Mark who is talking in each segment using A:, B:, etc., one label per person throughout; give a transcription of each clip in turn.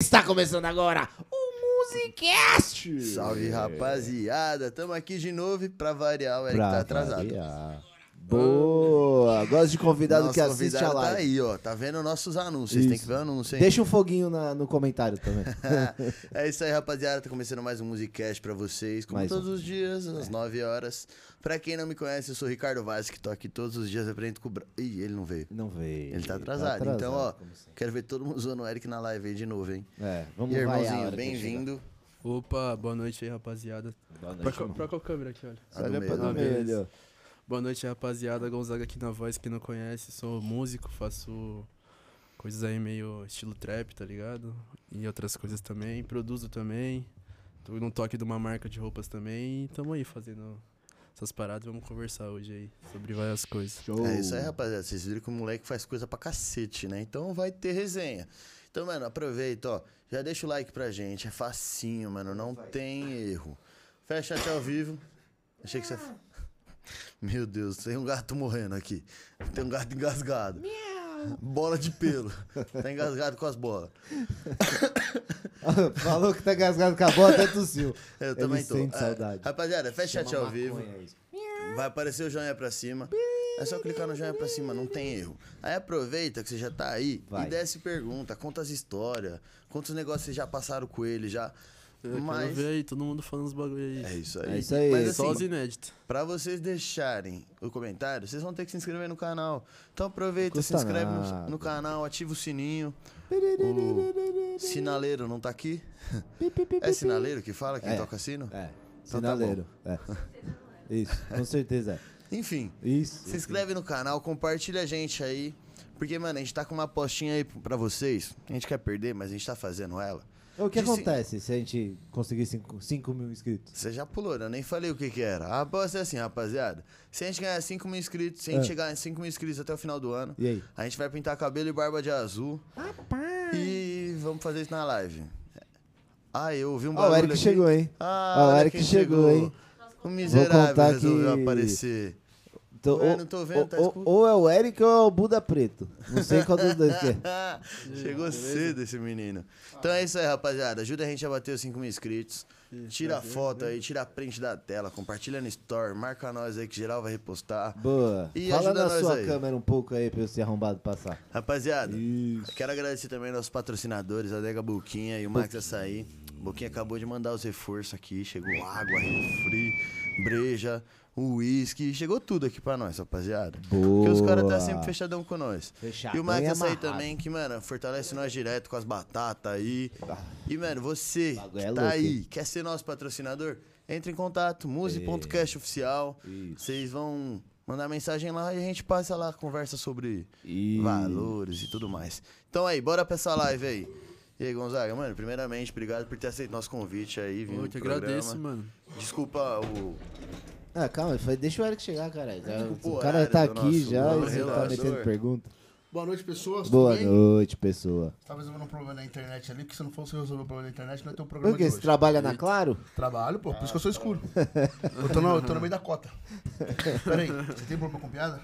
A: Está começando agora o Musicast!
B: Salve, rapaziada. Tamo aqui de novo e pra variar, o Eric tá atrasado.
A: variar. Boa! Gosto de convidado
B: Nosso
A: que assiste
B: convidado
A: a live.
B: tá aí, ó. Tá vendo nossos anúncios.
A: Isso.
B: Tem que ver o anúncio, hein?
A: Deixa um foguinho na- no comentário também.
B: é isso aí, rapaziada. Tá começando mais um Musicast pra vocês, como
A: Mais um.
B: todos os dias, às 9 horas. Pra quem não me conhece, eu sou o Ricardo Vaz, que tô aqui todos os dias apresento com o... Bra- Ih, ele não veio.
A: Não veio.
B: Ele tá atrasado. Então, ó,
A: como sempre.
B: quero ver todo mundo zoando o Eric na live aí de novo, hein?
A: É, vamos
B: e aí,
A: vaiar a
B: irmãozinho,
A: hora que ele
B: bem-vindo.
C: Opa, boa noite aí, rapaziada.
A: Boa
C: pra, qual, pra qual câmera aqui, olha?
B: A do
A: Olha pra
B: meio.
A: do meio.
C: Boa noite, rapaziada. Gonzaga aqui na voz, quem não conhece, sou músico, faço coisas aí meio estilo trap, tá ligado? E outras coisas também, produzo também. Tô num toque de uma marca de roupas também e tamo aí fazendo essas paradas. Vamos conversar hoje aí sobre várias coisas.
A: Show.
B: É isso aí, rapaziada. Vocês viram que o moleque faz coisa pra cacete, né? Então vai ter resenha. Então, mano, aproveita, ó. Já deixa o like pra gente. É facinho, mano. Não tem erro. Fecha chat ao vivo. Achei que você.
A: Ah.
B: Meu Deus, tem um gato morrendo aqui. Tem um gato engasgado. Bola de pelo. Tá engasgado com as bolas.
A: Falou que tá gasgado, acabou até tossiu.
B: Eu
A: Ele
B: também tô.
A: sente
B: É,
A: saudade.
B: Rapaziada, fecha chat
A: Chama
B: ao vivo.
A: maconha aí.
B: Vai aparecer o joinha pra cima. É só clicar no joinha pra cima, não tem erro. Aí aproveita que você já tá aí
A: Vai.
B: e desce pergunta, conta as histórias, quantos negócios vocês já passaram com ele já.
C: Eu quero
B: Mas
C: ver aí, todo mundo falando os bagulho aí.
B: é isso aí.
A: É isso aí.
B: Mas
C: Só os
B: assim,
C: inéditos.
B: pra vocês deixarem o comentário, vocês vão ter que se inscrever no canal. Então aproveita,
A: Não
B: se
A: custa
B: inscreve no,
A: nada.
B: no canal, ativa o sininho. O sinaleiro não tá aqui? É sinaleiro que fala quem
A: É.
B: toca sino?
A: É,
B: Então tá
A: sinaleiro. é. Isso, com certeza é.
B: Enfim.
A: Isso.
B: Se inscreve no canal, compartilha a gente aí. Porque, mano, a gente tá com uma apostinha aí pra vocês. A gente quer perder, mas a gente tá fazendo ela.
A: O que
B: Disse-
A: acontece se a gente conseguir 5 mil inscritos?
B: Você já pulou, né? eu nem falei o que que era. A aposta é assim, rapaziada. Se a gente ganhar 5 mil inscritos, se a gente
A: É.
B: chegar em 5 mil inscritos até o final do ano,
A: E aí?
B: a gente vai pintar cabelo e barba de azul. E vamos fazer isso na live. Ah, eu ouvi um
A: Ó,
B: barulho
A: o Eric
B: aqui.
A: chegou, hein?
B: Ah,
A: Ó, o
B: olha
A: Eric
B: quem
A: chegou, hein?
B: O miserável
A: contar
B: resolveu
A: que-
B: aparecer.
A: Tô-
B: Ué,
A: Então,
D: é,
A: ou-
B: não tô vendo,
A: ou-
B: tá
A: ou,
B: escuro.
A: ou é o Eric ou é o Buda Preto. Não sei qual dos dois que é.
B: Chegou cedo esse menino. Então é isso aí, rapaziada. Ajuda a gente a bater os 5 mil inscritos. Tira a foto aí, tira a print da tela, compartilha no store, marca nós aí que geral vai repostar.
A: Boa.
B: E
A: Fala
B: ajuda
A: na
B: nós
A: sua
B: aí.
A: câmera um pouco aí pra eu ser arrombado passar.
B: Rapaziada,
A: Isso.
B: quero agradecer também nossos patrocinadores, a Dega Boquinha e o Max Açaí. Boquinha acabou de mandar os reforços aqui, chegou água, refri, breja, um uísque, chegou tudo aqui pra nós, rapaziada. Porque os caras tá
A: Boa.
B: sempre fechadão com nós.
A: Fechadão
B: e o Max
A: e
B: Açaí
A: amarrado.
B: também, que, mano, fortalece nós direto com as batatas aí. E, mano, você
A: bagulho
B: que
A: é
B: tá
A: louco,
B: aí,
A: hein?
B: quer ser nosso patrocinador? Entre em contato, muse.cast oficial.
A: É, Isso.
B: Vocês vão mandar mensagem lá e a gente passa lá, conversa sobre
A: Isso.
B: valores e tudo mais. Então aí, bora pra essa live aí. E aí, Gonzaga, mano, primeiramente, obrigado por ter aceito nosso convite aí, viu?
C: Eu que agradeço, mano.
B: Desculpa o.
A: Ah, calma, foi- deixa o Eric chegar, caralho. Já-
D: Tipo,
B: Desculpa o
A: O cara
D: é,
B: horário
A: tá
B: do
A: aqui
B: nosso
A: já e
B: novo
A: você tá
B: redator.
A: metendo pergunta.
D: Boa noite, pessoas.
A: Boa
D: Tudo bem?
A: noite, pessoa.
D: Você tá resolvendo um problema na internet ali, porque se não fosse resolver o problema da internet, não ia ter um programa
A: Por que
D: de
A: você
D: hoje.
A: trabalha na Claro?
D: Trabalho, pô, por isso que eu sou escuro. eu, tô no, eu tô no meio da cota. Peraí, você tem problema com piada?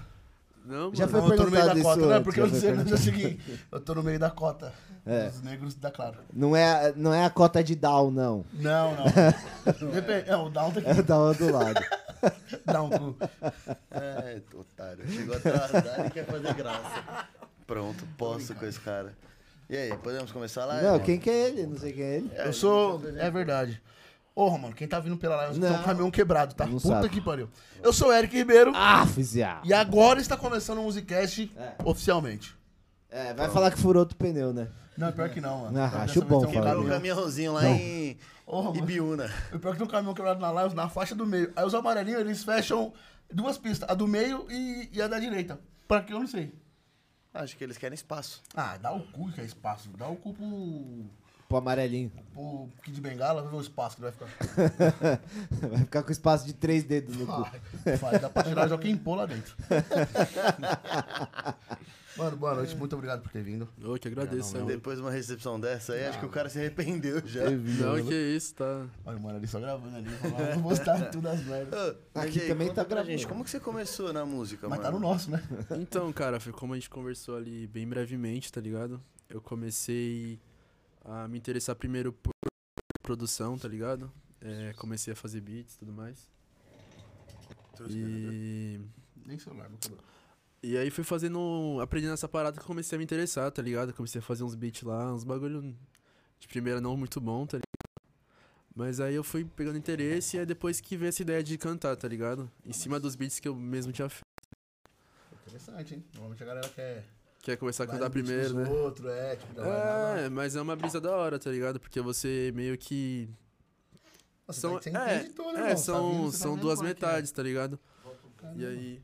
C: Não,
A: Já
C: mano.
A: foi
D: não, eu tô no meio
A: perguntado
D: da
A: isso
D: cota,
A: antes,
D: né? Porque eu
A: já
D: não
A: foi
D: sei, mas eu segui. Eu tô no meio da cota.
A: É.
D: Os negros da Claro.
A: Não é, não é a cota de Down, não.
D: Não, não. Depende. É, o Down tá
A: É
D: aqui.
A: o Down do lado.
D: Down, cu.
B: É, otário. Chegou atrasado e quer fazer graça. Pronto, posso com esse cara. E aí, podemos começar a live?
A: Não, quem que é ele? Não sei quem é ele.
D: Eu sou. É verdade. Ô, Romano, quem tá vindo pela live, eu tô
A: Não.
D: com o caminhão quebrado, tá?
A: Não
D: Puta
A: sabe.
D: que pariu. Eu sou o Eric Ribeiro.
A: Ah, fizia.
D: E agora está começando o Musicast
A: É.
D: oficialmente.
A: É, vai falar que furou outro pneu, né?
D: Não, pior que não, mano.
A: Ah,
D: Dessa
A: acho
D: vez
A: bom,
D: tem
A: Fábio.
B: Quebrou o
D: caminhão.
B: caminhãozinho lá em
D: Ô, mano.
B: Ibiúna.
D: O pior que tem um caminhão quebrado na live, na faixa do meio. Aí os amarelinhos, eles fecham duas pistas, a do meio e, e a da direita. Pra que eu não sei.
B: Acho que eles querem espaço.
D: Ah, dá o cu que é espaço. Dá o cu pro,
A: Pro amarelinho.
D: pro Kid Bengala, vai ver o espaço que vai ficar.
A: Vai ficar com espaço de três dedos no cu.
D: Ah, faz, dá pra tirar já quem pô lá dentro. mano, boa noite. Muito obrigado por ter vindo.
C: Eu que agradeço, é mano.
B: Depois de uma recepção dessa aí, acho que o cara se arrependeu já.
C: Não, que isso, tá.
D: Olha, mano, ali só gravando ali. falando, Vou mostrar tudo as merdas.
B: Ô, mas
A: Aqui
B: e aí,
A: também
B: conta
A: tá
B: pra
A: gravando.
B: gente. Como que você começou na música,
D: Mas
B: mano?
D: tá no nosso, né?
C: Então, cara, foi como a gente conversou ali bem brevemente, tá ligado? Eu comecei a me interessar primeiro por produção, tá ligado? É, comecei a fazer beats e tudo mais. E,
D: Nem celular, não celular.
C: e aí fui fazendo. Aprendendo essa parada que comecei a me interessar, tá ligado? Comecei a fazer uns beats lá, uns bagulho de primeira não muito bom, tá ligado? Mas aí eu fui pegando interesse e aí depois que veio essa ideia de cantar, tá ligado? Em cima dos beats que eu mesmo tinha feito.
D: Interessante, hein? Normalmente a galera quer.
C: Quer é começar a
D: vai
C: cantar
D: no beat
C: primeiro,
D: dos
C: né?
D: outro, é, tipo, já vai nada.
C: É, mas é uma brisa da hora, tá ligado? Porque você meio que.
D: Nossa,
C: são,
D: você
C: é,
D: entende tá tudo,
C: é,
D: irmão. Tá
C: são,
D: vindo, você tá
C: são
D: vendo
C: duas
D: como é que é.
C: metades, tá ligado? E
D: Caramba.
C: aí.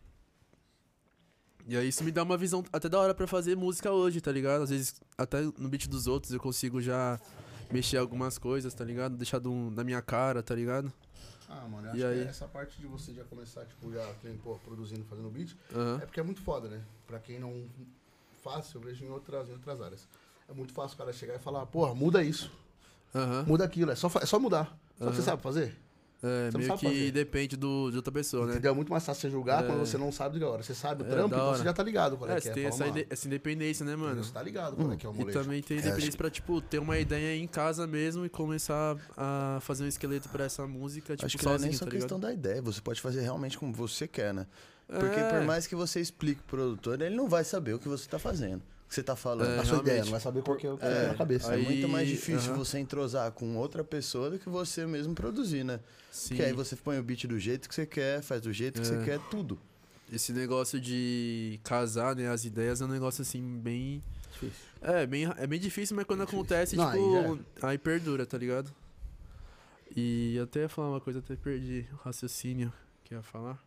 C: E aí isso me dá uma visão até da hora pra fazer música hoje, tá ligado? Às vezes, até no beat dos outros, eu consigo já mexer algumas coisas, tá ligado? Deixar do, na minha cara, tá ligado?
D: Ah, mano, eu
C: E
D: acho
C: aí?
D: que essa parte de você já começar, tipo, já que nem, pô, produzindo, fazendo beat,
C: Aham.
D: é porque é muito foda, né? Pra quem não faz, eu vejo em outras, em outras áreas. É muito fácil o cara chegar e falar, porra, muda isso,
C: Aham.
D: muda aquilo, é só, fa- é só mudar. Só que você
C: Aham.
D: sabe fazer.
C: É,
D: Você não
C: meio
D: sabe
C: que
D: fazer.
C: depende do, de outra pessoa, né?
D: Entendeu? É muito mais fácil você julgar
C: É.
D: quando você não sabe do que é a hora. Você sabe o
C: É,
D: trampo,
C: da
D: então
C: hora.
D: você já tá ligado qual é,
C: É,
D: que
C: você
D: é.
C: tem
D: Fala,
C: essa,
D: mano,
C: inde- essa independência, né, mano? Hum,
D: Você tá ligado qual é
B: um
D: que é o
C: E
D: molejo.
C: também tem independência pra, tipo, ter uma ideia em casa mesmo e começar a fazer um esqueleto pra essa música, tipo,
B: Acho que não é nem
C: sozinho,
B: só
C: tá
B: questão
C: ligado?
B: da ideia, você pode fazer realmente como você quer, né? Porque
C: É.
B: por mais que você explique pro produtor, ele não vai saber o que você tá fazendo, o que você tá falando.
D: A
C: É,
D: sua ideia,
C: realmente.
D: não vai saber qual que é o que é, na cabeça.
B: É
C: Aí-
B: muito mais difícil
C: aham.
B: você entrosar com outra pessoa do que você mesmo produzir, né?
C: Sim.
B: Porque aí você põe o beat do jeito que você quer, faz do jeito que você
C: É.
B: quer, tudo.
C: Esse negócio de casar, né, as ideias é um negócio assim bem.
D: Difícil.
C: É, bem, é bem difícil, mas quando acontece,
D: Não, aí
C: tipo, aí, perdura, tá ligado? E eu até ia falar uma coisa, até perdi o raciocínio que eu ia falar.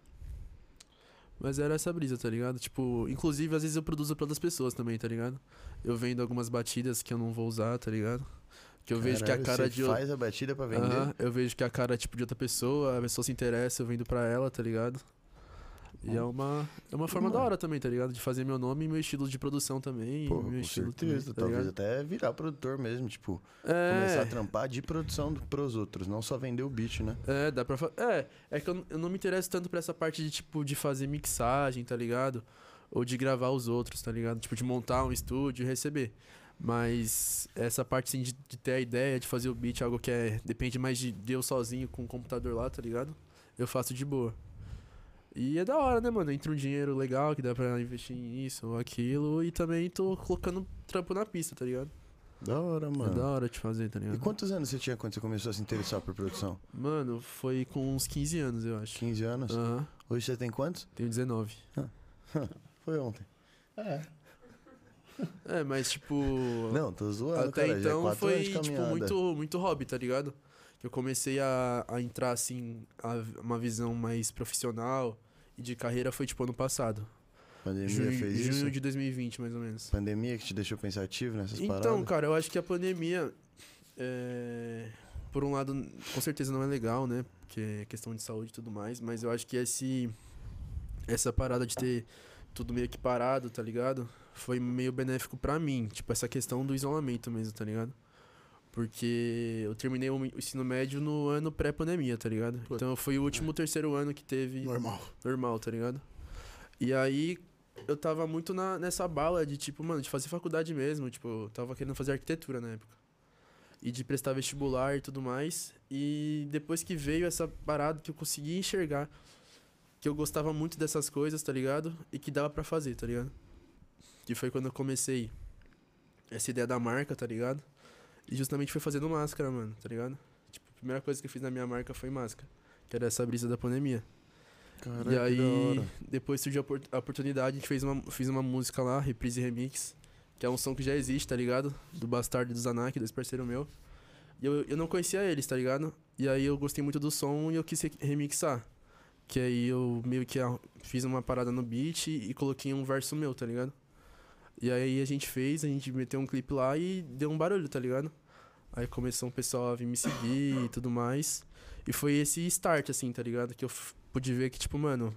C: Mas era essa brisa, tá ligado? Tipo, inclusive às vezes eu produzo pra outras pessoas também, tá ligado? Eu vendo algumas batidas que eu não vou usar, tá ligado? Que eu vejo que a
B: Caralho,
C: cara
B: você
C: de.
B: faz a batida pra vender.
C: Aham, eu vejo que a cara é tipo de outra pessoa, a pessoa se interessa, eu vendo pra ela, tá ligado? E é uma, é uma forma da hora também, tá ligado? De fazer meu nome e meu estilo de produção também. e
B: Pô,
C: meu
B: com
C: estilo
B: certeza.
C: também, tá
B: talvez
C: ligado?
B: até virar produtor mesmo, tipo, começar a
C: É,
B: trampar de produção do- pros outros, não só vender o beat, né?
C: é, dá pra fa- É, é que eu, n- eu não me interesso tanto pra essa parte de, tipo, de fazer mixagem, tá ligado? Ou de gravar os outros, tá ligado? Tipo, de montar um estúdio e receber. Mas essa parte, assim, de, de ter a ideia, de fazer o beat, algo que é, depende mais de, de eu sozinho com o computador lá, tá ligado? Eu faço de boa. E é da hora, né, mano? Entra um dinheiro legal que dá pra investir em isso ou aquilo. E também tô colocando trampo na pista, tá ligado?
B: Da hora, mano.
C: É da hora de fazer, tá ligado?
B: E quantos anos você tinha quando você começou a se interessar por produção?
C: Mano, foi com uns 15 anos, eu acho.
B: 15 anos?
C: Aham,
B: Hoje você tem quantos?
C: tenho 19.
B: Foi ontem.
D: É.
C: É, mas tipo.
B: Não, tô zoando,
C: até
B: cara. já é
C: então
B: quatro
C: foi,
B: anos de
C: tipo,
B: caminhada.
C: muito, muito hobby, tá ligado? Que eu comecei a, a entrar, assim, a, uma visão mais profissional e de carreira foi, tipo, ano passado.
B: Pandemia
C: Junho,
B: fez
C: junho
B: isso?
C: de 2020, mais ou menos.
B: Pandemia que te deixou pensativo nessas
C: Então,
B: paradas?
C: cara, eu acho que a pandemia, é, por um lado, com certeza não é legal, né? Porque é questão de saúde e tudo mais, mas eu acho que esse, essa parada de ter tudo meio que parado, tá ligado? Foi meio benéfico pra mim, tipo, essa questão do isolamento mesmo, tá ligado? Porque eu terminei o ensino médio no ano pré-pandemia, tá ligado?
D: Pô.
C: Então foi o último terceiro ano que teve
D: Normal.
C: normal, tá ligado? E aí eu tava muito na, nessa bala de tipo, mano, de fazer faculdade mesmo, tipo, eu tava querendo fazer arquitetura na época. E de prestar vestibular e tudo mais. E depois que veio essa parada que eu consegui enxergar que eu gostava muito dessas coisas, tá ligado? E que dava pra fazer, tá ligado? Que foi quando eu comecei essa ideia da marca, tá ligado? E justamente foi fazendo máscara, mano, tá ligado? Tipo, a primeira coisa que eu fiz na minha marca foi máscara, que era essa brisa da pandemia
B: Caraca,
C: e aí,
B: que da hora.
C: depois surgiu a opor- a oportunidade, a gente fez uma, fiz uma música lá, Reprise Remix, que é um som que já existe, tá ligado? Do Bastardo e do Zanak, dois parceiros meu. E eu, eu não conhecia eles, tá ligado? E aí eu gostei muito do som e eu quis re- remixar. Que aí eu meio que a- fiz uma parada no beat e coloquei um verso meu, tá ligado? E aí a gente fez, a gente meteu um clipe lá e deu um barulho, tá ligado? Aí começou o pessoal a vir me seguir e tudo mais. E foi esse start, assim, tá ligado? Que eu f- pude ver que, tipo, mano,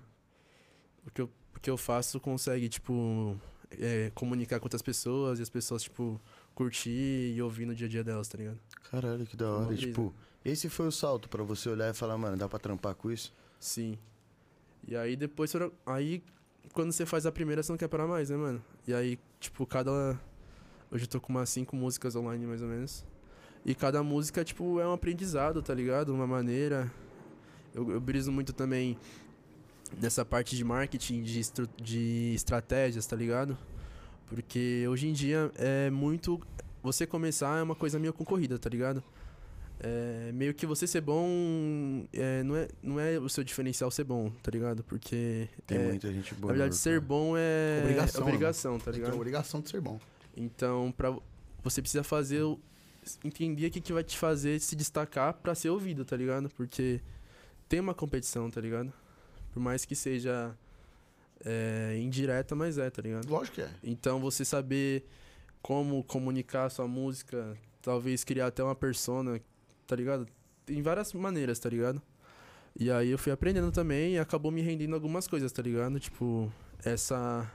C: o que eu, o que eu faço consegue, tipo, é, comunicar com outras pessoas e as pessoas, tipo, curtir e ouvir no dia a dia delas, tá ligado?
B: Caralho, que da
C: Foi uma
B: hora.
C: brisa.
B: Tipo, esse foi o salto pra você olhar e falar, mano, dá pra trampar com isso?
C: Sim. E aí depois foram. Aí quando você faz a primeira, você não quer parar mais, né, mano? E aí, tipo, cada. Hoje eu tô com umas cinco músicas online, mais ou menos. E cada música, tipo, é um aprendizado, tá ligado? Uma maneira. Eu, eu briso muito também dessa parte de marketing, de, estru- de estratégias, tá ligado? Porque hoje em dia é muito. Você começar é uma coisa meio concorrida, tá ligado? É, meio que você ser bom é, não, é, não é o seu diferencial ser bom, tá ligado? Porque.
B: Tem
C: é,
B: muita gente boa.
C: na verdade,
B: no
C: ser
B: mercado.
C: bom é
D: Obrigação,
C: é obrigação tá
D: Tem
C: ligado?
D: obrigação de ser bom.
C: Então, pra, você precisa fazer. o- Entender o que, que vai te fazer se destacar pra ser ouvido, tá ligado? Porque tem uma competição, tá ligado? Por mais que seja é, indireta, mas é, tá ligado?
D: Lógico que é.
C: Então, você saber como comunicar a sua música, talvez criar até uma persona, tá ligado? Tem várias maneiras, tá ligado? E aí eu fui aprendendo também e acabou me rendendo algumas coisas, tá ligado? Tipo, essa.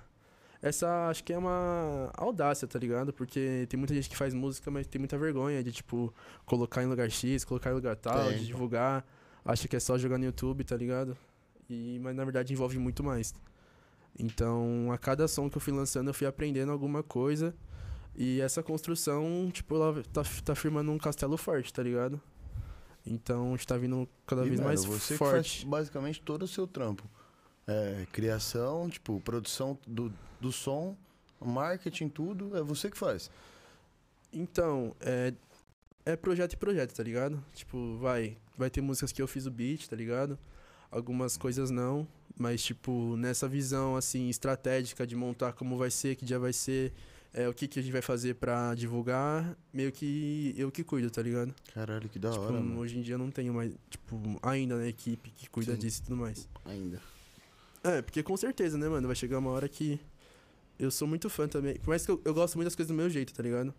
C: Essa acho que é uma audácia, tá ligado? Porque tem muita gente que faz música, mas tem muita vergonha de, tipo, colocar em lugar X, colocar em lugar tal,
B: Tem.
C: de divulgar. Acha que é só jogar no YouTube, tá ligado? E, mas na verdade envolve muito mais. Então, a cada som que eu fui lançando, eu fui aprendendo alguma coisa. E essa construção, tipo, ela tá, tá firmando um castelo forte, tá ligado? Então, a gente tá vindo cada
B: E,
C: vez
B: mano,
C: mais
B: você Que
C: forte.
B: faz basicamente todo o seu trampo. É, criação, tipo, produção do, do som, marketing, tudo, é você que faz.
C: Então, é, é projeto e projeto, tá ligado? Tipo, vai, vai ter músicas que eu fiz o beat, tá ligado? Algumas coisas não, mas tipo, nessa visão assim estratégica de montar como vai ser, que dia vai ser, é, o que que a gente vai fazer pra divulgar, meio que eu que cuido, tá ligado?
B: Caralho, que da
C: tipo,
B: hora, mano.
C: hoje em dia eu não tenho mais, tipo, ainda né, equipe que cuida
D: Sim.
C: disso e tudo mais.
D: Ainda.
C: É, porque com certeza, né, mano? Vai chegar uma hora que. Eu sou muito fã também. Por mais que eu, eu gosto muito das coisas do meu jeito, tá ligado?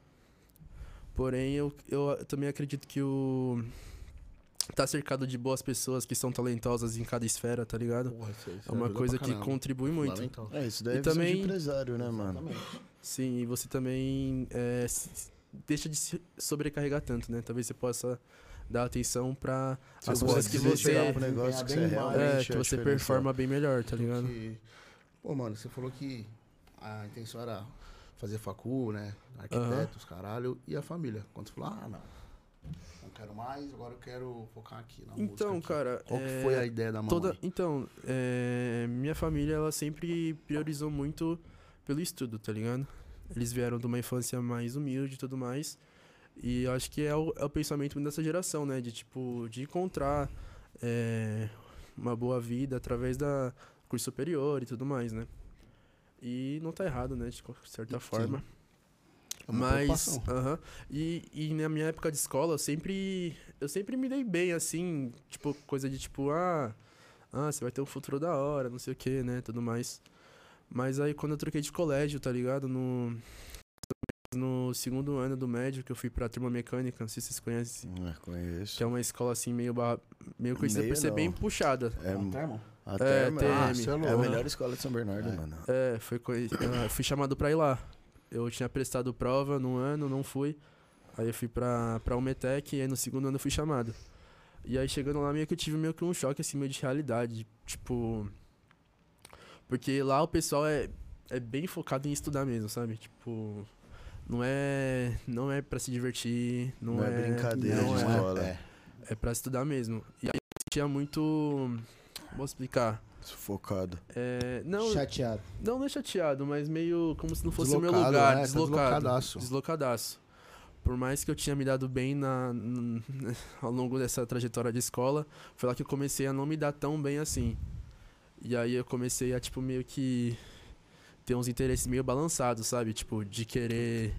C: Porém, eu, eu a- também acredito que o. Tá cercado de boas pessoas que são talentosas em cada esfera, tá ligado?
D: Porra, isso, aí- isso
C: É uma
D: ajuda
C: coisa
D: pra
C: que
D: caramba. então.
C: contribui muito.
D: Fundamental.
B: É, isso daí
C: E
B: é visão de
C: também-
B: empresário, né, mano?
D: Exatamente.
C: Sim, e você também é, se- se- deixa de se sobrecarregar tanto, né? Talvez você possa dar atenção pra as
D: pode
C: coisas que
D: desempenhar
C: você.
B: um negócio que você
D: bem mais.
B: realmente
C: É, que
B: é
C: você
B: diferencial.
C: performa bem melhor, tá ligado?
D: Que- Pô, mano, você falou que a intenção era fazer facu, né? Arquitetos, caralho, e a família. Quando você falou, ah, não, não quero mais, agora eu quero focar aqui na música.
C: Então,
D: aqui.
C: cara.
D: Qual que
C: é,
D: foi a ideia da mamãe?
C: Toda, então, é, minha família, ela sempre priorizou muito pelo estudo, tá ligado? Eles vieram de uma infância mais humilde e tudo mais. E eu acho que é o, é o pensamento dessa geração, né? De, tipo, de encontrar é, uma boa vida através da curso superior e tudo mais, né? E não tá errado, né? De qual- certa
D: Sim.
C: forma.
D: É uma
C: Mas,
D: preocupação.
C: aham. e, e na minha época de escola, eu sempre, eu sempre me dei bem, assim, tipo, coisa de tipo, ah, ah, você vai ter um futuro da hora, não sei o que, né, tudo mais. Mas aí quando eu troquei de colégio, tá ligado? No, no segundo ano do médio, que eu fui pra turma mecânica, não sei se vocês conhecem,
B: É, conheço.
C: que é uma escola assim, meio, barra, meio conhecida
B: Meio
C: por ser bem
B: não.
C: puxada.
B: É,
D: Até, irmão?
B: até,
C: um- é,
B: mano.
C: TM.
B: Ah, cê é, a
C: Aham.
B: melhor escola de São Bernardo, mano.
C: É, foi co- eu fui chamado pra ir lá. Eu tinha prestado prova num ano, não fui. Aí eu fui pra, pra Umetec e aí no segundo ano eu fui chamado. E aí chegando lá meio que eu tive meio que um choque assim, meio de realidade. Tipo. Porque lá o pessoal é, é bem focado em estudar mesmo, sabe? Tipo. Não é. Não é pra se divertir. Não,
B: Não é brincadeira
C: não
B: de
C: é.
B: escola.
D: É.
C: É pra estudar mesmo. E aí eu tinha muito. Vou explicar.
B: Sufocado.
C: É, não,
A: Chateado.
C: não, não é chateado, mas meio como se não fosse o meu
D: Deslocado,
C: lugar,
D: é, tá
C: deslocado.
D: deslocadaço.
C: Deslocadaço. Por mais que eu tinha me dado bem na, n- ao longo dessa trajetória de escola, foi lá que eu comecei a não me dar tão bem assim. E aí eu comecei a, tipo, meio que ter uns interesses meio balançados, sabe? Tipo, de querer.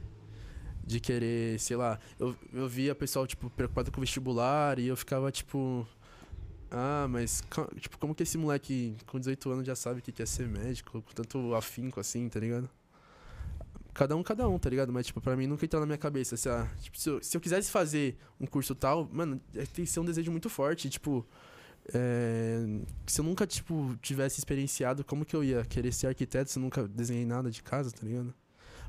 C: De querer, sei lá. Eu, eu via pessoal, tipo, preocupado com o vestibular e eu ficava, tipo. Ah, mas co- tipo, como que esse moleque com 18 anos já sabe o que quer ser médico, com tanto afinco assim, tá ligado? Cada um, cada um, tá ligado? Mas, tipo, pra mim nunca entrou na minha cabeça. assim, ah, tipo, se, eu, se eu quisesse fazer um curso tal, mano, é, tem que ser um desejo muito forte. Tipo, é, se eu nunca, tipo, tivesse experienciado, como que eu ia querer ser arquiteto se eu nunca desenhei nada de casa, tá ligado?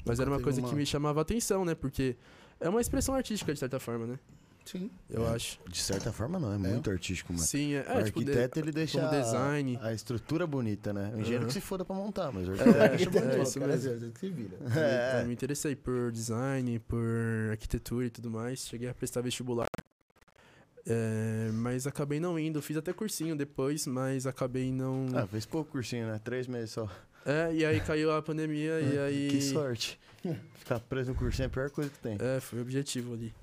C: Mas
D: Nunca
C: era uma
D: teve
C: coisa
D: uma-
C: que me chamava a atenção, né? Porque é uma expressão artística, de certa forma, né?
D: Sim.
C: eu acho.
B: De certa forma, não. É muito artístico, mano.
C: Sim,
B: o
C: é, é tipo, de-
B: arquiteto, ele deixa
C: como design.
B: A, a estrutura bonita, né? O engenheiro
C: Aham.
B: que se foda pra montar, mas o arquiteto deixa
C: é
B: bonito.
C: isso
D: Cara,
C: mesmo.
D: às vezes né, se vira.
B: É.
C: né, Eu, eu me interessei por design, por arquitetura e tudo mais. Cheguei a prestar vestibular. É, mas acabei não indo. Fiz até cursinho depois, mas acabei não.
B: Ah, fez pouco cursinho, né? Três meses só.
C: É, e aí caiu a pandemia e aí.
B: Ah, Que sorte. Ficar preso no cursinho é a pior coisa que tem.
C: É, foi o objetivo ali.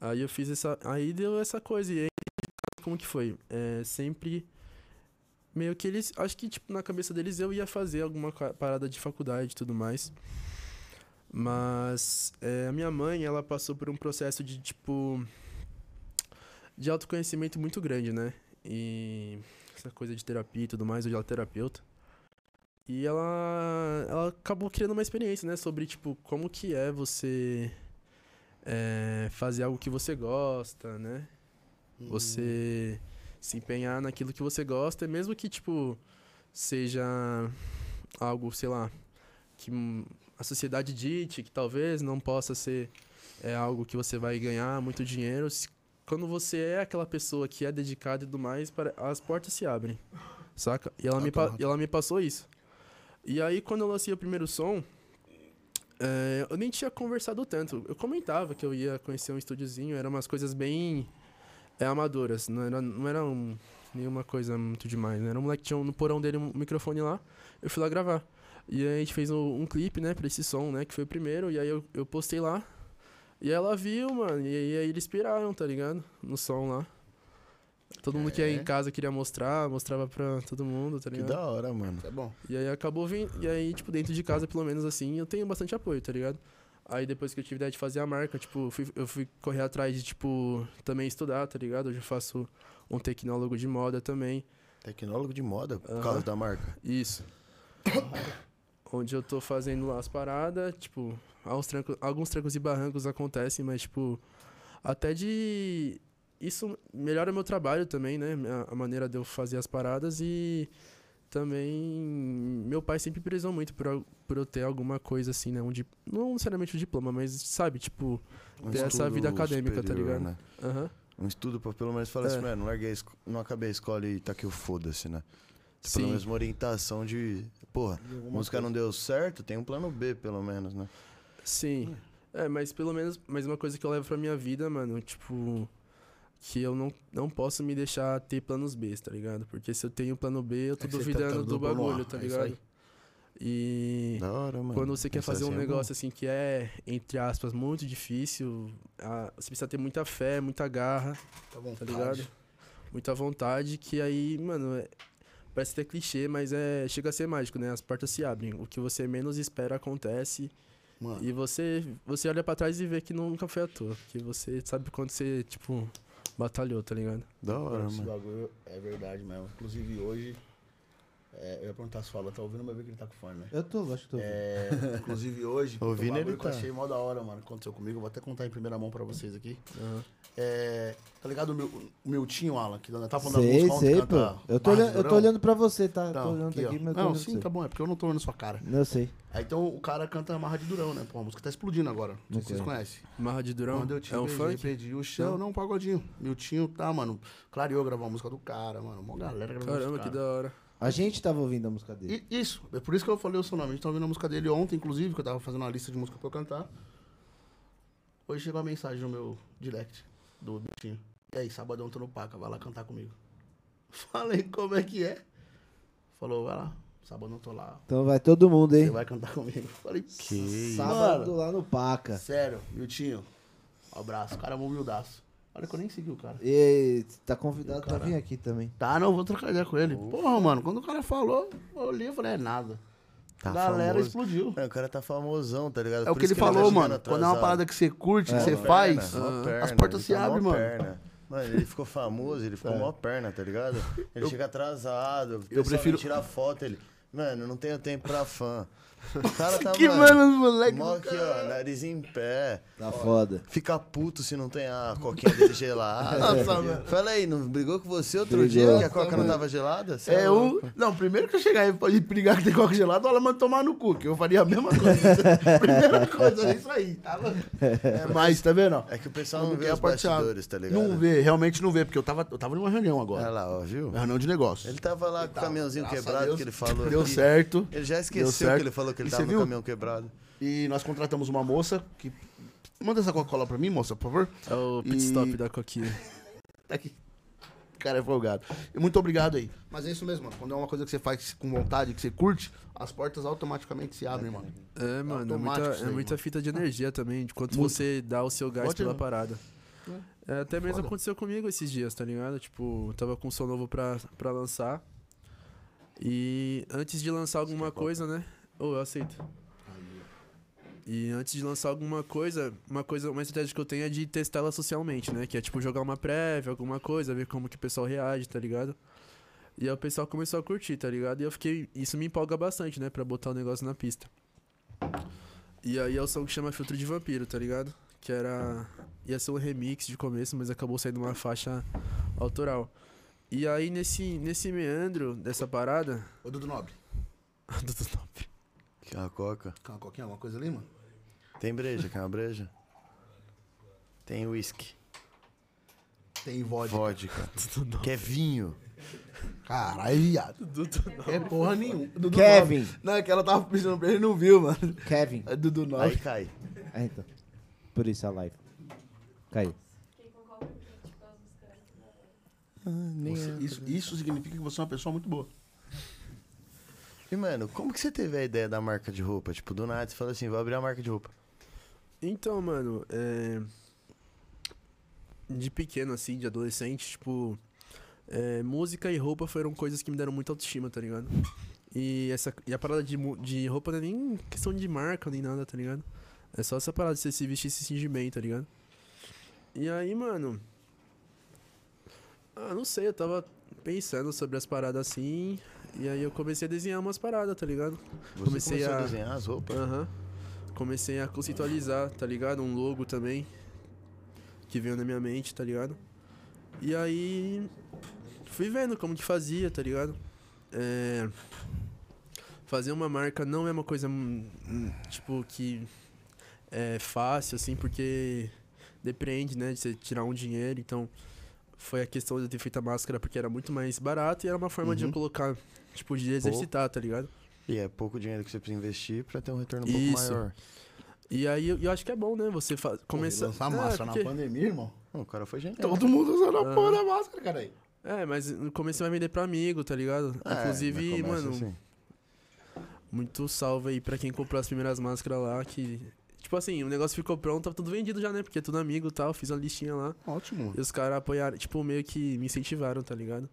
C: Aí eu fiz essa. Aí deu essa coisa. E aí, como que foi? É, sempre. Meio que eles. Acho que, tipo, na cabeça deles eu ia fazer alguma ca- parada de faculdade e tudo mais. Mas é, a minha mãe, ela passou por um processo de, tipo. De autoconhecimento muito grande, né? E essa coisa de terapia e tudo mais, hoje ela é terapeuta. E ela, ela acabou criando uma experiência, né? Sobre, tipo, como que é você é, fazer algo que você gosta, né? Você se empenhar naquilo que você gosta, mesmo que, tipo, seja algo, sei lá, que hum, a sociedade dite, que talvez não possa ser é, algo que você vai ganhar muito dinheiro. se- Quando você é aquela pessoa que é dedicada e tudo mais, para- as portas se abrem, saca? E ela, me, pa- e ela me passou isso. E aí, quando eu lancei o primeiro som, é, eu nem tinha conversado tanto. Eu comentava que eu ia conhecer um estúdiozinho, eram umas coisas bem é, amadoras, não era, não era um- nenhuma coisa muito demais. Né? Era um moleque que tinha um- no porão dele um microfone lá, eu fui lá gravar. E aí a gente fez um, um clipe, né, pra esse som, né, que foi o primeiro, e aí eu, eu postei lá. E aí ela viu, mano, e aí, aí eles piraram, tá ligado? No som lá. Todo mundo que ia em casa queria mostrar, mostrava pra todo mundo, tá
B: É. Que
C: ligado?
B: da hora, mano.
D: Isso é bom.
C: E aí acabou vindo. E aí, tipo, dentro de casa, pelo menos assim, eu tenho bastante apoio, tá ligado? Aí depois que eu tive a ideia de fazer a marca, tipo, fui- eu fui correr atrás de, tipo, também estudar, tá ligado? Hoje eu faço um tecnólogo de moda também.
B: Tecnólogo de moda, por
C: Aham.
B: causa da marca.
C: Isso. Onde eu tô fazendo lá as paradas, tipo, aos trancos- alguns trancos e barrancos acontecem, mas, tipo, até de. Isso melhora meu trabalho também, né? Minha- A maneira de eu fazer as paradas e também. Meu pai sempre prezou muito por, al- por eu ter alguma coisa assim, né? Um dip- não necessariamente um diploma, mas, sabe, tipo.
B: Um
C: Ter essa
B: estudo
C: vida acadêmica, tá
B: superior,
C: ligado?
B: né?
C: Aham.
B: Um estudo pra pelo menos falar
C: É.
B: assim, mano, não, larguei a esco- não acabei a escola e tá aqui o foda-se, né? Pelo
C: Sim.
B: menos uma orientação de, porra, música não deu certo, tem um plano B, pelo menos, né?
D: Hum.
C: Sim. É, mas pelo menos, mas uma coisa que eu levo pra minha vida, mano, tipo, que eu não, não posso me deixar ter planos B, tá ligado? Porque se eu tenho plano B, eu tô
D: É que você tá-
C: duvidando
D: tá
C: do
D: dando plano A,
C: bagulho, tá
D: é isso
C: ligado? E
B: Da hora, mano.
C: quando você quer
B: Pensar
C: fazer um
B: assim é bom.
C: negócio assim que é, entre aspas, muito difícil, a- você precisa ter muita fé, muita garra,
D: Tá bom,
C: tá ligado? Muita vontade, que aí, mano, é- parece até clichê, mas é chega a ser mágico, né? As portas se abrem. O que você menos espera acontece.
D: Mano,
C: E você, você olha pra trás e vê que nunca foi à toa. Que você sabe quando você, tipo, batalhou, tá ligado?
B: Da
D: Cara,
B: hora,
D: esse
B: mano.
D: bagulho é verdade mesmo. Inclusive hoje. é, eu ia perguntar se o Alan tá ouvindo, mas eu vi que ele tá com fone, né?
A: Eu tô, acho que tô. ouvindo.
D: É, inclusive hoje, puta,
B: Ouvindo
D: um bagulho
B: ele
D: que eu
B: tá.
D: achei mó da hora, mano. que Aconteceu comigo, eu vou até contar em primeira mão pra vocês aqui. É, tá ligado o meu, o meu tio, Alan, que tá falando da
A: Sei,
D: música ontem,
A: sei, pô.
D: que canta
A: Eu tô, olhando, eu tô
D: Barrigorão?
A: olhando pra você, tá? Eu tô
D: Então,
A: olhando aqui, mas
D: ó.
A: eu tô
D: Não,
A: olhando
D: sim,
A: pra você.
D: tá bom, é porque eu não tô olhando sua cara.
A: Não sei.
D: Aí então o cara canta Marra de Durão, né? Pô, a música tá explodindo agora. Não sei se vocês
A: Ok.
D: conhecem.
C: Marra de Durão
D: Quando eu te
C: é um
D: beijei,
C: funk?
D: perdi o chão, não, um pagodinho. Miltinho tá, mano. Clareou gravou a música do cara, mano. Mó galera gravou a
C: Caramba, que
D: música do
C: da
D: cara.
C: hora.
A: A gente tava ouvindo a música dele.
D: E- isso, é por isso que eu falei o seu nome. A gente tá ouvindo a música dele ontem, inclusive, que eu tava fazendo uma lista de música pra eu cantar. Hoje chegou a mensagem no meu direct do Miltinho. E aí, sabadão tô no Paca, vai lá cantar comigo. Falei, como é que é? Falou, vai lá, sabadão tô lá.
A: Então vai todo mundo, hein?
D: Você vai cantar comigo. Falei,
B: Que
A: Sábado
D: Mano.
A: lá no Paca.
D: Sério, Miltinho. Um abraço, o cara é um humildaço. Olha que eu nem segui o cara.
A: E tá convidado pra vir aqui também.
D: Tá, não, vou trocar ideia com ele. Porra, mano, quando o cara falou, eu li e falei, é nada.
B: Tá
D: Galera
B: famoso.
D: explodiu.
B: É, o cara tá famosão, tá ligado?
D: É o
B: Por
D: que ele
B: isso tá
D: falou,
B: chegando
D: mano. Quando é uma
B: atrasado.
D: parada que você curte, que
B: Uma
D: você
B: perna,
D: faz, ah,
B: uma perna,
D: as portas
B: ele
D: se
B: tá mó
D: abrem, mano. É
B: perna. Mano, ele ficou famoso, ele ficou mó perna, tá ligado? Ele chega atrasado, eu
D: prefiro-
B: prefiro tirar foto, ele. Mano, não tenho tempo pra fã. O cara tá,
C: Que mano, moleque.
B: Mó aqui, ó, nariz em pé.
A: Tá foda.
B: Fica puto se não tem a coquinha dele gelada. Fala aí, não brigou com você outro
A: Brigou.
B: dia que a coca não tava gelada? Cê
D: É
B: louco.
D: um. Não, primeiro que eu chegar aí e brigar que tem coca gelada, ela manda tomar no cu, que eu faria a mesma coisa. Primeira coisa, é isso aí, tá louco? É, mas, tá vendo? ó?
B: É que o pessoal não
D: Quando
B: vê
D: quer
B: os
D: parteado.
B: bastidores, tá ligado?
D: Não vê, realmente não vê, porque eu tava, eu tava numa reunião agora.
B: Olha lá, ó, viu?
D: Uma reunião de negócios.
B: Ele tava lá com o caminhãozinho
D: Graças a
B: quebrado
D: Deus,
B: que ele falou.
D: Deu
B: aqui.
D: certo.
B: Ele já
D: deu
B: esqueceu
D: certo.
B: que ele falou que ele
D: E
B: tava
D: você
B: no
D: viu?
B: caminhão quebrado.
D: E nós contratamos uma moça que. Manda essa Coca-Cola pra mim, moça, por favor.
C: É o pit stop
D: E-
C: da coquinha.
D: Tá aqui. O cara é folgado. E muito obrigado aí. Mas é isso mesmo, mano. Quando é uma coisa que você faz com vontade, que você curte, as portas automaticamente se abrem, mano.
C: É, mano, é muita,
D: automático isso
C: é
D: aí,
C: muita
D: mano.
C: fita de energia também, de quanto você dá o seu gás
D: Pode,
C: pela
D: irmão.
C: parada. É, até mesmo aconteceu comigo esses dias, tá ligado? Tipo, eu tava com um som novo pra, pra lançar. E antes de lançar alguma coisa, né? Ou eu aceito. E antes de lançar alguma coisa, uma coisa, uma estratégia que eu tenho é de testar ela socialmente, né? Que é tipo jogar uma prévia, alguma coisa, ver como que o pessoal reage, tá ligado? E aí o pessoal começou a curtir, tá ligado? E eu fiquei. Isso me empolga bastante, né? Pra botar o negócio na pista. E aí é o som que chama Filtro de Vampiro, tá ligado? Que era. ia ser um remix de começo, mas acabou saindo uma faixa autoral. E aí nesse, nesse meandro dessa parada.
D: Ô, Dudu Nobre,
C: do top.
B: Que é uma coca.
D: quer uma coquinha, alguma coisa ali, mano?
B: Tem breja, quer uma breja? Tem uísque.
D: Tem vodka.
B: Vodka. Quer vinho.
D: Caralho, viado. É porra nenhuma. Dudu
A: Kevin.
D: Nobre. Não, é que ela tava pedindo pra ele e não viu, mano.
A: Kevin.
D: É Dudu
B: Aí
D: Nobre.
B: cai.
A: Ah, então. Por isso a live. Caiu.
D: Você- isso, isso significa que você é uma pessoa muito boa.
B: E, mano, como que você teve a ideia da marca de roupa? Tipo, do nada, você falou assim, vou abrir a marca de roupa.
C: Então, mano, é. De pequeno, assim, de adolescente, tipo. é, música e roupa foram coisas que me deram muita autoestima, tá ligado? E, essa, e a parada de, mu- de roupa não é nem questão de marca nem nada, tá ligado? É só essa parada de você se vestir e se sentir bem, tá ligado? E aí, mano. Ah, não sei, eu tava pensando sobre as paradas assim. E aí eu comecei a desenhar umas paradas, tá ligado?
B: Você
C: Comecei
B: começou a...
C: a-
B: desenhar as roupas?
C: Aham. Comecei a conceitualizar, tá ligado? Um logo também. Que veio na minha mente, tá ligado? E aí. Fui vendo como que fazia, tá ligado? É. Fazer uma marca não é uma coisa, hum, hum, tipo, que é fácil, assim, porque depende, né, de você tirar um dinheiro. Então, foi a questão de eu ter feito a máscara porque era muito mais barato e era uma forma de eu
B: Uhum.
C: colocar, tipo, de exercitar, tá ligado?
B: E é pouco dinheiro que você precisa investir pra ter um retorno um pouco
C: Isso.
B: maior.
C: E aí eu, eu acho que é bom, né? Você fa- começar.
D: Lançar
C: É,
D: máscara
C: porque-
D: na pandemia, irmão.
B: Não, o cara foi genial.
D: Ah, Todo mundo usando a porra da máscara, cara. aí.
C: É, mas no começo você vai vender pra amigo, tá ligado?
B: É, mas
C: Inclusive,
B: começa
C: mano,
B: assim.
C: muito salve aí pra quem comprou as primeiras máscaras lá, que. Tipo assim, o negócio ficou pronto, tava tudo vendido já, né? Porque é tudo amigo e tal, fiz uma listinha lá.
D: Ótimo.
C: E os caras apoiaram, tipo, meio que me incentivaram, tá ligado?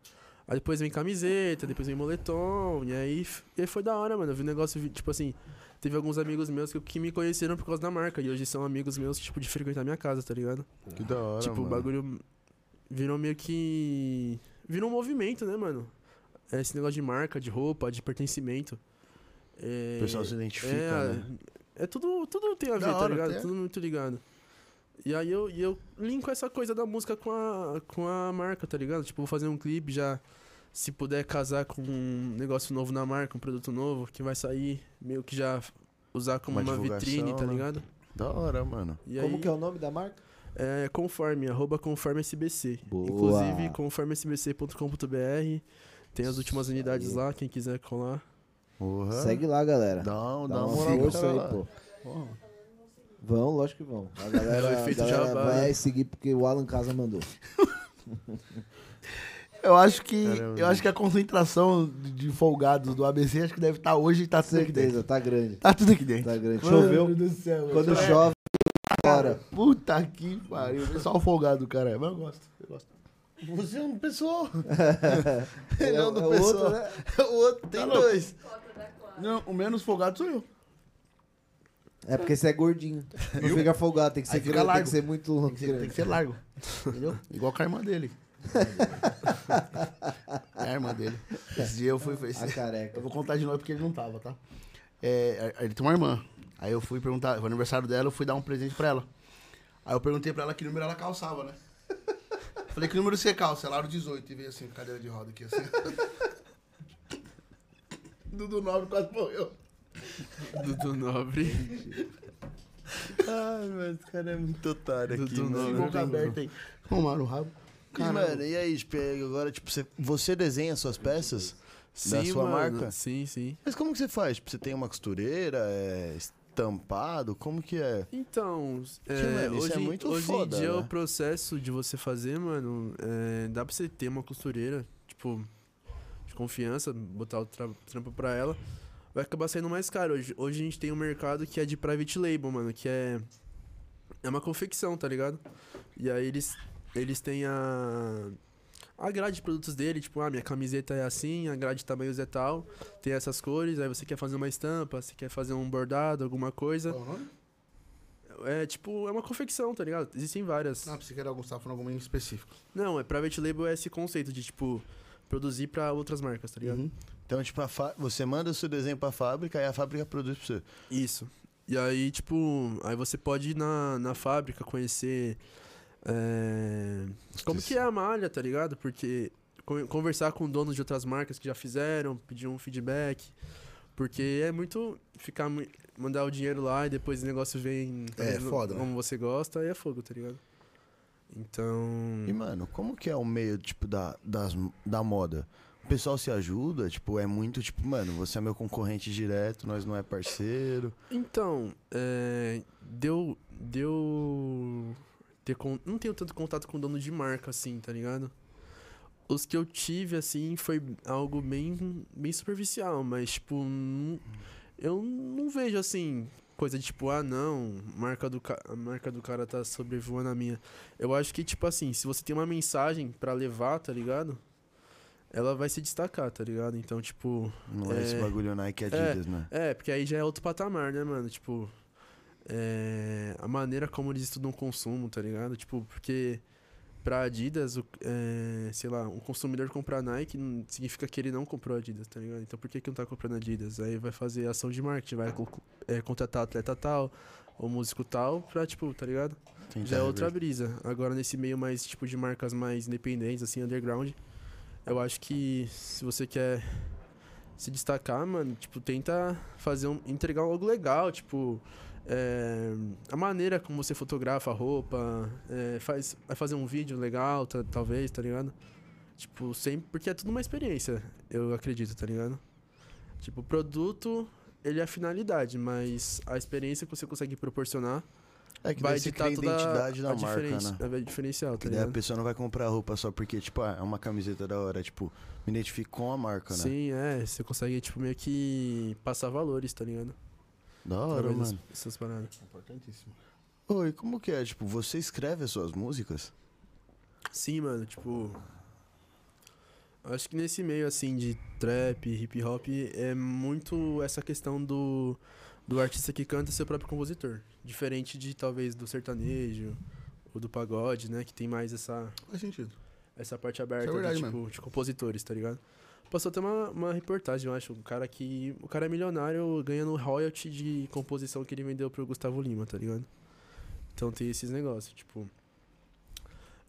C: Aí depois vem camiseta, depois vem moletom, e aí, f- e aí foi da hora, mano. Eu vi um negócio, vi- tipo assim, teve alguns amigos meus que, que me conheceram por causa da marca, e hoje são amigos meus, tipo, de frequentar minha casa, tá ligado?
B: Que da hora,
C: tipo,
B: mano.
C: o bagulho virou meio que. Virou um movimento, né, mano? Esse negócio de marca, de roupa, de pertencimento. É...
B: O pessoal se identifica,
C: é,
B: né?
C: É tudo, tudo tem a ver,
D: Da
C: tá
D: hora,
C: ligado?
D: tem.
C: Tudo muito ligado. E aí eu, e eu linko essa coisa da música com a, com a marca, tá ligado? Tipo, vou fazer um clipe já. Se puder casar com um negócio novo na marca, um produto novo que vai sair, meio que já usar como
B: Uma
C: uma, vitrine, tá
B: divulgação, né?
C: ligado?
B: Da hora, mano.
C: E
A: Como
C: aí-
A: que é o nome da marca?
C: é conforme, arroba conforme SBC.
A: Boa.
C: Inclusive, conformesbc.com.br. Tem as últimas unidades lá, quem quiser colar.
B: Porra.
A: Segue lá, galera.
B: Dá, um- dá,
A: Dá
B: uma
A: uma
B: moral pro
A: força
B: cara
A: aí,
B: lá.
A: pô. Vão, lógico que vão. A galera,
C: É o efeito
A: a galera
C: jabá,
A: vai
C: né?
A: seguir porque o Alan Casa mandou.
D: Eu acho que,
B: Caramba.
D: eu acho que a concentração de, de folgados do ABC acho que deve estar hoje e tá tudo aqui dentro.
A: Certeza, tá grande.
D: Tá tudo aqui dentro.
A: Tá grande.
D: Mano
A: Choveu.
D: do céu.
A: Quando
D: velho.
A: chove, fora.
D: Puta que pariu. O Pessoal folgado do cara. é, Mas eu gosto. Eu gosto.
B: Você é um pessoal.
A: É,
B: Não, do
A: é o outro,
B: pessoal.
A: né?
B: o outro tem
D: Tá louco.
B: dois.
D: Não, o menos folgado sou eu.
A: É porque você é gordinho. Não fica folgado, tem que ser
D: Aí fica
A: grande, tem
D: largo.
A: que ser muito
D: Tem
A: longo.
D: que ser, tem que ser largo. Entendeu? Igual com a irmã dele. É a irmã dele. Esse dia eu fui.
A: A
D: Esse,
A: careca.
D: eu vou contar de novo porque ele não tava, tá? é, a- ele tem uma irmã. Aí eu fui perguntar, no aniversário dela, eu fui dar um presente pra ela. Aí eu perguntei pra ela que número ela calçava, né? Falei, que número você calça? Ela era o 18 e veio assim, com cadeira de roda aqui, assim. Dudu Nobre quase morreu.
C: Dudu Nobre.
B: Ai, mas o cara é muito otário
C: Do-
B: aqui,
C: do
B: mano.
C: nome.
B: Não
D: Boca
B: tem como.
D: aberta aí. Tomaram o rabo.
B: E, mano, e aí, tipo, agora, tipo, você, você desenha suas peças da sua marca?
C: Sim, sim.
B: Mas como que você faz? Tipo, você tem uma costureira, é estampado? Como que é?
C: Então, é,
B: mano, isso
C: hoje,
B: é muito
C: hoje
B: foda,
C: em dia
B: né?
C: o processo de você fazer, mano, é, dá pra você ter uma costureira, tipo, de confiança, botar o tra- trampo pra ela, vai acabar saindo mais caro. Hoje, hoje a gente tem um mercado que é de private label, mano, que é é uma confecção, tá ligado? E aí eles eles têm a a grade de produtos dele, tipo, ah, minha camiseta é assim, a grade de tamanhos é tal, tem essas cores, aí você quer fazer uma estampa, você quer fazer um bordado, alguma coisa.
D: Qual o nome?
C: É tipo, é uma confecção, tá ligado? Existem várias.
D: Não, Ah, pensei que era algum, você tava falando algum em específico.
C: Não, é private label é esse conceito de, tipo, produzir pra outras marcas, tá ligado?
D: Uhum.
B: Então, tipo, a fa- você manda o seu desenho pra fábrica e a fábrica produz pra você.
C: Isso. E aí, tipo, aí você pode ir na, na fábrica conhecer. é, Como que é a malha, tá ligado? Porque con- conversar com donos de outras marcas que já fizeram, pedir um feedback. Porque é muito ficar mui- mandar o dinheiro lá e depois o negócio vem talvez não-
D: foda, né?
C: como você gosta, aí é fogo, tá ligado? Então.
B: E, mano, como que é o meio, tipo, da, das, da moda? O pessoal se ajuda, tipo, é muito, tipo, mano, você é meu concorrente direto, nós não é parceiro.
C: Então, é, deu. Deu. Ter con- Não tenho tanto contato com dono de marca, assim, tá ligado? Os que eu tive, assim, foi algo bem, bem superficial, mas, tipo, não- eu não vejo, assim, coisa de tipo, ah, não, marca do ca... a marca do cara tá sobrevoando a minha. Eu acho que, tipo, assim, se você tem uma mensagem pra levar, tá ligado? Ela vai se destacar, tá ligado? Então, tipo,
B: Não é,
C: É.
B: esse bagulho Nike Adidas, né?
C: é, porque aí já é outro patamar, né, mano? Tipo, é, a maneira como eles estudam o consumo, tá ligado? Tipo, porque pra Adidas, o- é, sei lá, um consumidor comprar Nike não significa que ele não comprou Adidas, tá ligado? Então por que, que não tá comprando Adidas? Aí vai fazer ação de marketing, vai co- é, contratar atleta tal, ou músico tal, pra, tipo, tá ligado?
B: Tem
C: Já é outra brisa. Agora, nesse meio mais, tipo, de marcas mais independentes, assim, underground, eu acho que se você quer se destacar, mano, tipo, tenta fazer um, entregar algo legal, tipo, é, a maneira como você fotografa a roupa, é, faz, vai fazer um vídeo legal, ta- talvez, tá ligado? Tipo, sempre, porque é tudo uma experiência, eu acredito, tá ligado? Tipo, o produto, ele é a finalidade, mas a experiência que você consegue proporcionar
B: É que
C: vai
B: daí você
C: editar
B: cria a
C: toda
B: identidade da
C: a
B: marca,
C: diferença,
B: né?
C: a diferencial, tá
B: Que daí a
C: ligado?
B: pessoa não vai comprar roupa só porque, tipo, ah, é uma camiseta da hora, tipo, me identifico com a marca, né?
C: Sim, é, você consegue, tipo, meio que passar valores, tá ligado?
B: Da hora,
C: Através das-
B: mano.
C: dessas paradas.
D: Importantíssimo.
B: Oi, como que é? Tipo, você escreve as suas músicas?
C: Sim, mano, tipo. Acho que nesse meio, assim, de trap, hip hop, é muito essa questão do, do artista que canta ser o próprio compositor. Diferente de, talvez, do sertanejo ou do pagode, né? Que tem mais essa,
D: Faz sentido.
C: essa parte aberta
D: Isso é verdade
C: de, tipo, de compositores, tá ligado? Passou até uma, uma reportagem, eu acho, um cara que. O cara é milionário ganhando royalty de composição que ele vendeu pro Gustavo Lima, tá ligado? Então tem esses negócios, tipo.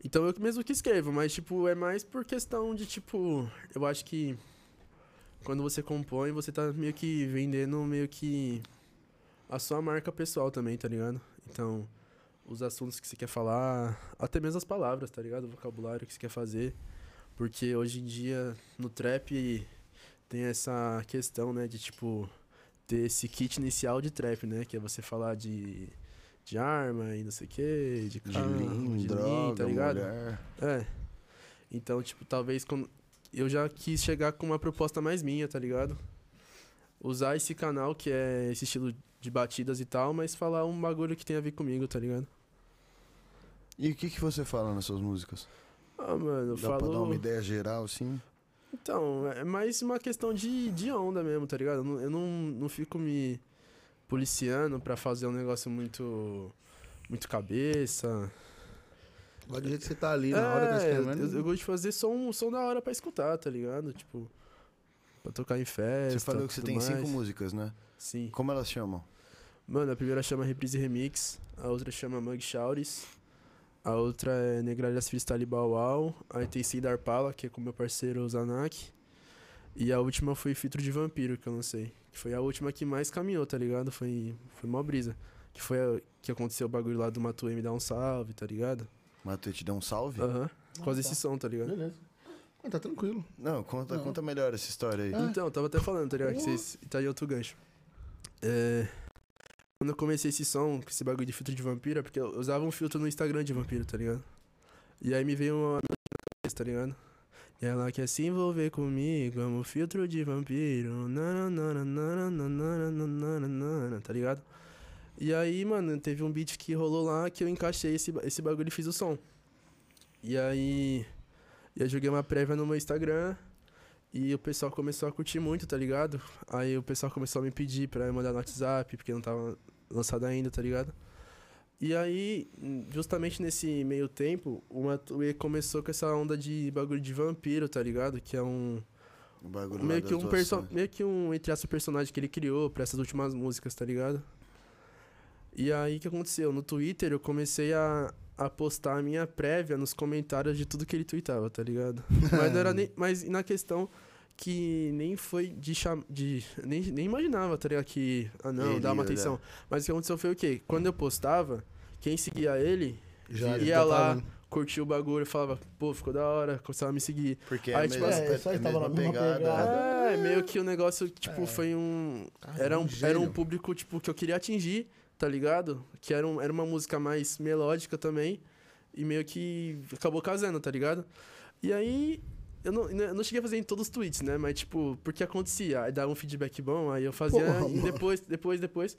C: Então eu mesmo que escrevo, mas tipo, é mais por questão de, tipo, eu acho que quando você compõe, você tá meio que vendendo meio que a sua marca pessoal também, tá ligado? Então, os assuntos que você quer falar, até mesmo as palavras, tá ligado? O vocabulário que você quer fazer. Porque hoje em dia, no trap, tem essa questão, né, de tipo, ter esse kit inicial de trap, né? Que é você falar de, de arma e não sei o quê, Ah, de tá
B: De
C: carro,
B: lean, droga, um mulher.
C: é. Então, tipo, talvez quando... eu já quis chegar com uma proposta mais minha, tá ligado? Usar esse canal que é esse estilo de batidas e tal, mas falar um bagulho que tem a ver comigo, tá ligado?
B: E o que que você fala nas suas músicas?
C: Ah, mano, eu
B: Dá pra dar
C: falo.
B: uma ideia geral, assim?
C: Então, é mais uma questão de, de onda mesmo, tá ligado? Eu não, eu não, não fico me policiando pra fazer um negócio muito. muito cabeça.
D: Vai do jeito que você tá ali, na hora que tá
C: É,
D: escrevendo.
C: eu, eu gosto de fazer som, som da hora pra escutar, tá ligado? Tipo, Pra tocar em festa.
B: Você falou que você
C: tudo
B: tem cinco
C: mais.
B: músicas, né?
C: Sim.
B: Como elas chamam?
C: Mano, a primeira chama Reprise Remix, a outra chama Mug Shouts, a outra é Negralhas Freestyle Bow Wow, aí tem Cida Arpala, que é com meu parceiro Zanak, e a última foi Filtro de Vampiro, que eu não sei. Que foi a última que mais caminhou, tá ligado? Foi, foi mó brisa. Que foi a- que aconteceu o bagulho lá do Matuê me dar um salve, tá ligado?
B: Matuê te deu um salve?
C: Aham. Por causa
D: tá.
C: desse som, tá ligado?
D: Beleza. Ah, tá tranquilo.
B: Não, conta,
D: Não.
B: conta melhor essa história aí.
C: Então, eu tava até falando, tá ligado? Que
D: Porra.
C: vocês. e Tá aí outro gancho. É. Quando eu comecei esse som, com esse bagulho de filtro de vampiro, é porque eu usava um filtro no Instagram de vampiro, tá ligado? E aí me veio uma noite na cabeça, tá ligado? E ela quer se envolver comigo, amo filtro de vampiro, nananana, tá ligado? E aí, mano, teve um beat que rolou lá que eu encaixei esse, ba- esse bagulho e fiz o som. E aí. Eu joguei uma prévia no meu Instagram. E o pessoal começou a curtir muito, tá ligado? Aí o pessoal começou a me pedir pra eu mandar no WhatsApp, porque não tava lançado ainda, tá ligado? E aí, hum, justamente nesse meio tempo, o Matuê começou com essa onda de bagulho de vampiro, tá ligado? Que é um.
B: O bagulho lá
C: Meio
B: das
C: que um,
B: duas
C: perso
B: cenas.
C: meio que um, entre aspas, personagem que ele criou pra essas últimas músicas, tá ligado? E aí, o que aconteceu? No Twitter, eu comecei a, a postar a minha prévia nos comentários de tudo que ele tweetava, tá ligado? Mas, não era nem, mas na questão que nem foi de chamar... De, nem, nem imaginava, tá ligado? Que, ah, não,
B: Ele
C: dá uma
B: ia né? olhar.
C: atenção. Mas o que aconteceu foi o quê? Quando eu postava, quem seguia ele
D: Já
C: Ia
D: já tá
C: lá.
D: falando.
C: curtia o bagulho, falava, pô, ficou da hora, começava a me seguir.
B: Porque
C: Aí,
B: é,
C: tipo,
B: mesmo,
E: é, só
B: é a
E: estava na
B: mesma
E: mesma
B: pegada.
E: pegada.
C: É, meio que o negócio, tipo,
D: É.
C: foi um.
D: Cara,
C: Era um, era
D: gênio.
C: um público, tipo, que eu queria atingir, tá ligado? Que era, um, era uma música mais melódica também. E meio que acabou casando, tá ligado? E aí. Eu não, eu não cheguei a fazer em todos os tweets, né? Mas, tipo, porque acontecia. Aí dava um feedback bom, aí eu fazia.
E: Porra,
C: e depois, depois, depois.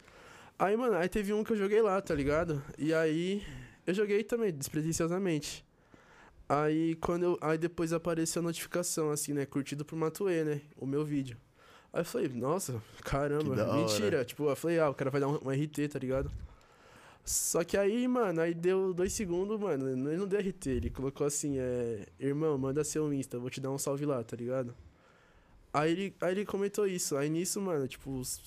C: Aí, mano, aí teve um que eu joguei lá, tá ligado? E aí. Eu joguei também, despretensiosamente. Aí quando eu, aí depois apareceu a notificação assim, né, curtido por Matuê, né, o meu vídeo. Aí eu falei, nossa, caramba,
B: Que da hora.
C: mentira. Tipo, eu falei, ah, o cara vai dar um, um RT, tá ligado? Só que aí, mano, aí deu dois segundos, mano, ele não deu RT, ele colocou assim, é, irmão, manda seu Insta, eu vou te dar um salve lá, tá ligado? Aí ele, aí ele comentou isso, aí nisso, mano, tipo, os-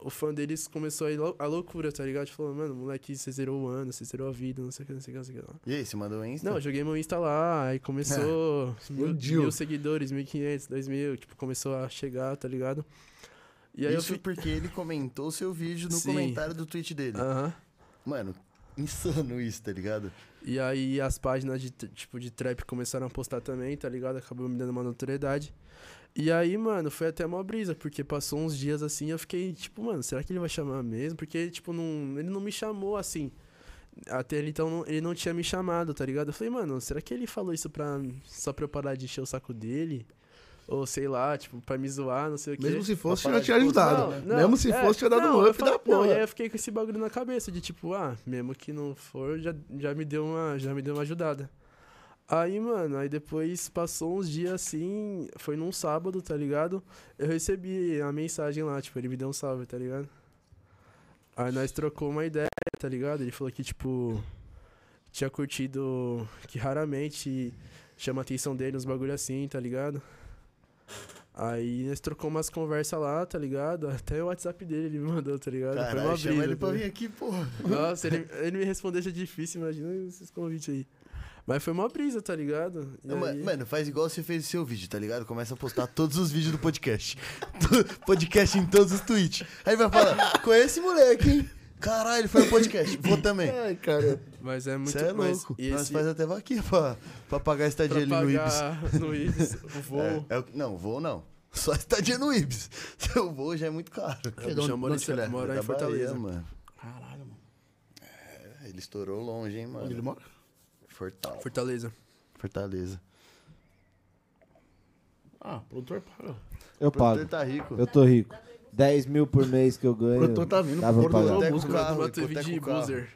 C: o fã deles começou a, ir lou- a loucura, tá ligado? Falou, mano, moleque, você zerou o ano, você zerou a vida, não sei o que, não sei o que, não sei o que lá.
B: E aí, você mandou um Insta?
C: Não, eu joguei meu Insta lá, aí começou mil,
D: explodiu.
C: mil seguidores, 1.500, 2.000, tipo, começou a chegar, tá ligado? E aí
B: Isso
C: eu fui...
B: porque ele comentou o seu vídeo no
C: Sim. Ah.
B: comentário do tweet dele.
C: Aham.
B: Mano, insano isso, tá ligado?
C: E aí as páginas de, t- tipo, de trap começaram a postar também, tá ligado? Acabou me dando uma notoriedade. E aí, mano, foi até uma brisa, porque passou uns dias assim, eu fiquei, tipo, mano, será que ele vai chamar mesmo? Porque, tipo, não, ele não me chamou assim. Até ele, então, não- ele não tinha me chamado, tá ligado? Eu falei, mano, será que ele falou isso pra, só pra eu parar de encher o saco dele? Ou sei lá, tipo, pra me zoar, não sei o quê.
D: Mesmo se fosse,
B: Pra
D: tinha
B: parar
D: tinha
B: de postar,
D: ajudado.
B: né?
D: Mesmo se fosse, tinha dado um up
C: eu falei-
D: da
C: é, Não, e aí
D: porra.
C: eu fiquei com esse bagulho na cabeça de tipo, ah, mesmo que não for, já, já, me, deu uma, já me deu uma ajudada. Aí, mano, aí depois passou uns dias assim, foi num sábado, tá ligado? Eu recebi a mensagem lá, tipo, ele me deu um salve, tá ligado? Aí nós trocou uma ideia, tá ligado? Ele falou que, tipo, tinha curtido, que raramente chama a atenção dele uns bagulho assim, tá ligado? Aí nós trocou umas conversas lá, tá ligado? Até o WhatsApp dele ele me mandou, tá ligado? Foi uma
B: Caralho, chama
C: brisa,
B: ele
C: tá
B: pra
C: ligado?
B: vir aqui, porra.
C: Nossa, ele, ele me responder já é difícil, imagina esses convites aí. Mas foi uma brisa, tá ligado? E
B: Ma-
C: aí-
B: Mano, faz igual você fez o seu vídeo, tá ligado? Começa a postar todos os vídeos do podcast. To- podcast em todos os tweets. Aí vai falar, conhece esse moleque, hein? Caralho, foi no podcast. Vou também.
D: Ai, cara.
C: mas é muito
B: Você é
C: mas-
B: louco.
C: E
B: Nós
C: esse,
B: faz até vaquinha pra, pra pagar a
C: pra
B: estadia ali no Ibis.
C: pagar no Ibis, o voo.
B: É, é o- não, voo não. Só a estadia no Ibis. Seu voo já é muito caro.
C: O bichão mora em,
D: onde que ele é?
C: mora
B: É
C: em
B: da
C: Fortaleza.
B: Bahia, mano.
D: Caralho, mano.
B: É, Ele estourou longe, hein,
D: Onde
B: mano.
D: ele mora?
B: Fortal.
C: Fortaleza.
B: Fortaleza.
D: Ah, produtor paga.
A: Eu
B: O produtor
A: pago.
B: tá rico.
A: Eu tô rico. 10 mil por mês que eu ganho.
D: O produtor tá vindo,
A: Dá pra
D: produtor.
A: pagar.
B: Até com
D: música,
B: carro,
C: Mato
B: até com
C: de
B: carro.
C: Boozer.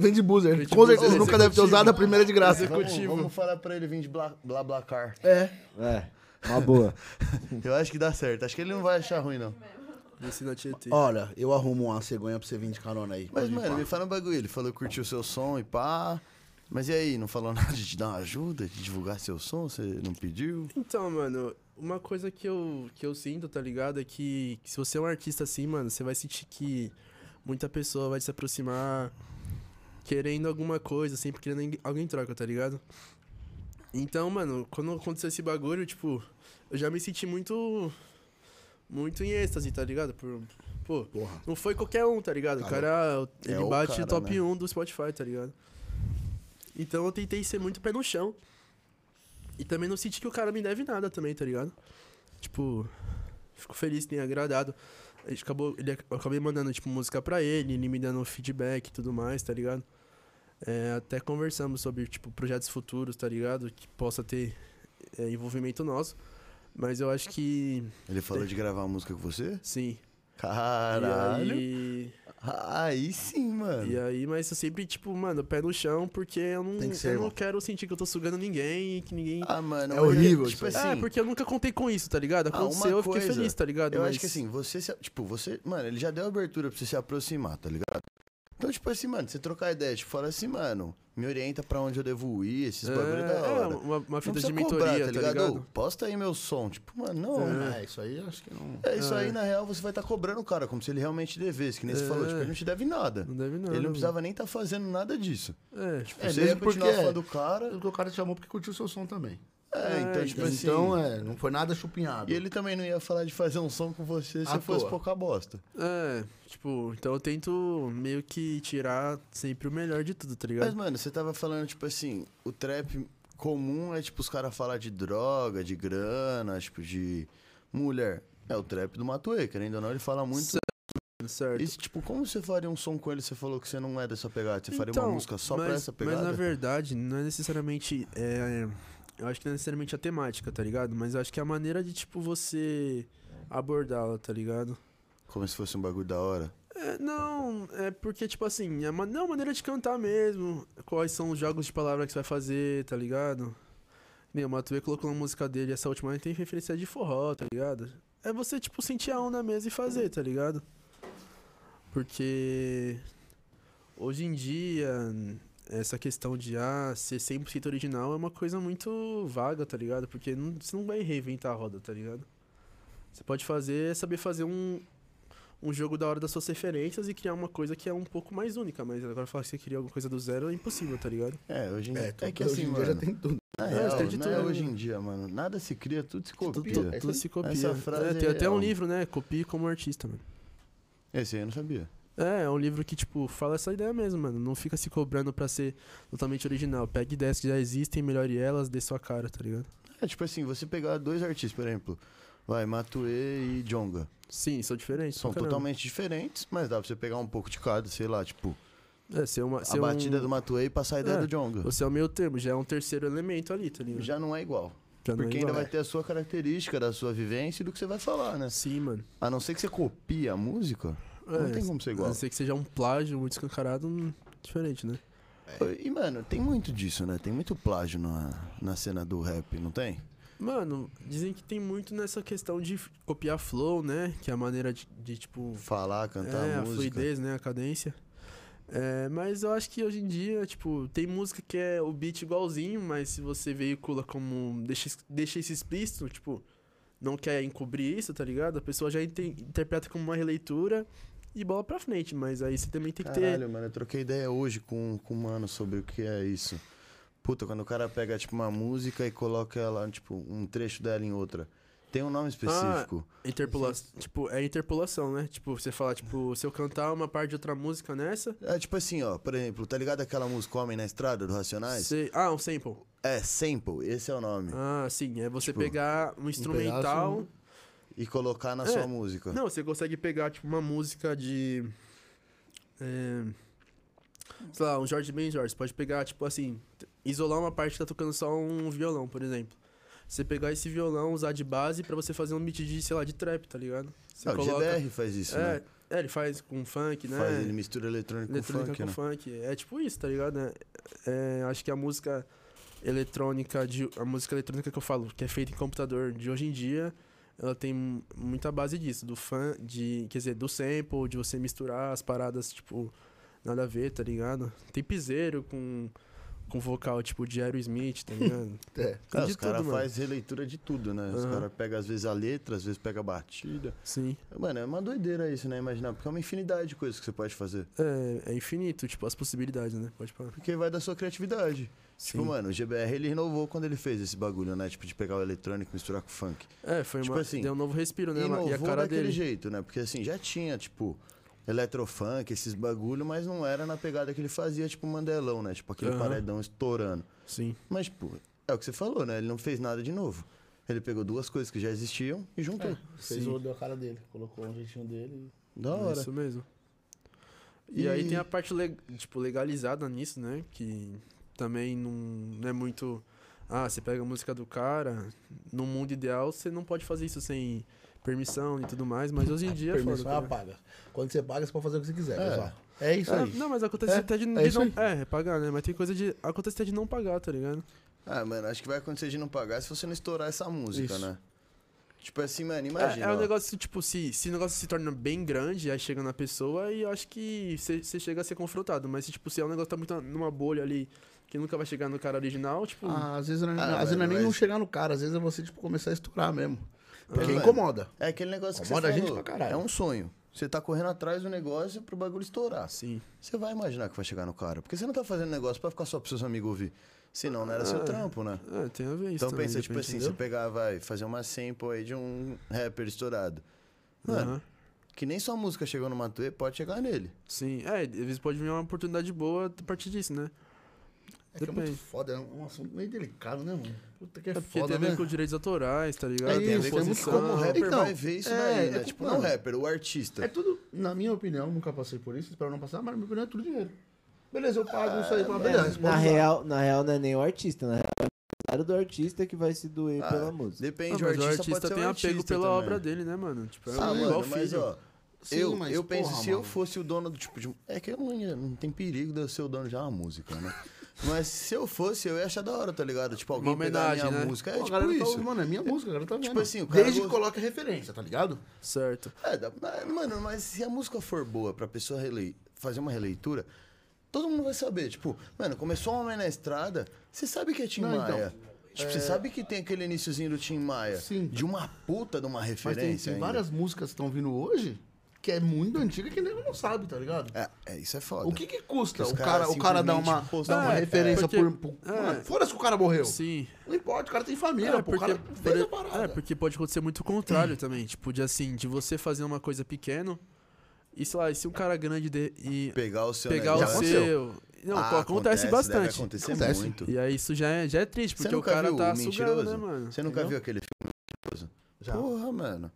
D: Vende buzzer.
C: Vende
D: Com
C: buzzer.
D: certeza nunca deve ter usado a primeira de graça.
B: Vamos,
C: Executivo.
B: vamos falar pra ele vir de Bla- BlaBlaCar.
D: É.
A: É, uma boa.
B: Eu acho que dá certo. Acho que ele não vai achar ruim, não.
C: Desci na Tietê.
D: Olha, eu arrumo uma cegonha pra você vir de carona aí.
B: Mas,
D: Pode
B: mano,
D: pá.
B: me fala um bagulho. Ele falou que curtiu o seu som e pá. Mas e aí, não falou nada de te dar uma ajuda, de divulgar seu som? Você não pediu?
C: Então, mano, uma coisa que eu, que eu sinto, tá ligado? É que, que se você é um artista assim, mano, você vai sentir que muita pessoa vai se aproximar querendo alguma coisa, sempre querendo algu- alguém em troca, tá ligado? Então, mano, quando aconteceu esse bagulho, tipo, eu já me senti muito. Muito em êxtase, tá ligado? Por, pô,
D: Porra.
C: não foi qualquer um, tá ligado? o cara,
B: É
C: ele
B: o
C: bate
B: cara,
C: top
B: né?
C: 1 do Spotify, tá ligado? Então eu tentei ser muito pé no chão. E também não senti que o cara me deve nada também, tá ligado? Tipo, fico feliz que tenha agradado. A gente acabou, ele, ac- eu acabei mandando, tipo, música pra ele, ele me dando feedback e tudo mais, tá ligado? É, até conversamos sobre, tipo, projetos futuros, tá ligado? Que possa ter é, envolvimento nosso. Mas eu acho que,
B: Ele falou de gravar uma música com você?
C: sim.
B: Caralho.
C: E aí,
B: Aí sim, mano.
C: E aí, mas eu sempre, tipo, mano, pé no chão, porque eu não,
D: Tem que ser,
C: eu não
D: irmão.
C: quero sentir que eu tô sugando ninguém e que ninguém.
B: Ah, mano.
D: É
B: hoje,
D: horrível
B: Tipo
D: isso
B: assim.
C: é, porque eu nunca contei com isso, tá ligado?
B: Ah, uma
C: Aconteceu, eu fiquei
B: coisa,
C: feliz, tá ligado?
B: Eu
C: Mas-
B: acho que assim, você se. Tipo, você. Mano, ele já deu abertura pra você se aproximar, tá ligado? Então, tipo assim, mano, você trocar ideia, tipo, fala assim, mano, me orienta pra onde eu devo ir, esses
C: é,
B: bagulho da
C: é,
B: hora.
C: uma, uma
B: Não
C: fita de
B: precisa
C: mentoria,
B: cobrar,
C: tá ligado?
B: Ô, posta aí meu som. Tipo, mano, não. né?
D: É, isso aí acho que não.
B: É isso aí, na real, você vai estar cobrando o cara, como se ele realmente devesse. Que nem você
C: É.
B: falou, tipo, ele não te deve nada.
C: Não deve nada.
B: ele não precisava nem estar fazendo nada disso.
C: É, tipo,
D: É,
B: você ia
D: mesmo
B: continuar
D: porque-
B: fã do cara.
D: Porque É, o cara te chamou porque curtiu seu som também.
B: É, então, tipo assim.
D: então, é, não foi nada chupinhado.
B: E ele também não ia falar de fazer um som com você se
D: À
B: fosse
D: toa.
B: pouca bosta.
C: é, tipo, então eu tento meio que tirar sempre o melhor de tudo, tá
B: Mas,
C: ligado?
B: mano, você tava falando, tipo assim, o trap comum é, tipo, os caras falar de droga, de grana, tipo, de mulher. É o trap do Matuê, querendo ou não, ele fala muito
C: certo.
B: Isso, tipo, como você faria um som com ele? Você falou que você não é dessa pegada. Você faria uma
C: Então,
B: música só pra
C: mas-
B: essa pegada?
C: Mas na verdade, não é necessariamente. é, eu acho que não é necessariamente a temática, tá ligado? Mas eu acho que é a maneira de, tipo, você abordá-la, tá ligado?
B: Como se fosse um bagulho da hora.
C: É, não, é porque, tipo assim, é uma, não, a maneira de cantar mesmo. Quais são os jogos de palavra que você vai fazer, tá ligado? Que Nem o Matuê colocou uma música dele, essa última aí tem referência de forró, tá ligado? É você, tipo, sentir a onda mesmo e fazer, tá ligado? Porque hoje em dia, essa questão de ah, ser 100% original é uma coisa muito vaga, tá ligado? Porque não, você não vai reinventar a roda, tá ligado? Você pode fazer, é saber fazer um, um jogo da hora das suas referências e criar uma coisa que é um pouco mais única, mas agora falar que você queria alguma coisa do zero é impossível, tá ligado?
B: É, hoje em dia. É,
D: tudo-
B: que assim,
D: hoje em
B: mano.
D: dia já tem tudo.
B: na
C: É,
B: real,
C: tem de
B: não
C: tudo,
B: é
C: né?
B: hoje em dia, mano. Nada se cria, tudo se copia.
C: Tudo,
D: Essa-
C: tudo se copia.
B: essa frase
C: É, tem
B: é
C: até um
B: real.
C: livro, né? Copie como artista, mano.
B: Esse aí eu não sabia.
C: É, é um livro que, tipo, fala essa ideia mesmo, mano. Não fica se cobrando pra ser totalmente original. Pegue ideias que já existem, melhore elas, dê sua cara, tá ligado?
B: É, tipo assim, você pegar dois artistas, por exemplo. Vai, Matuê e Jonga.
C: Sim, são diferentes.
B: São
C: pra caramba.
B: totalmente diferentes, mas dá pra você pegar um pouco de cada, sei lá, tipo,
C: É, ser uma.
B: a
C: Ser
B: batida
C: um...
B: do Matuê e passar a ideia
C: É,
B: do Jonga.
C: Você é o meio termo, já é um terceiro elemento ali, tá ligado?
B: Já não é igual.
C: Já não é
B: Porque ainda
C: igual.
B: vai ter a sua característica, da sua vivência e do que você vai falar, né?
C: Sim, mano.
B: A não ser que você copie a música, não
C: É,
B: tem como ser
C: A
B: igual.
C: não ser que seja um plágio muito escancarado, hum, diferente, né?
B: E, mano, tem muito disso, né? Tem muito plágio na, na cena do rap, não tem?
C: Mano, dizem que tem muito nessa questão de f- copiar flow, né? Que é a maneira de, de, tipo,
B: Falar, cantar
C: é,
B: a
C: a
B: música.
C: fluidez, né? A cadência. É, mas eu acho que hoje em dia, tipo, tem música que é o beat igualzinho, mas se você veicula como. Deixa, es- deixa isso explícito, tipo, não quer encobrir isso, tá ligado? A pessoa já inte- interpreta como uma releitura e bola pra frente, mas aí você também tem que ter.
B: Caralho, mano, eu troquei ideia hoje com, com um mano sobre o que é isso. Puta, quando o cara pega, tipo, uma música e coloca ela, tipo, um trecho dela em outra. Tem um
C: Ah.
B: nome específico.
C: Interpolação. Tipo, é interpolação, né? Tipo, você fala, tipo, se eu cantar uma parte de outra música nessa.
B: É tipo assim, ó, por exemplo, tá ligado aquela música Homem na Estrada, do Racionais?
C: você- Ah, um sample.
B: É, Sample, esse é o nome.
C: Ah, sim. É você
B: Tipo,
C: pegar um instrumental.
B: E colocar na
C: É.
B: sua música.
C: Não, você consegue pegar, tipo, uma música de. É, sei lá, um Jorge Ben Jorge. Você pode pegar, tipo, assim, t- isolar uma parte que tá tocando só um violão, por exemplo. Você pegar esse violão, usar de base pra você fazer um beat de, sei lá, de trap, tá ligado? Você
B: É, o GBR faz isso,
C: é,
B: né?
C: é, ele faz com funk, né?
B: Faz, ele mistura eletrônico com
C: eletrônica
B: funk,
C: com
B: né?
C: funk. É tipo isso, tá ligado? É, é, acho que a música eletrônica de a música eletrônica que eu falo, que é feita em computador de hoje em dia, ela tem mu- muita base disso, do fã de, quer dizer, do sample, de você misturar as paradas tipo nada a ver, tá ligado? Tem piseiro com com vocal, tipo de Aerosmith, tá ligado?
D: É.
B: Cara,
C: de
B: os caras
C: tudo, mano.
B: fazem releitura de tudo, né? Os
C: Aham.
B: caras pegam, às vezes, a letra, às vezes pega a batida.
C: Sim.
B: Mano, é uma doideira isso, né? Imaginar, porque é uma infinidade de coisas que você pode fazer.
C: É, é infinito, tipo, as possibilidades, né? Pode parar.
B: Porque vai da sua criatividade.
C: Sim.
B: Tipo, mano, o GBR ele renovou quando ele fez esse bagulho, né? Tipo, de pegar o eletrônico e misturar com o funk.
C: É, foi
B: Tipo
C: uma,
B: assim,
C: deu um novo respiro, né?
B: Inovou
C: E a cara
B: daquele
C: dele.
B: jeito, né? Porque assim, já tinha, tipo, eletrofunk, esses bagulho, mas não era na pegada que ele fazia, tipo, Mandelão, né? Tipo, aquele
C: Aham.
B: paredão estourando.
C: Sim.
B: Mas, tipo, é o que você falou, né? Ele não fez nada de novo. Ele pegou duas coisas que já existiam e juntou.
D: Fez
C: Sim.
D: o olho da cara dele, colocou o jeitinho dele.
B: Da
C: É
B: hora.
C: Isso mesmo. E, aí
B: E-
C: tem a parte le- tipo, legalizada nisso, né? Que também não, não é muito. Ah, você pega a música do cara, no mundo ideal você não pode fazer isso sem permissão e tudo mais, mas hoje em dia é foda.
D: Permissão é
C: tá
D: a
C: ligado?
D: paga. Quando você paga, você pode fazer o que você quiser,
B: É.
D: pessoal. É isso
C: É,
D: aí.
C: não, mas acontece
D: É,
C: até de,
D: é
C: de
D: isso
C: não.
D: aí.
C: É, é pagar, né? Mas tem coisa de. Acontece até de não pagar, tá ligado?
B: Ah, mano, acho que vai acontecer de não pagar se você não estourar essa música,
D: Isso.
B: né? Tipo assim, mano,
C: É,
B: imagina.
C: é um
B: ó.
C: negócio, tipo, se, se o negócio se torna bem grande, aí chega na pessoa e eu acho que você chega a ser confrontado. Mas, se, tipo, se é um negócio que tá muito numa bolha ali, que nunca vai chegar no cara original, tipo...
D: Ah, às vezes, não é-
B: Ah,
D: às vezes não é
B: velho,
D: nem
B: mas-
D: não chegar no cara, às vezes é você tipo, começar a estourar mesmo. Porque
B: mano,
D: incomoda.
B: É aquele negócio que você
D: Incomoda a gente
B: falou.
D: pra caralho.
B: É um sonho. Você tá correndo atrás do negócio pro bagulho estourar.
C: sim.
B: Você vai imaginar que vai chegar no cara. Porque você não tá fazendo negócio pra ficar só pros seus amigos ouvir. Senão não era seu trampo, né?
C: É, tem a ver isso
B: Então
C: também,
B: pensa, tipo
C: depende,
B: assim, você
C: entendeu?
B: pegar, vai fazer uma sample aí de um rapper estourado. Mano,
C: Aham.
B: que nem sua música chegou no Matuê, pode chegar nele.
C: Sim, é, às vezes pode vir uma oportunidade boa a partir disso, né?
D: É que é muito
C: Depende.
D: foda, é um assunto meio delicado, né, mano? Puta que é,
C: É porque tem
D: foda,
C: a ver
D: né?
C: com direitos autorais, tá ligado?
D: É
B: Tem a ver
D: isso,
B: com
D: é
B: muito
D: muito
B: como o
D: comum.
B: rapper
D: Então,
B: vai ver isso
D: é,
B: daí, né?
D: é
B: tipo,
D: com-
B: não o
D: mano.
B: rapper, o artista.
D: É tudo, na minha opinião, nunca passei por isso, espero não passar, mas na minha opinião é tudo dinheiro. Beleza, eu pago isso aí com a beleza.
A: Na
D: pode usar.
A: real, na real, não é nem o artista, na real é o empresário do artista que vai se doer
B: Ah,
A: pela música.
C: Ah,
B: Depende,
C: mas
B: o artista, pode ser
C: tem
B: um
C: apego
B: artista
C: pela
B: também.
C: obra dele, né, mano? Tipo, é
B: Ah,
C: igual
B: mano,
C: filho.
B: mas ó,
D: Sim,
B: eu,
D: mas,
B: eu penso,
D: porra,
B: se eu
D: mano.
B: fosse o dono do tipo de. É que eu não, ia- não tem perigo de eu ser o dono de uma música, né? Mas se eu fosse, eu ia achar da hora, tá ligado? Tipo, alguém
C: Uma
B: pegar a minha
C: homenagem, né?
B: música. É
D: Pô, a
B: tipo
D: galera tá
B: isso.
D: ouvindo, mano, é minha música, a galera tá vendo.
B: assim, o cara
D: Desde
B: gosta-
D: que coloque a referência, tá ligado?
C: Certo.
B: É, dá- mas, mano, mas se a música for boa pra pessoa relei- fazer uma releitura, todo mundo vai saber. Tipo, mano, começou um homem na estrada, você sabe que é Tim
D: Não, então,
B: Maia. Tipo, você sabe que tem aquele iniciozinho do Tim Maia.
D: Sim.
B: De uma puta de uma
D: Mas tem,
B: referência.
D: tem
B: ainda.
D: várias músicas que estão vindo hoje que é muito antiga que nego não sabe, tá ligado?
B: É, é, isso é foda.
D: O que que custa
B: Os
D: o
B: caras
D: cara, o cara dar uma,
B: simplesmente
D: dar uma
C: postar.
D: referência
C: É,
D: por...
C: porque-
D: por
C: é.
D: mano, Fora se o cara morreu.
C: Sim.
D: Não importa, o cara tem família, pô, o cara fez a parada.
C: é, porque pode acontecer muito o contrário também. Tipo, de assim, de você fazer uma coisa pequena e, sei lá, e se um cara grande de, e
B: Pegar o seu
C: pegar o
B: negócio.
C: seu. Não,
B: Ah,
C: pô, acontece,
B: deve
C: bastante.
B: acontecer
D: Acontece.
B: muito.
C: E aí isso já é, já é triste,
B: Você
C: porque o
B: nunca
C: cara
B: viu
C: tá
B: o
C: sugando,
B: mentiroso?
C: né, mano?
B: Você nunca
D: Entendeu?
B: viu aquele filme mentiroso?
D: Já.
B: Porra, mano.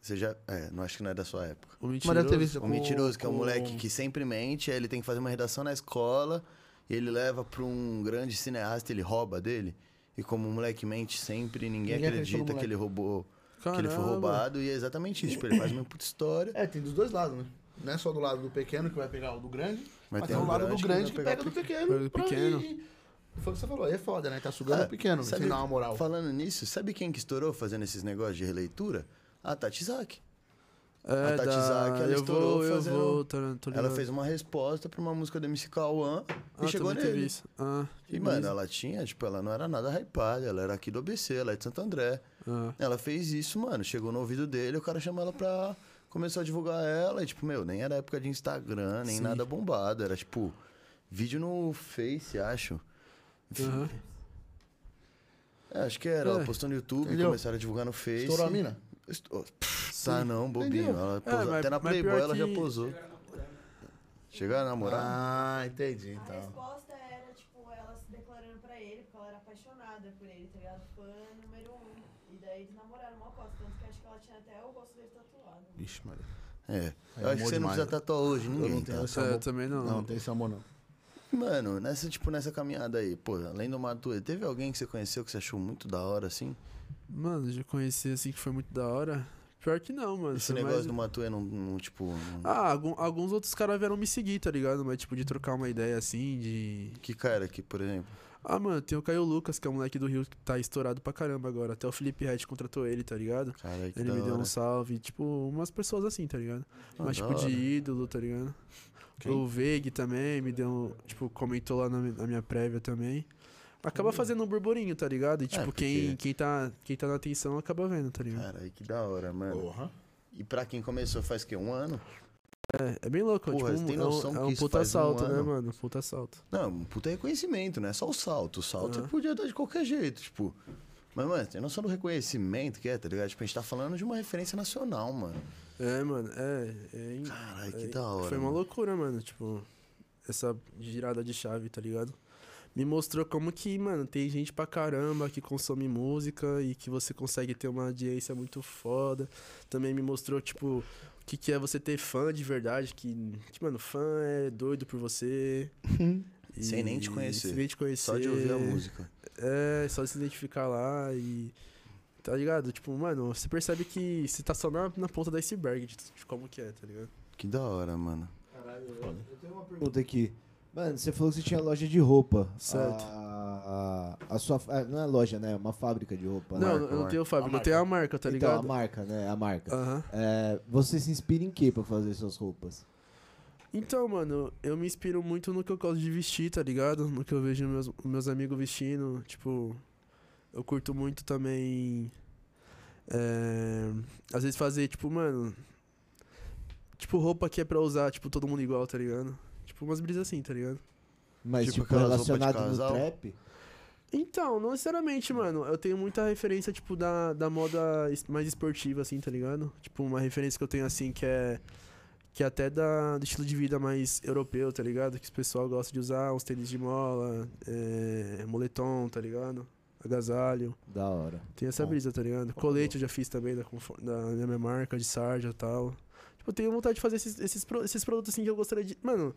B: Você já. É, não acho que não é da sua época.
C: O
D: Mas deve
C: mentiroso.
D: ter visto
B: O
D: com-
B: mentiroso, que é um
D: com-
B: moleque que sempre mente, aí ele tem que fazer uma redação na escola, e ele leva pra um grande cineasta, ele rouba dele. E como o moleque mente sempre, ninguém,
D: Ninguém
B: acredita,
D: acredita no
B: que ele roubou, que ele foi
C: Caramba.
B: roubado, e é exatamente isso. Tipo, ele faz uma puta história.
D: É, tem dos dois lados, né? Não é só do lado do pequeno que vai pegar o do grande,
B: Mas
D: mas,
B: tem
D: tem o
B: um
D: lado
B: grande
D: do
B: que
D: grande
B: vai
D: que,
B: pegar
D: pega
B: o
D: do pequeno.
C: Pega do
D: pra-
C: pequeno.
D: e- Foi o que você falou, aí é foda, né? Tá sugando
B: Ah,
D: o pequeno,
B: sabe-
D: sem dar uma moral.
B: Falando nisso, sabe quem que estourou fazendo esses negócios de releitura? A Tati Zaki.
C: É,
B: A Tati
C: da-
B: Zaki, ela
C: eu
B: estourou
C: vou, eu
B: fazendo- um-
C: vou, tô, tô ligado.
B: Ela fez uma resposta pra uma música do MC Cauã e
C: ah,
B: chegou
C: também teve
B: nele.
C: Isso. Ah,
B: E, mano, ela tinha, tipo, ela não era nada hypada, ela era aqui do ABC, ela é de Santo André.
C: ah,
B: Ela fez isso, mano. Chegou no ouvido dele, o cara chamou ela pra. Começou a divulgar ela. E, tipo, meu, nem era época de Instagram, nem
C: Sim.
B: nada bombado. Era, tipo, vídeo no Face, acho.
C: aham.
B: É, acho que era. Ela
C: É.
B: postou no YouTube,
D: Entendeu?
B: começaram a divulgar no Face.
D: Estourou a mina?
B: Estou- Tá não, bobinho.
D: Entendeu?
B: Ela
C: É,
B: posou-
C: mas-
B: Até na
C: mas pior
B: Playboy ela já
C: que-
B: posou. Chegaram a namorar?
D: Ah, entendi,
E: A
D: então.
E: resposta era, tipo, ela se declarando pra ele, porque ela era apaixonada por ele, tá ligado? Fã número um. E daí eles namoraram uma aposta, tanto que acho que ela tinha até o rosto dele tatuado.
D: Vixe, Maria.
B: É.
D: Aí
B: Eu acho que
D: amor
B: você não
D: demais. né?
B: precisa tatuar hoje,
D: Eu
B: ninguém.
D: não
B: Tá?
D: tenho esse
C: É, eu
D: amor.
C: também não.
D: Não, não tem esse amor, não.
B: Mano, nessa, tipo, nessa caminhada aí, pô, além do Matuê, teve alguém que você conheceu que você achou muito da hora, assim?
C: Mano, já conheci assim que foi muito da hora. Pior que não, mano.
B: Esse
C: foi
B: negócio
C: mais- um-
B: do Matuê não, não, tipo. não-
C: Ah, algum- alguns outros caras vieram me seguir, tá ligado? Mas, tipo, de trocar uma ideia assim, de.
B: Que cara aqui, por exemplo?
C: Ah, mano, tem o Caio Lucas, que é um moleque do Rio que tá estourado pra caramba agora. Até o Felipe Red contratou ele, tá ligado?
B: Cara, que
C: Ele
B: da
C: me deu
B: hora.
C: um salve. Tipo, umas pessoas assim, tá ligado?
B: Ah,
C: Mas,
B: da
C: tipo, de
B: hora.
C: ídolo, tá ligado?
B: Quem?
C: O Veig também me deu, tipo, comentou lá na, mi- na minha prévia também. Acaba fazendo um burburinho, tá ligado? E, tipo,
B: É, porque- É.
C: quem, quem, tá, quem tá na atenção acaba vendo, tá ligado?
B: Cara, que da hora, mano.
D: Porra.
B: E pra quem começou faz que um ano?
C: É, é bem louco,
B: Porra,
C: tipo,
B: você tem
C: é um,
B: noção
C: é
B: que
C: um
B: isso
C: puta
B: faz um
C: salto, né,
B: ano?
C: mano? Puta salto.
B: Não, um puta reconhecimento, não é só o salto. O salto
C: Aham.
B: você podia dar de qualquer jeito, tipo. Mas, mano, tem noção do reconhecimento que é, tá ligado? Tipo, a gente tá falando de uma referência nacional, mano.
C: É, mano, é. é in-
B: Caralho,
C: é-
B: que da hora.
C: Foi uma
B: mano.
C: loucura, mano, tipo, essa girada de chave, tá ligado? Me mostrou como que, mano, tem gente pra caramba que consome música e que você consegue ter uma audiência muito foda. Também me mostrou, tipo, o que, que é você ter fã de verdade, que, que, mano, fã é doido por você. E-
B: Sem nem te conhecer.
C: Sem nem te conhecer.
B: Só de ouvir a música.
C: É, só se identificar lá e. Tá ligado? Tipo, mano, você percebe que você tá só na, na ponta do iceberg de, de como que é, tá ligado?
B: Que da hora, mano.
A: Caralho, eu, eu tenho uma pergunta aqui. Mano, você falou que você tinha loja de roupa.
C: Certo.
A: A, a- a sua, a- não é loja, né? É uma fábrica de roupa.
C: não,
A: né?
C: eu não
B: marca.
C: tenho o Fábio,
D: A
C: eu tenho a marca, tá
A: Então, a
C: ligado?
A: marca, né? A marca.
C: Aham.
A: É, você se inspira em que pra fazer suas roupas?
C: Então, mano, eu me inspiro muito no que eu gosto de vestir, tá ligado? No que eu vejo meus, meus amigos vestindo. Tipo, eu curto muito também. é, às vezes fazer, tipo, mano. Tipo, roupa que é pra usar, tipo, todo mundo igual, tá ligado? Tipo, umas brisas assim, tá ligado?
A: Mas,
B: Tipo
A: tipo,
B: aquelas roupas de
A: relacionado no
B: casal?
A: trap?
C: Então, não necessariamente, mano. Eu tenho muita referência, tipo, da, da moda es- mais esportiva, assim, tá ligado? Tipo, uma referência que eu tenho, assim, que é. Que é até da, do estilo de vida mais europeu, tá ligado? Que o pessoal gosta de usar uns tênis de mola, é, moletom, tá ligado? Agasalho.
A: Da hora.
C: Tem essa
A: Bom.
C: brisa, tá ligado? Colete eu já fiz também da, Confo- da da minha marca, de sarja e tal. Tipo, eu tenho vontade de fazer esses, esses, pro- esses produtos assim que eu gostaria de. Mano,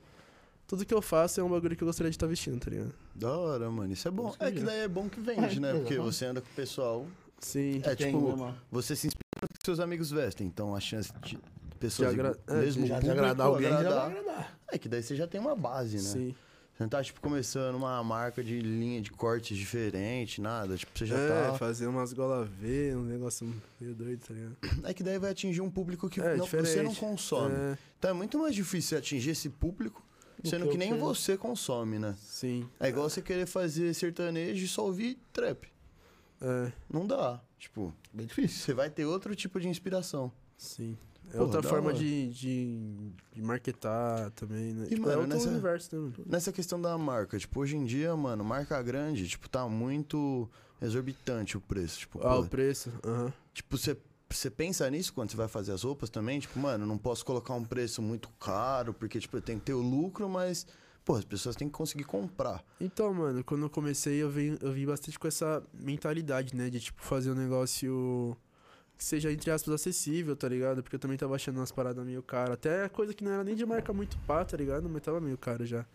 C: tudo que eu faço é um bagulho que eu gostaria de estar vestindo, tá ligado?
B: Da hora, mano. Isso é bom.
D: Isso que
B: É
D: eu
B: que
D: digo.
B: daí é bom que vende, né? Porque
D: exatamente.
B: você anda com o pessoal.
C: Sim.
B: É
D: Tem
B: tipo,
D: uma-
B: você se inspira no que seus amigos vestem. Então a chance de pessoas
C: De agra-
B: do
C: é,
B: mesmo
D: Já de
B: público
D: agradar alguém, já
B: agradar.
D: vai agradar.
B: É que daí você já tem uma base, né?
C: Sim.
B: Você não tá, tipo, começando uma marca de linha de cortes diferente, nada. Tipo, você já
C: é,
B: tá.
C: fazer umas gola V, um negócio meio doido, tá ligado?
B: É que daí vai atingir um público que
C: É,
B: não- você não
C: diferente.
B: consome.
C: É,
B: Então é muito mais difícil atingir esse público,
C: Do
B: sendo
C: que
B: que,
C: o
B: nem
C: que- é.
B: você consome, né?
C: sim.
B: É igual você querer fazer sertanejo e só ouvir trap.
C: É,
B: Não dá. Tipo,
D: Bem difícil.
B: você vai ter outro tipo de inspiração.
C: sim. É
B: Porra,
C: outra
B: da
C: forma
B: hora.
C: de, de, de marketar também, né?
B: E,
C: tipo, é
B: mano,
C: outro
B: nessa-
C: universo, né, mano?
B: Nessa questão da marca, tipo, hoje em dia, mano, marca grande, tipo, tá muito exorbitante o preço. Tipo,
C: Ah,
B: pô,
C: o preço. Aham.
B: Tipo, você. Você pensa nisso quando você vai fazer as roupas também? Tipo, mano, não posso colocar um preço muito caro, porque, tipo, eu tenho que ter o lucro, mas, pô, as pessoas têm que conseguir comprar.
C: Então, mano, quando eu comecei, eu vim, eu vim bastante com essa mentalidade, né? De, tipo, fazer um negócio que seja, entre aspas, acessível, tá ligado? Porque eu também tava achando umas paradas meio caras. Até coisa que não era nem de marca muito pá, tá ligado? Mas tava meio caro já.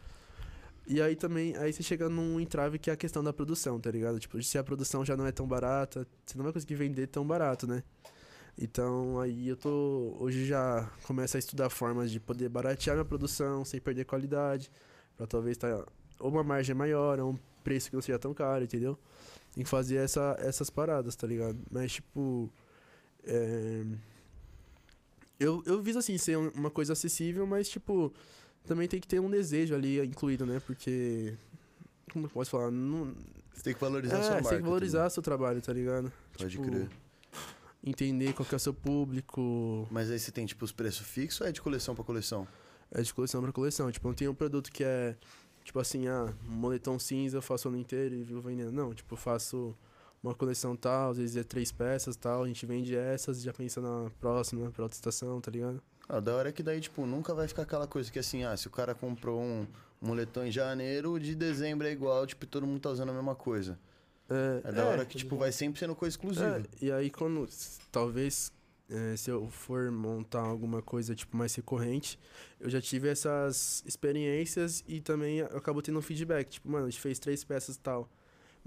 C: E aí também, aí você chega num entrave que é a questão da produção, tá ligado? Tipo, se a produção já não é tão barata, você não vai conseguir vender tão barato, né? Então aí eu tô. Hoje já começo a estudar formas de poder baratear minha produção sem perder qualidade. Pra talvez tá estar ou uma margem maior, ou um preço que não seja tão caro, entendeu? Tem que fazer essa, essas paradas, tá ligado? Mas, tipo. é, Eu, eu viso assim, ser um- uma coisa acessível, mas, tipo, também tem que ter um desejo ali incluído, né? Porque. Como eu posso falar? Não...
B: Você tem que valorizar a
C: É,
B: sua marca. tá
C: você tem que valorizar seu trabalho, tá ligado?
B: também. Pode
C: tipo,
B: crer.
C: Entender qual que é o seu público.
B: Mas aí você tem, tipo, os preços fixos ou é de coleção pra coleção?
C: É de coleção pra coleção. Tipo, não tem um produto que é, tipo assim, ah, um moletom cinza, eu faço o ano inteiro e vivo vendendo. Não, tipo, eu faço uma coleção tal, às vezes é três peças tal, a gente vende essas e já pensa na próxima, pra outra estação, tá ligado?
B: Ah, da hora é que daí, tipo, nunca vai ficar aquela coisa que assim, ah, se o cara comprou um moletom em janeiro, de dezembro é igual, tipo, todo mundo tá usando a mesma coisa.
C: É,
B: É da hora que, tipo, vai sempre sendo coisa exclusiva.
C: É, e aí quando s- talvez eh, se eu for montar alguma coisa tipo mais recorrente, eu já tive essas experiências e também eu acabo tendo um feedback, tipo, mano, a gente fez três peças e tal.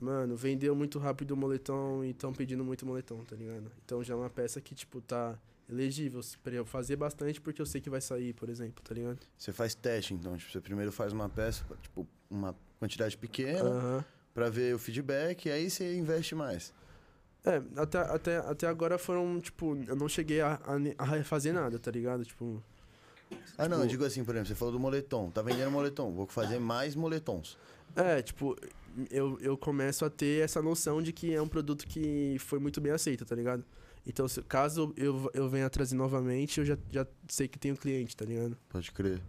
C: Mano, vendeu muito rápido o moletom e estão pedindo muito moletom, tá ligado? Então já é uma peça que, tipo, tá elegível se- pra eu fazer bastante porque eu sei que vai sair, por exemplo, tá ligado?
B: Você faz teste, então, tipo, você primeiro faz uma peça, tipo, uma quantidade pequena,
C: Aham.
B: pra ver o feedback, e aí você investe mais.
C: É, até, até, até agora foram, tipo, eu não cheguei a, a ne- a fazer nada, tá ligado? Tipo,
B: Ah, não, eu
C: Tipo-
B: digo assim, por exemplo, você falou do moletom. Tá vendendo moletom, vou fazer mais moletons.
C: É, tipo, eu, eu começo a ter essa noção de que é um produto que foi muito bem aceito, tá ligado? Então, se, caso eu, eu venha trazer novamente, eu já, já sei que tenho cliente, tá ligado?
B: Pode crer.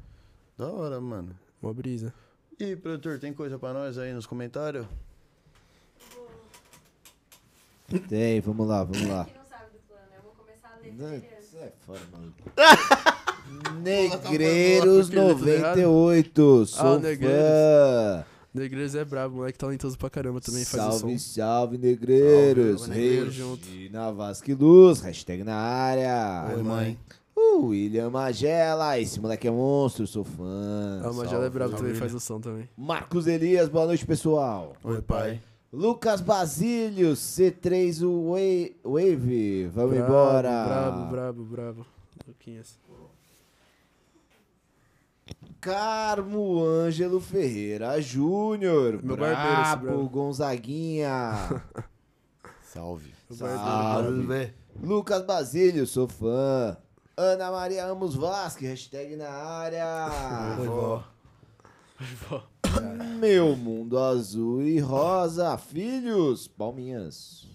B: Da hora, mano.
C: Uma brisa.
B: E, produtor, tem coisa pra nós aí nos comentários?
A: Tem, vamos lá, vamos lá.
E: Que não sabe do plano, eu vou começar a ler
A: Não,
E: primeiro.
A: isso é fora, maluco. Negreiros
C: Porque ele é tudo errado.
A: 98,
C: Ah,
A: sou
C: o Negreiros.
A: fã.
C: Negreiros é brabo, moleque talentoso pra caramba também, faz
A: Salve,
C: o som.
A: salve, negreiros.
D: Salve, Negreiros.
A: Regina Vasque Luz, hashtag na área.
B: Oi, mãe.
A: O William Magela, esse moleque é monstro, sou fã.
C: A Magela
A: Salve.
C: é brabo também, faz o som também.
A: Marcos Elias, boa noite, pessoal.
B: Oi, pai.
A: Lucas Basílio, C3 Wa- Wave, vamos
C: Brabo,
A: embora.
C: Brabo, brabo, brabo. Luquinhas.
A: Carmo Ângelo Ferreira Júnior,
C: Meu barbeiro, esse
A: brabo,
C: brabo.
A: Gonzaguinha.
B: Salve.
C: O
A: Salve. Lucas Basílio, sou fã. Ana Maria Amos Vasque, hashtag na área.
C: vó.
A: Meu mundo azul e rosa, filhos, palminhas.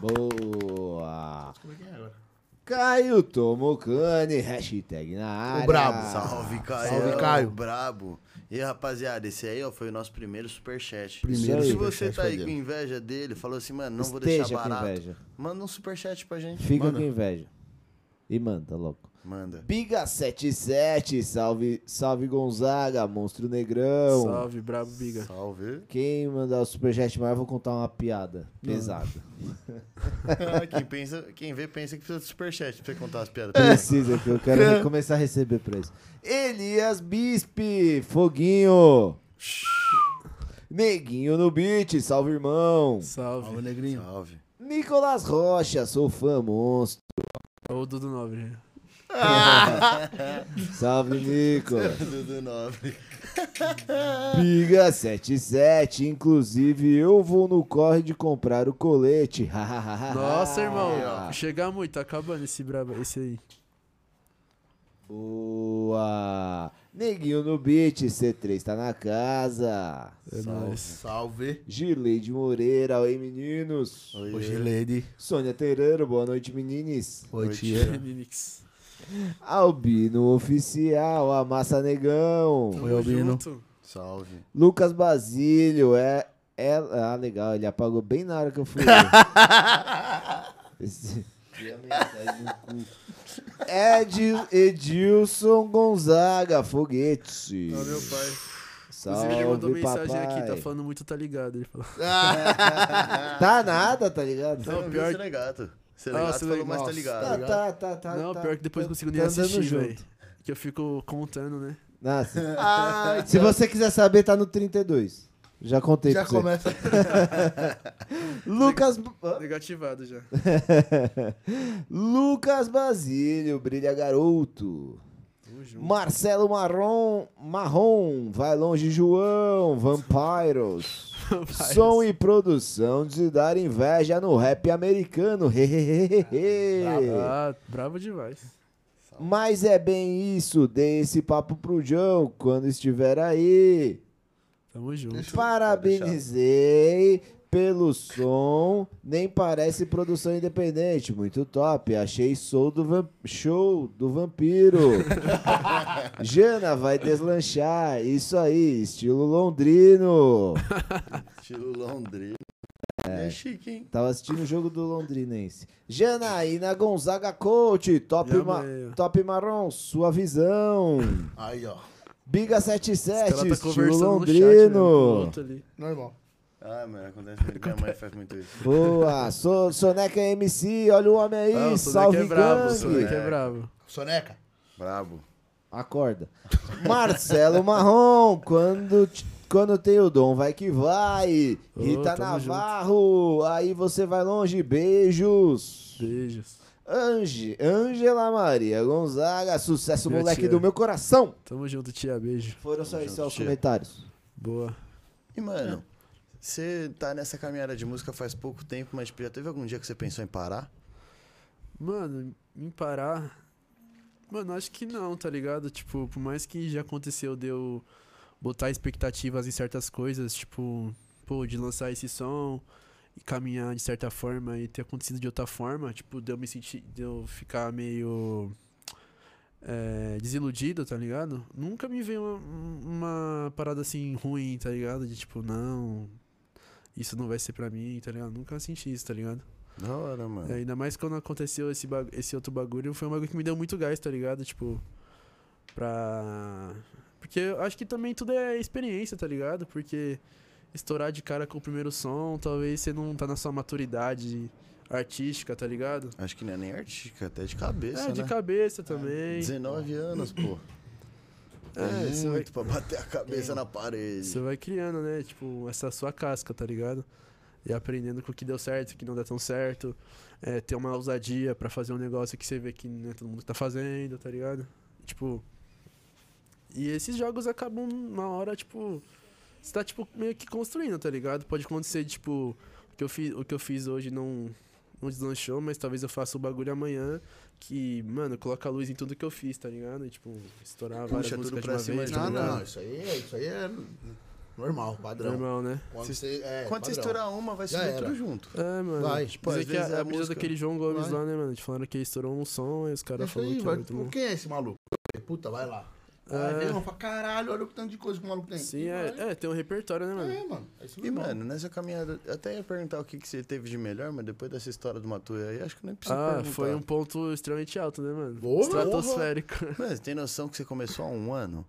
A: Boa.
D: Como é que é agora?
A: Caio Tomocani, hashtag na área.
D: brabo.
B: Salve, Caio.
D: Salve, Caio.
B: Brabo. E, rapaziada, esse aí ó, foi o nosso primeiro superchat.
A: Primeiro
B: Se
D: superchat
B: você tá aí
D: foi
B: com
D: dele.
B: inveja dele, falou assim, mano, não vou
A: Esteja
B: deixar
A: com
B: barato.
A: inveja.
B: Manda um superchat pra gente.
A: Fica
B: Manda.
A: com inveja. E manda logo.
B: Manda.
A: Biga77, salve, salve Gonzaga, monstro negrão.
C: Salve, brabo, biga.
B: Salve.
A: Quem mandar o superchat maior, eu vou contar uma piada
C: Ah.
A: pesada.
B: quem, pensa, quem vê, pensa que precisa de superchat pra você contar as piadas.
A: Precisa, que eu quero começar a receber pra isso. Elias Bispe, foguinho. Neguinho no beat, salve irmão.
D: Salve,
C: Salve.
D: negrinho.
B: Salve.
A: Nicolas Rocha, sou fã monstro.
C: Ou Dudu Nobre.
A: Salve Nicolas.
B: Dudu Nobre.
A: Biga 77, inclusive eu vou no corre de comprar o colete. Ah,
C: Nossa, irmão. Chegar muito, tá acabando esse brabo, esse aí.
A: Boa! Neguinho no beat, C3 tá na casa.
C: É nóis.
D: Salve.
A: Gileide Moreira, oi meninos.
D: Hoje, Lady.
A: Sônia Terano, boa é noite meninis.
D: Oi,
B: tia.
D: tia.
C: Ninix.
A: Albino Oficial, amassa negão.
D: Oi, Albino.
C: junto.
B: Salve.
A: Lucas Basílio, é, é. Ah, legal, ele apagou bem na hora que eu fui. Esse- Tinha mensagem no cu. Ed, Edilson Gonzaga, foguete.
C: Ó, Tá, meu pai.
A: Salve,
C: Inclusive, ele mandou mensagem
A: papai.
C: aqui, tá falando muito, tá ligado. Ele falou.
A: Tá nada, tá ligado?
C: Não,
B: Não,
C: pior-
B: pior... Selegato.
C: Ah,
B: Selegato falou,
C: Sele-
B: mas tá
D: Nossa.
A: tá,
B: ligado.
D: ligado?
A: tá, tá, tá.
C: não,
A: tá,
C: pior que depois eu
A: tá-
C: consegui nem
A: tá andando
C: assistir,
A: junto.
C: velho. Que eu fico contando, né?
A: Nossa. Se você quiser saber, tá no 32. Já contei
D: Já
A: pra você.
D: começa.
A: Lucas...
C: Negativado já.
A: Lucas Basílio, brilha garoto.
C: Tamo junto.
A: Marcelo Marrom, Marrom, vai longe João, Vampiros. Som e produção de dar inveja no rap americano. Hehehehe.
C: Ah, bravo demais.
A: Mas é bem isso, dê esse papo pro João quando estiver aí.
C: Tamo junto.
A: Parabenizei pelo som, nem parece produção independente, muito top. Achei show do, vam- show do vampiro. Jana vai deslanchar, isso aí, estilo londrino.
B: Estilo Londrino. É. chique, hein?
A: Tava assistindo o jogo do londrinense. Janaína Gonzaga Coach, top,
C: Já
A: ma-
C: amei.
A: top marrom, sua visão.
D: Aí, ó.
A: Biga
C: Esse
A: 77,
C: cara tá
A: estilo
C: conversando no chat, velho, com
A: londrino.
C: o outro ali.
D: Normal.
B: Ah, mano, acontece muito. Minha mãe faz muito isso.
A: Boa, so, Soneca MC, olha o homem aí,
C: Ah, o Soneca
A: salve
C: é brabo, o
A: gangue.
C: Soneca é brabo.
D: Soneca.
B: Brabo.
A: Acorda. Marcelo Marrom, quando, t- quando tem o dom, vai que vai.
C: Ô,
A: Rita
C: tamo junto.
A: Navarro, aí você vai longe, beijos.
C: Beijos.
A: Ange, Angela Maria Gonzaga, sucesso
C: Minha
A: moleque
C: tia.
A: do meu coração.
C: Tamo junto, tia. Beijo.
A: Foram só
B: Tamo
A: esses
B: junto,
A: os
B: tia.
A: comentários.
C: Boa.
B: E,
D: É.
B: mano, você tá nessa caminhada de música faz pouco tempo, mas tipo, já teve algum dia que você pensou em parar?
C: Mano, em parar. Mano, acho que não, tá ligado? Tipo, por mais que já aconteceu de eu botar expectativas em certas coisas, tipo, pô, de lançar esse som e caminhar de certa forma e ter acontecido de outra forma, tipo, de eu me sentir, de eu ficar meio é, desiludido, tá ligado? Nunca me veio uma, uma parada assim ruim, tá ligado? De tipo, não, isso não vai ser pra mim, tá ligado? Nunca senti isso, tá ligado?
B: Da hora, mano.
C: É, ainda mais quando aconteceu esse, bagu- esse outro bagulho, foi um bagulho que me deu muito gás, tá ligado? Tipo, pra. Porque eu acho que também tudo é experiência, tá ligado? Porque estourar de cara com o primeiro som, talvez você não tá na sua maturidade artística, tá ligado?
B: Acho que não é nem artística, até de cabeça,
C: é, de
B: né?
C: cabeça também.
B: 19 anos, pô.
C: É,
B: É,
C: isso aí.
B: muito pra bater a cabeça na parede.
C: Você vai criando, né? Tipo, essa sua casca, tá ligado? E aprendendo com o que deu certo, o que não deu tão certo. É, ter uma ousadia pra fazer um negócio que você vê que não é todo mundo que tá fazendo, tá ligado? Tipo. E esses jogos acabam na hora, tipo. Você tá, tipo, meio que construindo, tá ligado? Pode acontecer, tipo, o que eu fiz, o que eu fiz hoje não, não deslanchou, mas talvez eu faça o bagulho amanhã que, mano, coloca a luz em tudo que eu fiz, tá ligado? E, tipo, estourar várias
B: tudo
C: músicas de
B: pra
C: uma
B: cima né? Ah,
C: vez,
B: de
C: tá
D: Não,
B: tudo,
C: ligado?
D: não, isso aí, é- isso aí é normal, padrão.
C: Normal, né?
D: Quando você, é,
B: Quando você
D: padrão.
B: estourar uma, vai
D: Já
B: subir
D: era.
B: tudo junto.
C: É, mano.
D: Vai.
B: Tipo,
C: Dizer
B: às
C: que
B: vezes
C: a,
B: a
C: a brisa
B: música-
C: daquele João Gomes
D: Vai.
C: lá, né, mano? Eles falaram que estourou um som e os caras
D: Isso aí,
C: falaram que
D: vai-
C: era muito bom.
D: Quem é esse maluco? Puta, vai lá.
C: É.
D: Aí vem um e fala, caralho, olha o tanto de coisa que o maluco tem.
C: Sim,
D: E vai.
C: é, é, tem um repertório, né, mano?
D: É, mano. É isso
B: E,
D: mesmo.
B: mano, nessa caminhada, eu até ia perguntar o que, que você teve de melhor, mas depois dessa história do Matuê aí, acho que nem precisa
C: Ah,
B: perguntar.
C: foi um ponto extremamente alto, né, mano?
D: Porra!
C: Estratosférico.
B: Mano, você tem noção que você começou há um ano?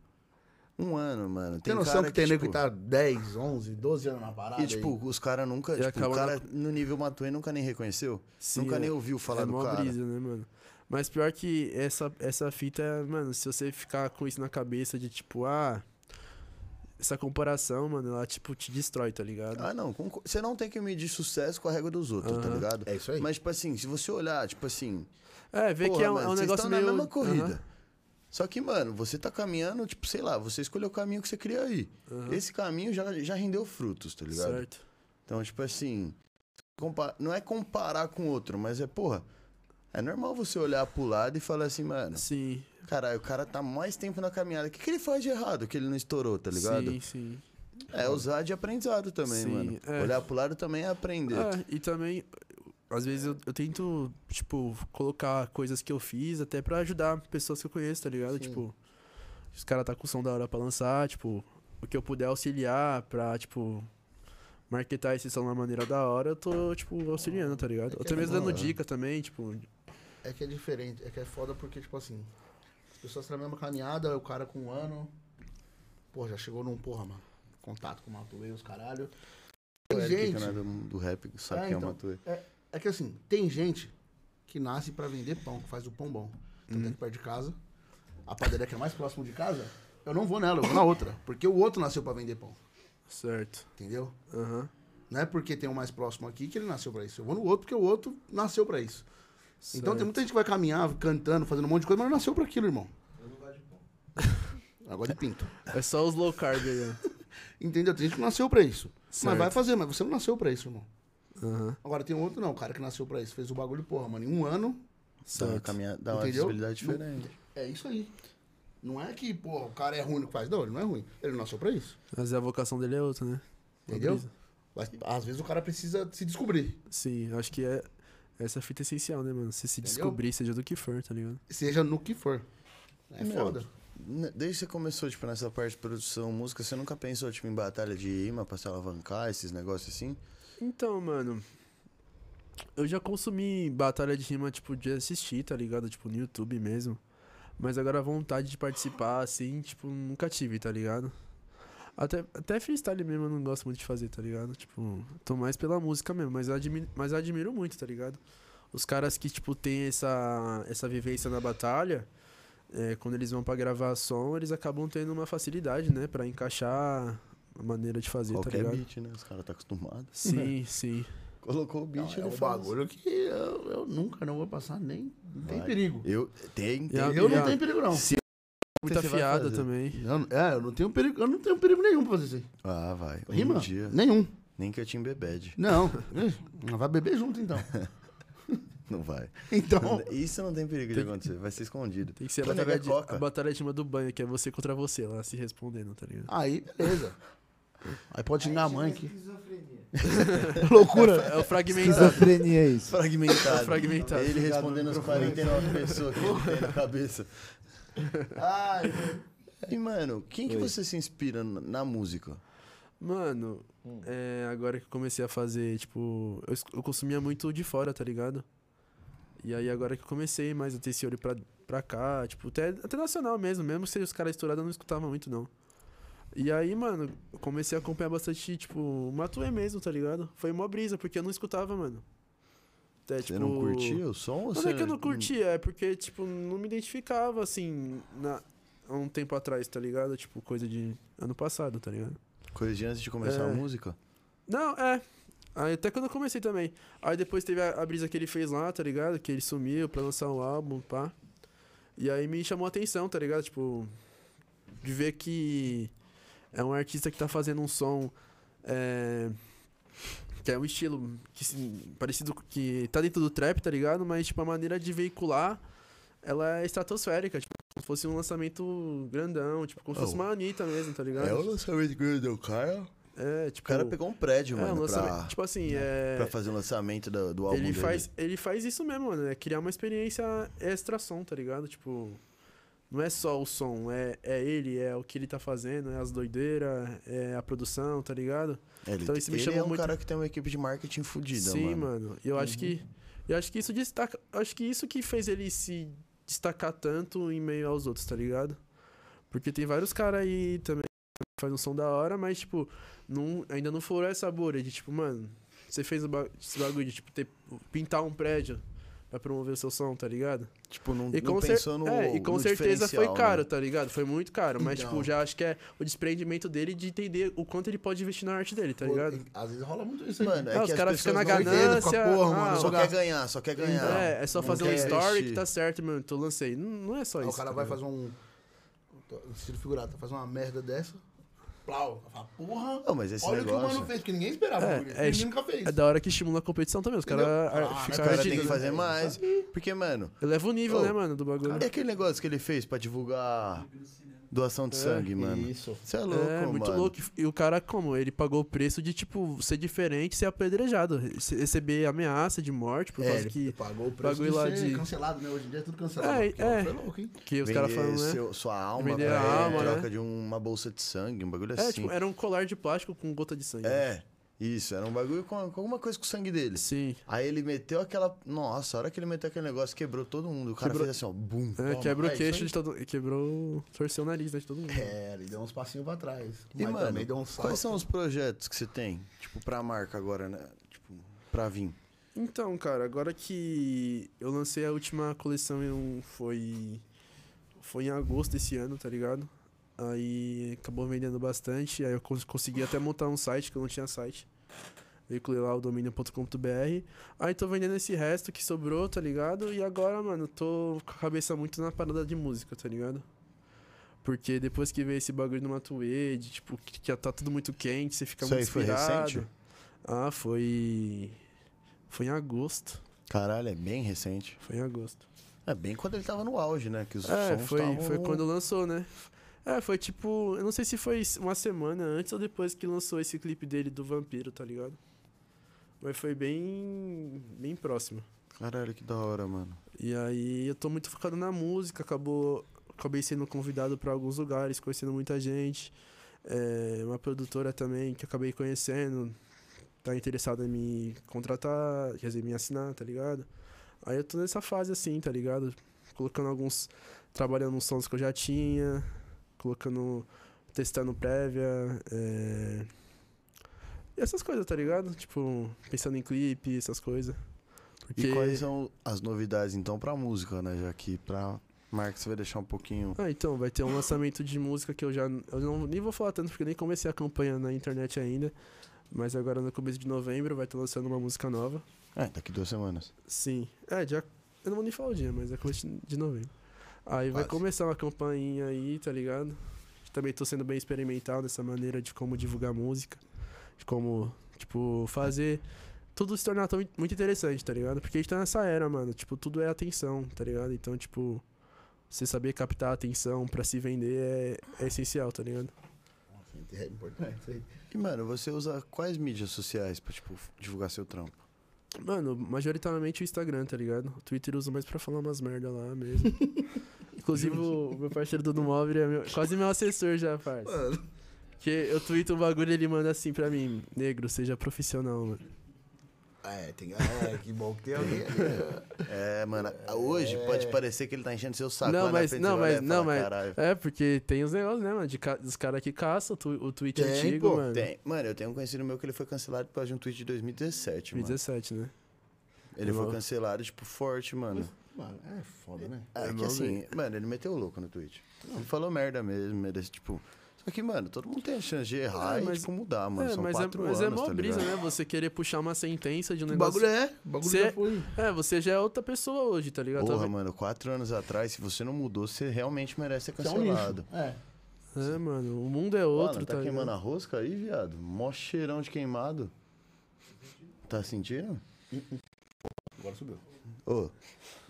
B: Um ano, mano.
D: Tem noção
B: cara
D: que, tem nego que
B: tipo,
D: tá 10, 11, 12 anos na parada?
B: E, tipo, os caras nunca.
C: E
B: Tipo, o
C: acaba
B: cara no nível Matuê nunca nem reconheceu.
C: Sim,
B: nunca
C: é.
B: nem ouviu falar
C: é
B: do
C: mó
B: cara.
C: brisa, né, mano? Mas pior que essa, essa fita, mano, se você ficar com isso na cabeça de tipo, ah, essa comparação, mano, ela tipo te destrói, tá ligado?
B: Ah, não. concor- Você não tem que medir sucesso com a régua dos outros, tá
C: Aham.
B: ligado?
D: É isso aí.
B: Mas, tipo assim, se você olhar, tipo assim.
C: É, vê
B: Porra,
C: que é um,
B: mano,
C: é um
B: vocês
C: negócio
B: tão
C: meio
B: na mesma corrida.
C: Aham.
B: Só que, mano, você tá caminhando, tipo, sei lá, você escolheu o caminho que você queria ir. Esse caminho já, já rendeu frutos, tá ligado?
C: certo.
B: Então, tipo assim, compa- não é comparar com outro, mas é, porra, é normal você olhar pro lado e falar assim, mano,
C: Sim.
B: caralho, o cara tá mais tempo na caminhada. O que, que ele faz de errado que ele não estourou, tá ligado?
C: Sim, sim.
B: É usar de aprendizado também,
C: Sim,
B: mano.
C: é.
B: Olhar pro lado também é aprender.
C: É, e também, às vezes eu, eu tento, tipo, colocar coisas que eu fiz até pra ajudar pessoas que eu conheço, tá ligado? Tipo, os caras tá com o som da hora pra lançar, tipo, o que eu puder auxiliar pra, tipo, marketar esse som da maneira da hora, eu tô, tipo, auxiliando, tá ligado?
D: que
C: Até
D: é
C: mesmo
D: da
C: dando
D: hora.
C: dica também, tipo,
D: É que é diferente, é que é foda porque, tipo assim, as pessoas estão na mesma caminhada, o cara com um ano, pô, já chegou num, porra, mano, contato com o Matuê, os caralho.
B: O
D: Tem
B: Eric, que
D: gente,
B: não é do, do rap, sabe
D: É,
B: quem é o
D: então.
B: Matuê.
D: é que assim, tem gente que nasce pra vender pão, que faz o pão bom. Então
B: Uhum.
D: tem que perto de casa, a padaria que é mais próximo de casa, eu não vou nela, eu vou na outra, porque o outro nasceu pra vender pão,
C: certo.
D: entendeu?
C: Aham.
D: Não é porque tem um mais próximo aqui que ele nasceu pra isso. Eu vou no outro porque o outro nasceu pra isso. Então tem
C: certo.
D: muita gente que vai caminhar, cantando, fazendo um monte de coisa, mas não nasceu pra aquilo, irmão. Eu não gosto de pão. Eu gosto de pinto.
C: É só os low carb aí, né?
D: Entendeu? Tem gente que nasceu pra isso.
C: Certo.
D: Mas vai fazer, mas você não nasceu pra isso, irmão.
C: Aham.
D: Agora tem outro não, o cara que nasceu pra isso. Fez o bagulho, porra, mano, em um ano.
B: Dá uma,
C: Certo.
B: caminhada, dá uma
D: Entendeu?
B: visibilidade diferente.
D: É isso aí. Não é que, porra, o cara é ruim no que faz. Não, ele não é ruim. Ele nasceu pra isso.
C: Mas a vocação dele é outra, né? Uma
D: Entendeu?
C: brisa.
D: Mas, às vezes o cara precisa se descobrir.
C: Sim, acho que é. Essa fita é essencial, né, mano? Você se
D: Entendeu?
C: descobrir, seja do que for, tá ligado?
D: Seja no que for. É
B: Meu,
D: foda.
B: Ne- Desde que você começou, tipo, nessa parte de produção, música, você nunca pensou, tipo, em batalha de rima pra se alavancar, esses negócios assim?
C: Então, mano. Eu já consumi batalha de rima, tipo, de assistir, tá ligado? Tipo, no YouTube mesmo. Mas agora a vontade de participar, assim, tipo, nunca tive, tá ligado? Até, até freestyle mesmo eu não gosto muito de fazer, tá ligado? Tipo, tô mais pela música mesmo, mas eu admiro, mas eu admiro muito, tá ligado? Os caras que, tipo, tem essa, essa vivência na batalha, é, quando eles vão pra gravar som, eles acabam tendo uma facilidade, né? Pra encaixar a maneira de fazer, tá
B: Qualquer
C: ligado?
B: beat, né? Os caras tá acostumado.
C: Sim, sim.
B: Colocou o
D: Não,
B: beat,
D: é
B: ele
D: um
B: faz.
D: bagulho que eu, eu nunca não vou passar nem. Não tem
B: Vai.
D: perigo.
B: Eu, tem, tem.
C: E a-
D: Eu
C: e
D: não
C: a-
D: tenho perigo, não.
B: Se-
C: Muita
B: Você vai
C: fiada
B: fazer.
C: também.
D: Eu- é, eu não tenho perigo. Eu não tenho perigo nenhum pra fazer isso aí.
B: Ah, vai. Um
D: Rima?
B: dia.
D: Nenhum.
B: Nem que eu te embebede.
D: Não. Ih, Vai beber junto, então.
B: Não vai.
D: Então,
B: Isso não tem perigo de acontecer, vai ser escondido.
C: Tem que ser a
B: Vai
C: batalha,
B: negar
C: de,
B: coca.
C: a batalha de cima do banho, que é você contra você, lá se respondendo, tá ligado?
D: aí, beleza. Aí pode xingar a mãe aqui.
A: Esquizofrenia.
C: Loucura! É o fragmentado.
A: Esquizofrenia é isso.
B: Fragmentado.
C: Fragmentado.
B: Ele respondendo as 49 pessoas que ele tem na cabeça.
D: Ai,
B: E, mano, quem que
A: Oi.
B: você se inspira na na música?
C: Mano, é, agora que eu comecei a fazer, tipo, eu, es- eu consumia muito de fora, tá ligado? E aí agora que eu comecei mais a ter esse olho pra, pra cá, tipo, até, até nacional mesmo, mesmo se os caras estourados eu não escutava muito, não. E aí, mano, eu comecei a acompanhar bastante, tipo, Matuê mesmo, tá ligado? Foi uma brisa, porque eu não escutava, mano. Até, tipo,
B: Você não curtia o som? ou
C: Não
B: Então você-
C: é que eu não curtia, é porque, tipo, não me identificava, assim, na, há um tempo atrás, tá ligado? Tipo, coisa de ano passado, tá ligado?
B: Coisa de antes de começar a
C: É.
B: música?
C: Não, é. Aí, até quando eu comecei também. Aí depois teve a, a brisa que ele fez lá, tá ligado? Que ele sumiu pra lançar um álbum, pá. E aí me chamou a atenção, tá ligado? Tipo, de ver que é um artista que tá fazendo um som. é, que é um estilo que se- parecido com- que tá dentro do trap, tá ligado? Mas, tipo, a maneira de veicular ela é estratosférica. Tipo, como se fosse um lançamento grandão, tipo, como se fosse
B: Oh.
C: uma Anitta mesmo, tá ligado?
B: É o lançamento que deu, cara.
C: É,
B: O
C: tipo.
B: cara pegou um prédio,
C: É, um
B: mano,
C: lançamento.
B: pra, né,
C: Tipo assim, é.
B: pra fazer o lançamento do, do álbum
C: ele,
B: dele.
C: faz, ele faz isso mesmo, mano. É criar uma experiência extra som, tá ligado? Tipo. Não é só o som, é, é ele, é o que ele tá fazendo, é as doideiras, é a produção, tá ligado?
B: É, Ele,
C: Então isso me
B: ele
C: chamou
B: é um
C: muito-
B: cara que tem uma equipe de marketing fodida,
C: Sim,
B: mano.
C: mano. E eu acho que. Eu acho que isso destaca. Acho que isso que fez ele se destacar tanto em meio aos outros, tá ligado? Porque tem vários caras aí também que faz um som da hora, mas, tipo, não, ainda não furou essa bolha de, tipo, mano, você fez o ba- esse bagulho de, tipo, ter, pintar um prédio pra promover o seu som, tá ligado?
B: Tipo, não,
C: E
B: não
C: com, cer-
B: pensou no.
C: é, e com
B: no
C: certeza foi
B: diferencial,
C: caro,
B: né?
C: tá ligado? Foi muito caro, mas,
D: Então.
C: tipo, já acho que é o desprendimento dele de entender o quanto ele pode investir na arte dele, tá ligado?
D: Às vezes rola muito isso aí.
B: Mano, é
C: Ah,
B: que
C: os
B: as
C: caras ficam
B: pessoas
C: na
B: não entendem,
D: entendem,
C: ganância.
D: fica, porra,
C: ah,
D: mano,
B: Só
D: Não
B: quer
D: gasta.
B: ganhar, só quer ganhar.
C: É, é só
B: Não
C: fazer um
B: quer
C: story que
B: investir.
C: tá certo, mano. Tu lancei. Não, não é só
D: Aí
C: isso.
D: o cara
C: tá
D: vai
C: ligado?
D: fazer um. um Estilo figurado, faz uma merda dessa. Plau. Fala, porra.
B: Não, mas esse
D: olha o que o
B: negócio-
D: mano fez, porque ninguém esperava.
C: É,
D: o bagulho.
C: é,
D: ninguém nunca fez.
C: É da hora que estimula a competição também. Os caras
D: Entendeu?
C: ah,
D: Ah,
B: Os
C: ficam
B: caras têm que
C: ardidos, né?
B: fazer mais. Porque, mano,
C: Eleva o nível,
B: Oh.
C: né, mano, do bagulho.
B: é aquele negócio que ele fez pra divulgar doação de sangue, mano.
D: Isso.
B: Você é louco,
C: é, muito
B: mano.
C: louco. E o cara, como? Ele pagou o preço de, tipo, ser diferente, ser apedrejado. rece- Receber ameaça de morte por
B: É,
C: causa
B: ele
C: que,
D: Pagou o preço
C: Bagulho
D: de
C: lá
D: ser
C: de-
D: cancelado, né? Hoje em dia é tudo cancelado.
C: É,
D: porque,
C: é.
D: Foi louco, hein?
C: que os
B: Vender
C: caras falam, né?
B: seu- sua alma
C: Vender
B: pra
C: a
B: ele,
C: alma,
B: em troca
C: né?
B: de uma bolsa de sangue, um bagulho
C: É,
B: assim.
C: tipo, era um colar de plástico com gota de sangue.
B: É, isso, era um bagulho com, com alguma coisa com o sangue dele.
C: Sim.
B: Aí ele meteu aquela. Nossa, a hora que ele meteu aquele negócio, quebrou todo mundo. O cara
C: Quebrou-
B: fez assim, ó, bum.
C: É,
B: toma.
C: quebrou
B: É
C: o
B: isso
C: queixo
B: aí.
C: de todo Quebrou. Torceu o nariz né, de todo mundo.
D: É, ele deu uns passinhos pra trás.
B: E,
D: mas
B: mano,
D: também deu um
B: quais
D: salto.
B: são os projetos que você tem? Tipo, pra marca agora, né? Tipo, pra vir.
C: Então, cara, agora que eu lancei a última coleção eu- foi foi em agosto desse ano, tá ligado? Aí acabou vendendo bastante, aí eu cons- consegui até montar um site que eu não tinha site. Veiculei lá o domínio.com.br. Aí tô vendendo esse resto que sobrou, tá ligado? E agora, mano, tô com a cabeça muito na parada de música, tá ligado? Porque depois que veio esse bagulho do Matuê, de tipo, que que tá tudo muito quente, você fica
B: Isso
C: muito
B: aí foi
C: inspirado.
B: recente?
C: Ah, foi. Foi em agosto.
B: Caralho, é bem recente.
C: Foi em agosto.
B: É bem quando ele tava no auge, né? Que os
C: É,
B: sons
C: foi,
B: tavam-
C: foi quando lançou, né? É, foi tipo. Eu não sei se foi uma semana antes ou depois que lançou esse clipe dele do Vampiro, tá ligado? Mas foi bem. bem próximo.
B: Caralho, que da hora, mano.
C: E aí eu tô muito focado na música, acabou. Acabei sendo convidado pra alguns lugares, conhecendo muita gente. É, uma produtora também que acabei conhecendo, tá interessada em me contratar, quer dizer, me assinar, tá ligado? Aí eu tô nessa fase assim, tá ligado? Colocando alguns. trabalhando nos sons que eu já tinha, colocando. testando prévia. é, E essas coisas, tá ligado? Tipo, pensando em clipe, essas coisas.
B: E quais são as novidades, então, pra música, né? Já que pra marca você vai deixar um pouquinho.
C: Ah, então, vai ter um lançamento de música que eu já. Eu não, nem vou falar tanto, porque eu nem comecei a campanha na internet ainda. Mas agora no começo de novembro vai estar lançando uma música nova.
B: É, daqui duas semanas.
C: Sim. É, já. Eu não vou nem falar o dia, mas é começo de novembro. Aí vai
B: Quase.
C: começar uma campainha aí, tá ligado? Também tô sendo bem experimental nessa maneira de como divulgar música. De como, tipo, fazer. tudo se tornar tão, muito interessante, tá ligado? Porque a gente tá nessa era, mano. Tipo, tudo é atenção, tá ligado? Então, tipo, você saber captar a atenção pra se vender é, é essencial, tá ligado?
D: É importante. hein?
B: E, mano, você usa quais mídias sociais pra, tipo, divulgar seu trampo?
C: Mano, majoritariamente o Instagram, tá ligado? O Twitter eu uso mais pra falar umas merda lá mesmo. Inclusive, o meu parceiro do Móvel é meu- quase meu assessor já, parça.
D: Mano,
C: Porque eu tweeto um bagulho e ele manda assim pra mim, negro, seja profissional, mano.
D: é, tem, é, que bom que tem alguém ali. né?
B: É, mano, a- hoje pode parecer que ele tá enchendo seu saco.
C: Não,
B: na
C: mas-
B: frente
C: não,
B: você olha e
C: mas- não,
B: fala,
C: mas-
B: "Caralho".
C: É, porque tem os negócios, né, mano? De ca- Dos caras que caçam o, tu- o tweet
D: Tem,
C: antigo,
D: pô,
C: mano.
B: Tem. Mano, eu tenho um conhecido meu que ele foi cancelado por causa de um tweet de 2017, mano.
C: 2017, né?
B: Ele foi
C: Nossa.
B: cancelado, tipo, forte, mano.
D: Mano, é foda, né?
B: É, que
C: mal
B: assim, mano, ele meteu o louco no tweet. Ele falou merda mesmo, merece, tipo. Só que, mano, todo mundo tem a chance de errar
C: É,
B: e,
C: mas-
B: tipo, mudar, mano.
C: é,
B: São
C: mas, é,
B: quatro
C: mas
B: anos,
C: é mó
B: tá
C: brisa,
B: ligado?
C: né? Você querer puxar uma sentença de um
D: O
C: negócio.
D: bagulho é, o bagulho
C: Cê-
D: já foi.
C: É, você já é outra pessoa hoje, tá ligado?
B: Porra,
C: Talvez-
B: mano, quatro anos atrás, se você não mudou, você realmente merece ser
D: Você é um lixo.
B: cancelado.
D: É.
C: É, mano, o mundo é outro,
B: mano, tá,
C: ligado?
B: queimando a rosca aí, viado? Mó cheirão de queimado. Tá sentindo?
D: Agora subiu.
B: Ô,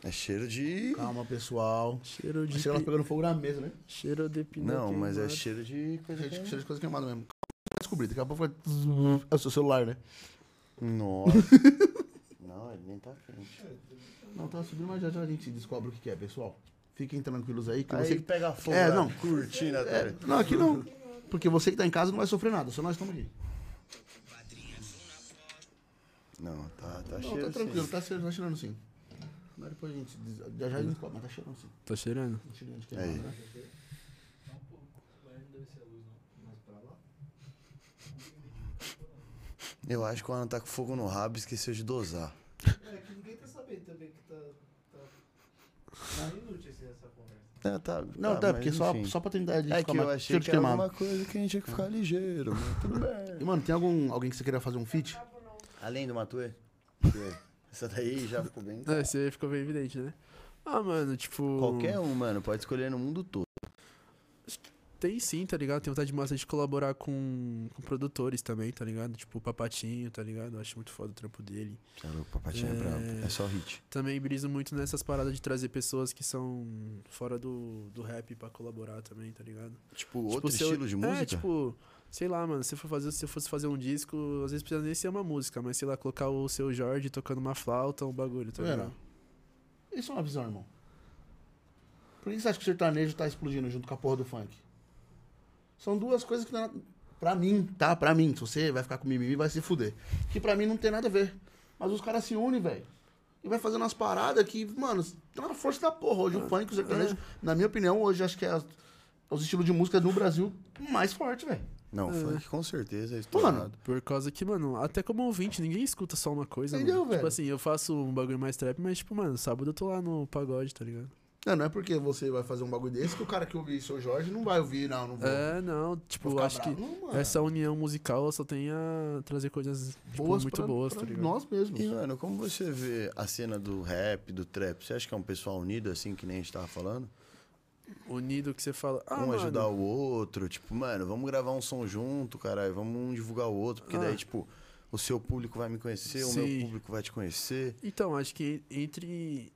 B: é cheiro de.
D: Calma, pessoal.
C: Cheiro de.
D: Chega lá
C: pi-
D: pegando fogo na mesa, né?
C: Cheiro de pneu
B: Não, mas é
C: queimado.
B: cheiro de coisa
D: Cheiro de-
B: queimada.
D: cheiro de coisa queimada mesmo. Descobri, daqui a pouco vai. É o seu celular, né?
B: Nossa. não, ele nem tá quente.
D: Não, tá subindo, mas já, já a gente descobre o que que é, pessoal. Fiquem tranquilos aí, que
B: Aí É.
D: você.
B: pega fogo,
D: É,
B: lá,
D: não.
B: curtindo a tela.
D: Não, aqui não. Porque você que tá em casa não vai sofrer nada, só nós estamos aqui.
B: Não, tá, tá cheiro.
D: Não, tá
B: sim. Hum.
D: tranquilo, tá, cheirando- tá cheirando sim. Mas depois a gente. des- Já já a gente descobre, mas tá cheirando sim.
C: Tô cheirando.
D: Tá cheirando de queimado,
B: Aí.
D: né?
B: Eu acho que o Alan tá com fogo no rabo e esqueceu de dosar.
F: É que ninguém tá sabendo também que tá. Tá, tá inútil assim, essa conversa.
B: É, tá,
D: Não, tá,
B: mas
D: porque só,
B: enfim.
D: só pra tentar de
B: É
D: ficar
B: que eu
D: mais-
B: achei
D: cheiro de
B: que era
D: queimado. Uhum.
B: alguma coisa que a gente tinha que ficar ligeiro, mas tudo bem.
D: E, mano, tem algum, alguém que você queira fazer um feat?
B: Além do Matue? Essa daí já ficou bem.
C: É, isso aí ficou bem evidente, né? Ah, mano, tipo.
B: Qualquer um, mano, pode escolher no mundo todo. um.
C: Tem sim, tá ligado? Tem vontade massa de colaborar com, com produtores também, tá ligado? Tipo o Papatinho, tá ligado? Eu acho muito foda o trampo dele.
B: Você é louco, papatinho é,
C: É.
B: brabo. É só hit.
C: Também briso muito nessas paradas de trazer pessoas que são fora do, do rap pra colaborar também, tá ligado?
B: Tipo, outro
C: se eu-
B: estilo de música?
C: É, tipo, sei lá, mano, se eu, for fazer, se eu fosse fazer um disco, às vezes precisa nem ser uma música, mas sei lá, colocar o seu Jorge tocando uma flauta, um bagulho, tá
D: Era.
C: ligado?
D: Isso é uma visão, irmão. Por que você acha que o sertanejo tá explodindo junto com a porra do funk? São duas coisas que, não é na- pra mim, tá? Pra mim, se você vai ficar com mimimi, vai se fuder. Que pra mim não tem nada a ver. Mas os caras se unem, velho. E vai fazendo umas paradas que, mano, tá na força da porra. Hoje o funk, o sertanejo, na minha opinião, hoje acho que é as- os estilos de música no Brasil mais forte, velho.
B: Não, funk com certeza é
D: Mano,
B: estourado.
C: Por causa que, mano, até como ouvinte, ninguém escuta só uma coisa,
D: Entendeu,
C: mano.
D: velho?
C: Tipo assim, eu faço um bagulho mais trap, mas tipo, mano, sábado eu tô lá no pagode, tá ligado?
D: Não, não é porque você vai fazer um bagulho desse que o cara que ouvir seu Jorge não vai ouvir, não, não vou.
C: É, não, tipo,
D: ficar
C: acho que
D: bravo, não, mano.
C: essa união musical só tem a trazer coisas tipo, muito
D: pra-
C: boas,
D: pra
C: tá ligado?
D: Nós mesmos.
B: E, mano, como você vê a cena do rap, do trap? Você acha que é um pessoal unido, assim, que nem a gente tava falando?
C: Unido que você fala. Ah,
B: um
C: mano,
B: ajudar o outro, tipo, mano, vamos gravar um som junto, caralho, vamos um divulgar o outro, porque
C: Ah.
B: daí, tipo, o seu público vai me conhecer, o
C: Sim.
B: meu público vai te conhecer.
C: Então, acho que entre.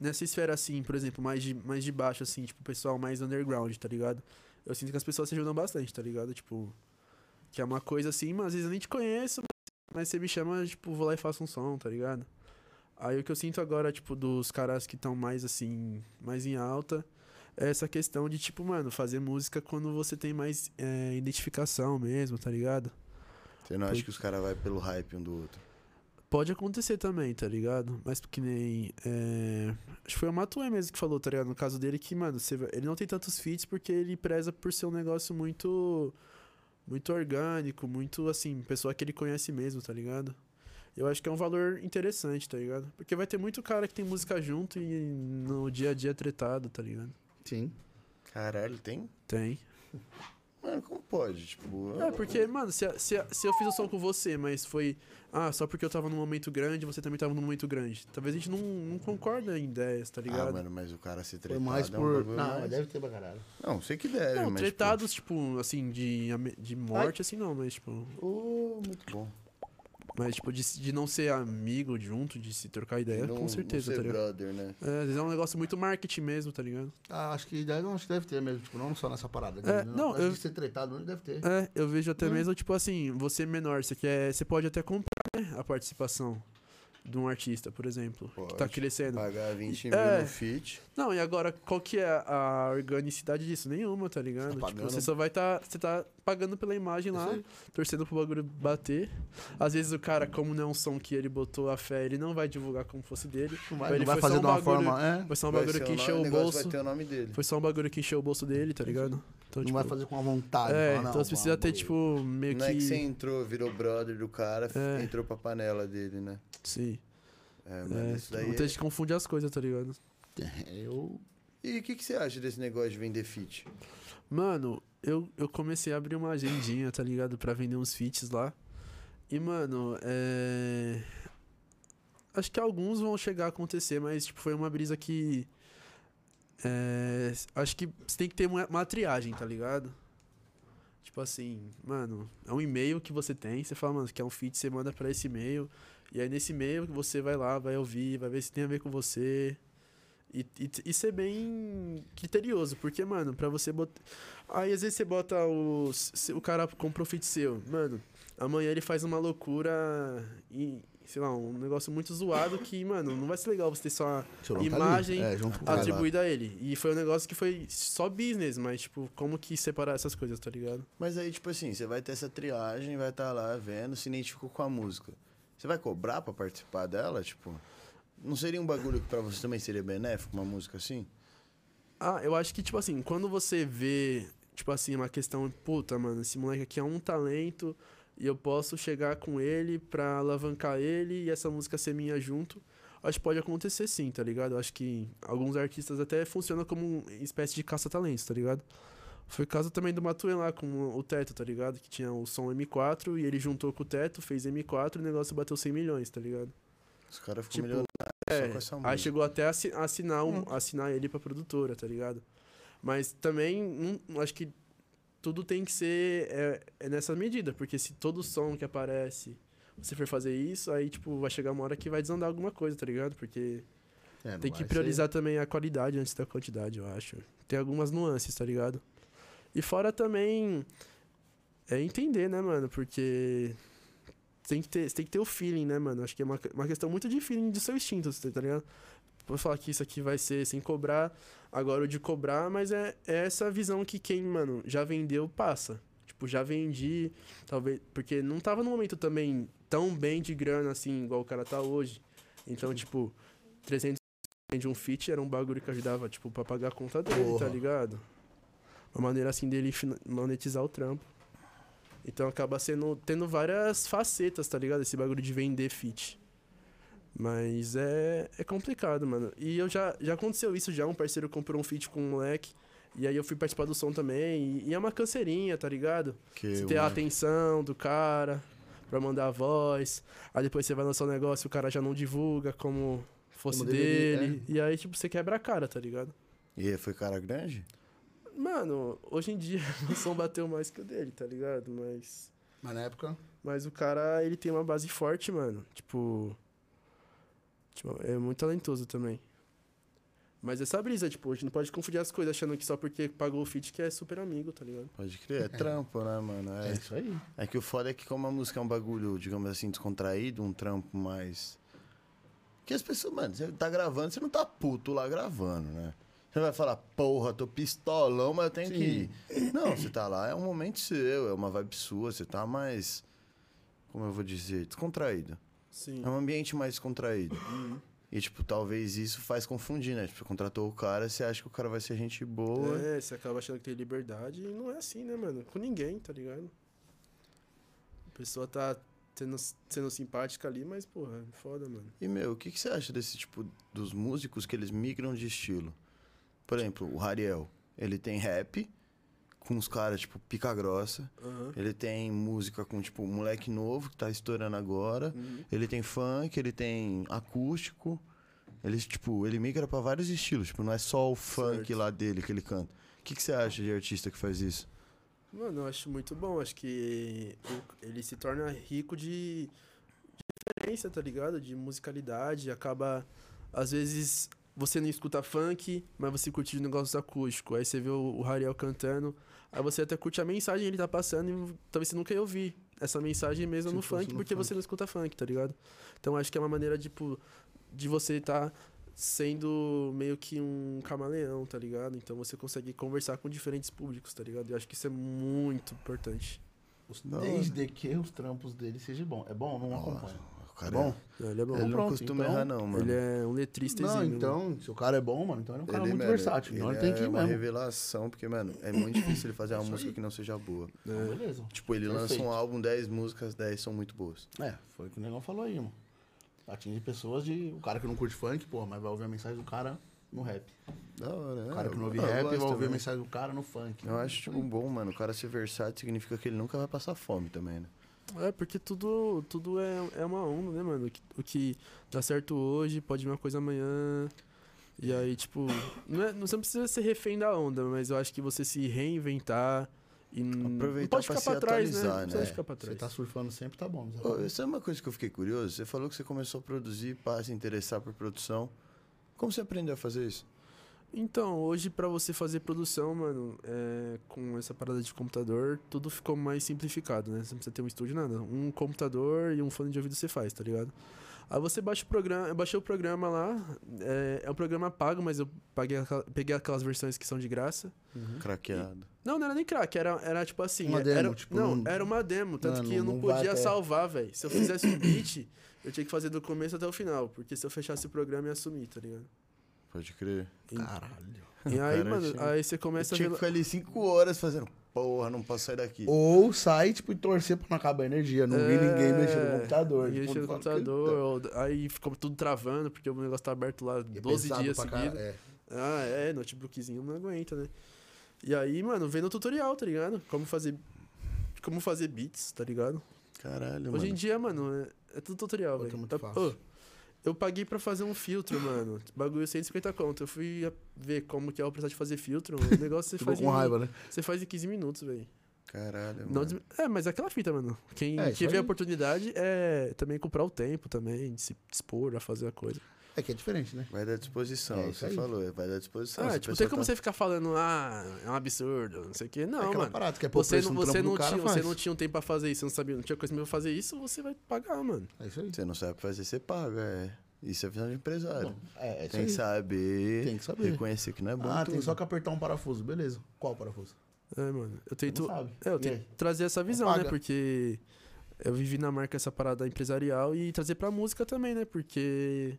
C: Nessa esfera assim, por exemplo, mais de, mais de baixo, assim, tipo, o pessoal mais underground, tá ligado? Eu sinto que as pessoas se ajudam bastante, tá ligado? Tipo. Que é uma coisa assim, mas às vezes eu nem te conheço, mas- mas você me chama, tipo, vou lá e faço um som, tá ligado? Aí o que eu sinto agora, tipo, dos caras que estão mais assim, mais em alta, é essa questão de, tipo, mano, fazer música quando você tem mais é, identificação mesmo, tá ligado?
B: Você não
C: Putz.
B: acha que os caras vão pelo hype um do outro?
C: Pode acontecer também, tá ligado? Mas que nem. é, Acho que foi o Matuê mesmo que falou, tá ligado? No caso dele, que, mano, você... ele não tem tantos feats porque ele preza por ser um negócio muito. Muito orgânico, muito, assim, pessoa que ele conhece mesmo, tá ligado? Eu acho que é um valor interessante, tá ligado? Porque vai ter muito cara que tem música junto e no dia a dia é tretado, tá ligado?
D: Sim.
B: Caralho, tem?
C: Tem.
B: Mano, como pode? Tipo,
C: É,
B: eu-
C: porque, mano, se, a- se, a- se eu fiz o som com você, mas foi. Ah, só porque eu tava num momento grande, você também tava num momento grande. Talvez a gente não, não concorda em ideias, tá ligado?
B: Ah, mano, mas o cara se
D: Foi
B: tretado
D: mais
B: é um
D: por.
B: bagulho
D: não,
B: mais-
D: deve ter pra caralho.
B: Não, sei que deve,
C: não,
B: é, mas...
C: tretados, tipo, assim, de, ame- de morte, assim, não, mas, tipo.
B: Tipo... Ô, oh, muito bom.
C: Mas, tipo, de, se- de não ser amigo junto, de se trocar ideia,
B: não,
C: com certeza,
B: não
C: tá
B: ser
C: ligado?
B: brother, né?
C: É, às vezes é um negócio muito marketing mesmo, tá ligado?
D: Ah, acho que deve, acho que deve ter mesmo, tipo, não só nessa parada.
C: É,
D: né?
C: não,
D: acho
C: eu-
D: que ser tretado não deve ter.
C: É, eu vejo até mesmo, tipo assim, você menor, você quer. Você pode até comprar né, a participação de um artista, por exemplo, que tá
B: Pode.
C: crescendo.
B: Pagar 20
C: É.
B: mil no fit.
C: Não, e agora, qual que é a organicidade disso? Nenhuma, tá ligado?
B: Tá
C: tipo,
B: pagando.
C: você só vai tá. Você tá pagando pela imagem lá, torcendo pro bagulho bater. Às vezes o cara, como não é um som que ele botou a fé, ele não vai divulgar como fosse dele. Ele
D: Não vai, não vai
C: foi só
D: fazer
C: um
D: de uma
C: bagulho-
D: forma. É,
C: Foi só um
B: Vai
C: bagulho
B: ser
C: que
B: o
C: encheu o
B: nome- negócio
C: bolso.
B: Vai ter o nome dele.
C: Foi só um bagulho que encheu o bolso dele, tá ligado? Então,
D: não
C: tipo,
D: vai fazer com a vontade.
C: É,
D: falar, não,
C: então você precisa ter,
D: vamos.
C: tipo, meio
B: Não é que
C: que.
B: você entrou, virou brother do cara, f-
C: É.
B: entrou pra panela dele, né?
C: Sim.
B: É, mas
C: É,
B: isso daí.
C: Muita
B: é-
C: gente confunde as coisas, tá ligado?
D: Eu.
B: E o que, que você acha desse negócio de vender fit?
C: Mano, eu, eu comecei a abrir uma agendinha, tá ligado? Pra vender uns feats lá. E, mano, é. Acho que alguns vão chegar a acontecer, mas, tipo, foi uma brisa que. É... Acho que você tem que ter uma, uma triagem, tá ligado? Tipo assim, mano, é um e-mail que você tem, você fala, mano, quer um feat, você manda pra esse e-mail. E aí nesse e-mail você vai lá, vai ouvir, vai ver se tem a ver com você. E, e, e ser bem criterioso, porque, mano, pra você botar. Aí às vezes você bota o. se O cara comprou fit seu. Mano, amanhã ele faz uma loucura e. Sei lá, um negócio muito zoado que, mano, não vai ser legal você ter só
D: Seu nome tá ali.
C: Imagem
D: É, junto com o cara.
C: atribuída a ele. E foi um negócio que foi só business, mas, tipo, como que separar essas coisas, tá ligado?
B: Mas aí, tipo assim, você vai ter essa triagem, vai estar lá vendo, se identificou com a música. Você vai cobrar pra participar dela? Tipo, não seria um bagulho que pra você também seria benéfico, uma música assim?
C: Ah, eu acho que, tipo assim, quando você vê, tipo assim, uma questão, puta, mano, esse moleque aqui é um talento e eu posso chegar com ele pra alavancar ele e essa música ser minha junto, acho que pode acontecer sim, tá ligado? Eu Acho que alguns artistas até funcionam como uma espécie de caça-talentos, tá ligado? Foi o caso também do Matuê lá com o Teto, tá ligado? Que tinha o som M4 e ele juntou com o Teto, fez M4 e o negócio bateu 100 milhões, tá ligado?
B: Os caras ficam
C: Tipo,
B: milionários
C: É,
B: só com essa música.
C: aí chegou até a assi- assinar, um- assinar ele pra produtora, tá ligado? Mas também, não- acho que tudo tem que ser é, é nessa medida, porque se todo som que aparece você for fazer isso, aí, tipo, vai chegar uma hora que vai desandar alguma coisa, tá ligado? Porque
D: É, não
C: tem que
D: vai ser-
C: priorizar também a qualidade antes da quantidade, eu acho. Tem algumas nuances, tá ligado? E fora também é entender, né, mano? Porque tem que ter, você tem que ter o feeling, né, mano? Acho que é uma, uma questão muito de feeling do seu instinto, você tá ligado? Vou falar que isso aqui vai ser sem cobrar, agora o de cobrar, mas é, é essa visão que quem, mano, já vendeu passa. Tipo, já vendi, talvez. Porque não tava no momento também tão bem de grana assim, igual o cara tá hoje. Então, tipo, 300 de um fit era um bagulho que ajudava, tipo, pra pagar a conta dele, tá ligado? Uma maneira assim dele fina- monetizar o trampo. Então acaba sendo tendo várias facetas, tá ligado? Esse bagulho de vender fit. Mas é, é complicado, mano. E eu já, já aconteceu isso já, um parceiro comprou um fit com um moleque. E aí eu fui participar do som também. E, e é uma canseirinha, tá ligado?
B: Que
C: Você tem a
B: uma-
C: atenção do cara pra mandar a voz. Aí depois você vai lançar um negócio e o cara já não divulga como fosse
D: Como deveria, é.
C: dele. E aí, tipo, você quebra a cara, tá ligado?
B: E aí, foi cara grande?
C: Mano, hoje em dia o som bateu mais que o dele, tá ligado? Mas.
D: Mas na época.
C: Mas o cara, ele tem uma base forte, mano. Tipo. tipo, é muito talentoso também. Mas essa brisa, tipo, a gente não pode confundir as coisas achando que só porque pagou o feat que é super amigo, tá ligado?
B: Pode crer, é trampo, né, mano?
D: É,
B: É,
D: isso aí.
B: É que o foda é que como a música é um bagulho, digamos assim, descontraído, um trampo mais... Que as pessoas, mano, você tá gravando, você não tá puto lá gravando, né? Você vai falar, porra, tô pistolão, mas eu tenho que ir. Não, você tá lá, é um momento seu, é uma vibe sua, você tá mais... Como eu vou dizer? Descontraído.
C: Sim.
B: É um ambiente mais descontraído.
C: Uhum.
B: E, tipo, talvez isso faz confundir, né? Tipo, você contratou o cara, você acha que o cara vai ser gente boa.
C: É, você acaba achando que tem liberdade e não é assim, né, mano? Com ninguém, tá ligado? A pessoa tá sendo, sendo simpática ali, mas, porra, é foda, mano.
B: E, meu, o que, que você acha desse tipo dos músicos que eles migram de estilo? Por exemplo, o Rariel, ele tem rap com os caras, tipo, pica grossa.
C: Aham.
B: Ele tem música com, tipo, um moleque novo que tá estourando agora.
C: Uhum.
B: Ele tem funk, ele tem acústico. Ele, tipo, ele migra pra vários estilos. Tipo, não é só o funk
C: Certo.
B: lá dele que ele canta. O que, que você acha de artista que faz isso?
C: Mano, eu acho muito bom. Acho que o- ele se torna rico de diferença, tá ligado? De musicalidade. Acaba. Às vezes você não escuta funk, mas você curte os negócios acústicos. Aí você vê o, o Hariel cantando. Aí você até curte a mensagem que ele tá passando e talvez você nunca ia ouvir essa mensagem mesmo
D: Se
C: no
D: fosse
C: funk,
D: no
C: porque
D: funk.
C: você não escuta funk, tá ligado? Então acho que é uma maneira, tipo, de você estar sendo meio que um camaleão, tá ligado? Então você consegue conversar com diferentes públicos, tá ligado? Eu acho que isso é muito importante.
D: Os-
B: Da
D: Desde que os trampos dele sejam bons. É bom? Não acompanha.
B: O
D: Tá
B: cara
D: bom?
C: Ele é bom.
B: Ele não
D: Pronto,
B: costuma
D: então,
B: errar, não, mano.
C: Ele é um letrista
D: Não,
C: exímio, né?
D: então, se o cara é bom, mano, então ele é um cara muito
B: mano,
D: versátil. Então ele tem que
B: é
D: ir
B: uma
D: mesmo.
B: revelação, porque, mano, é muito difícil ele fazer uma música que não seja boa.
D: Então,
C: É.
D: beleza.
B: Tipo, ele lança
D: Perfeito.
B: um álbum, 10 músicas, 10 são muito boas.
D: É, foi o que o Negão falou aí, mano. Atinge pessoas de. O cara que não curte funk, porra, mas vai ouvir a mensagem do cara no rap.
B: Da hora, né?
D: O cara que não ouve
B: Eu- eu
D: rap vai
B: gosto
D: ouvir a
B: também.
D: mensagem do cara no funk.
B: Eu acho, tipo, bom, mano. O cara ser versátil significa que ele nunca vai passar fome também, né?
C: É, porque tudo, tudo é, é uma onda, né, mano? O que, o que dá certo hoje pode vir uma coisa amanhã. E aí, tipo, não, é, não você não precisa ser refém da onda, mas eu acho que você se reinventar e n-
B: Aproveitar
C: não pode
B: pra
C: ficar
B: se
C: pra trás, né?
B: atualizar,
C: Não
B: né?
C: precisa ficar pra
D: Você
C: trás.
D: tá surfando sempre, tá bom. Zé.
B: Ô, sabe é uma coisa que eu fiquei curioso? Você falou que você começou a produzir, para se interessar por produção. Como você aprendeu a fazer isso?
C: Então, hoje pra você fazer produção, mano, é, com essa parada de computador, tudo ficou mais simplificado, né? Você não precisa ter um estúdio, nada. Um computador e um fone de ouvido você faz, tá ligado? Aí você baixa o programa, eu baixei o programa lá, é, é um programa pago, mas eu paguei aquela- peguei aquelas versões que são de graça.
B: Craqueado.
C: Não, não era nem crack, era, era tipo assim.
D: Uma
C: era-
D: demo,
C: era-
D: tipo,
C: não,
D: não-
C: era uma demo, tanto
D: Mano,
C: que eu não,
D: não vai
C: podia
D: até-
C: salvar, velho. Se eu fizesse um beat, eu tinha que fazer do começo até o final, porque se eu fechasse o programa ia sumir, tá ligado?
B: Pode crer.
D: Caralho.
C: E aí,
B: Cara,
C: mano,
B: achei-
C: aí você
B: Eu
C: começa a
B: tinha
C: ver.
B: que ficar ali 5 horas fazendo. Porra, não posso sair daqui.
D: Ou sai, tipo, e torcer pra não acabar a energia. Não vi ninguém mexendo no computador.
C: É, Ninguém
D: Tipo,
C: mexendo no
D: fala,
C: computador. ou- Aí ficou tudo travando, porque o negócio tá aberto lá
D: "Puta". E é
C: 12
D: pesado
C: dias
D: pra cara-
C: seguidos.
D: é.
C: Ah, é, notebookzinho não aguenta, né? E aí, mano, vendo tutorial, tá ligado? Como fazer. Como fazer beats, tá ligado?
B: Caralho,
C: Hoje em
B: mano.
C: dia, mano, é, é tudo tutorial,
D: Pô,
C: velho.
D: tá
C: Tá-
D: muito fácil.
C: Ô, eu paguei pra fazer um filtro, mano. Bagulho 150 conto. Eu fui a- ver como que é o processo de fazer filtro. O negócio você
D: Ficou
C: faz.
D: com
C: em,
D: raiva, né?
C: Você faz em 15 minutos, velho.
B: Caralho,
C: Não
B: mano.
C: des- É, mas é aquela fita, mano. Quem
D: Então, É, isso
C: tiver
D: aí.
C: a oportunidade é também comprar o tempo também, de se dispor a fazer a coisa.
D: É que é diferente, né?
B: Vai dar disposição,
D: É isso
B: você
D: aí.
B: falou, é, vai dar disposição.
C: ah,
B: Se a
C: tipo,
B: pessoa
C: tem como
B: tá-
C: você ficar falando, ah, é um absurdo, não sei o quê.
D: é
C: Não,
D: aquela
C: mano.
D: parada, tu quer pôr
C: Você
D: preço
C: não,
D: no
C: você,
D: trampo
C: não
D: do cara,
C: tinha, você
D: faz.
C: não tinha um tempo pra fazer isso, você não sabia, não tinha coisa pra fazer isso, você vai pagar, mano.
D: É isso aí.
B: Você não sabe fazer, você paga, é. Isso é visão de empresário.
D: É, é isso
B: tem que
D: aí.
B: saber,
D: Tem que saber.
B: reconhecer que não é bom
D: Ah,
B: em
D: tem
B: tudo.
D: só que apertar um parafuso. Beleza. Qual parafuso?
C: É, mano. Eu tento.
D: Você não sabe.
C: É, eu
D: E
C: tento
D: aí?
C: trazer essa visão,
D: paga.
C: né? Porque eu vivi na marca essa parada empresarial e trazer pra música também, né? Porque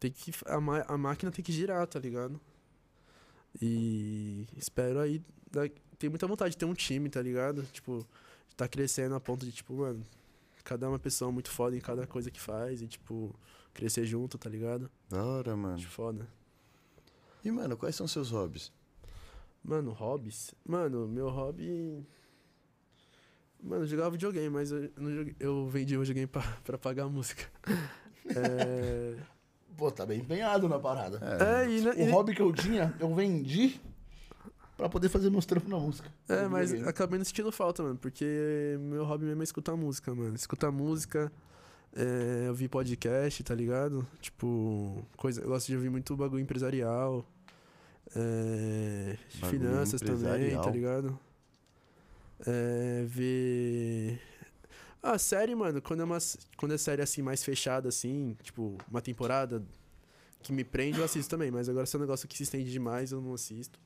C: tem que. A, ma- a máquina tem que girar, tá ligado? E espero aí. da- Tem muita vontade de ter um time, tá ligado? Tipo, tá crescendo a ponto de, tipo, mano, cada uma pessoa muito foda em cada coisa que faz e, tipo, crescer junto, tá ligado?
B: Da hora, mano.
C: Acho foda.
B: E, mano, quais são seus hobbies?
C: Mano, hobbies? Mano, meu hobby. Mano, eu jogava videogame, mas eu, não joguei- eu vendi o videogame pra, pra pagar a música. É,
D: Pô, tá bem empenhado na parada.
C: é, e, né,
D: O
C: e-
D: hobby que eu tinha, eu vendi pra poder fazer meus trampos na música.
C: é,
D: Eu
C: mas
D: videogame.
C: acabei não sentindo falta, mano, porque meu hobby mesmo é escutar música, mano. Escutar música, é, ouvir podcast, tá ligado? Tipo, coisa, eu gosto de ouvir muito bagulho empresarial, é, de
B: Bagulho
C: finanças também, tá
B: empresarial.
C: ligado? É, ver. Ah, série, mano, quando é, uma, quando é série assim, mais fechada, assim, tipo, uma temporada que me prende, eu assisto também, mas agora se é um negócio que se estende demais, eu não assisto.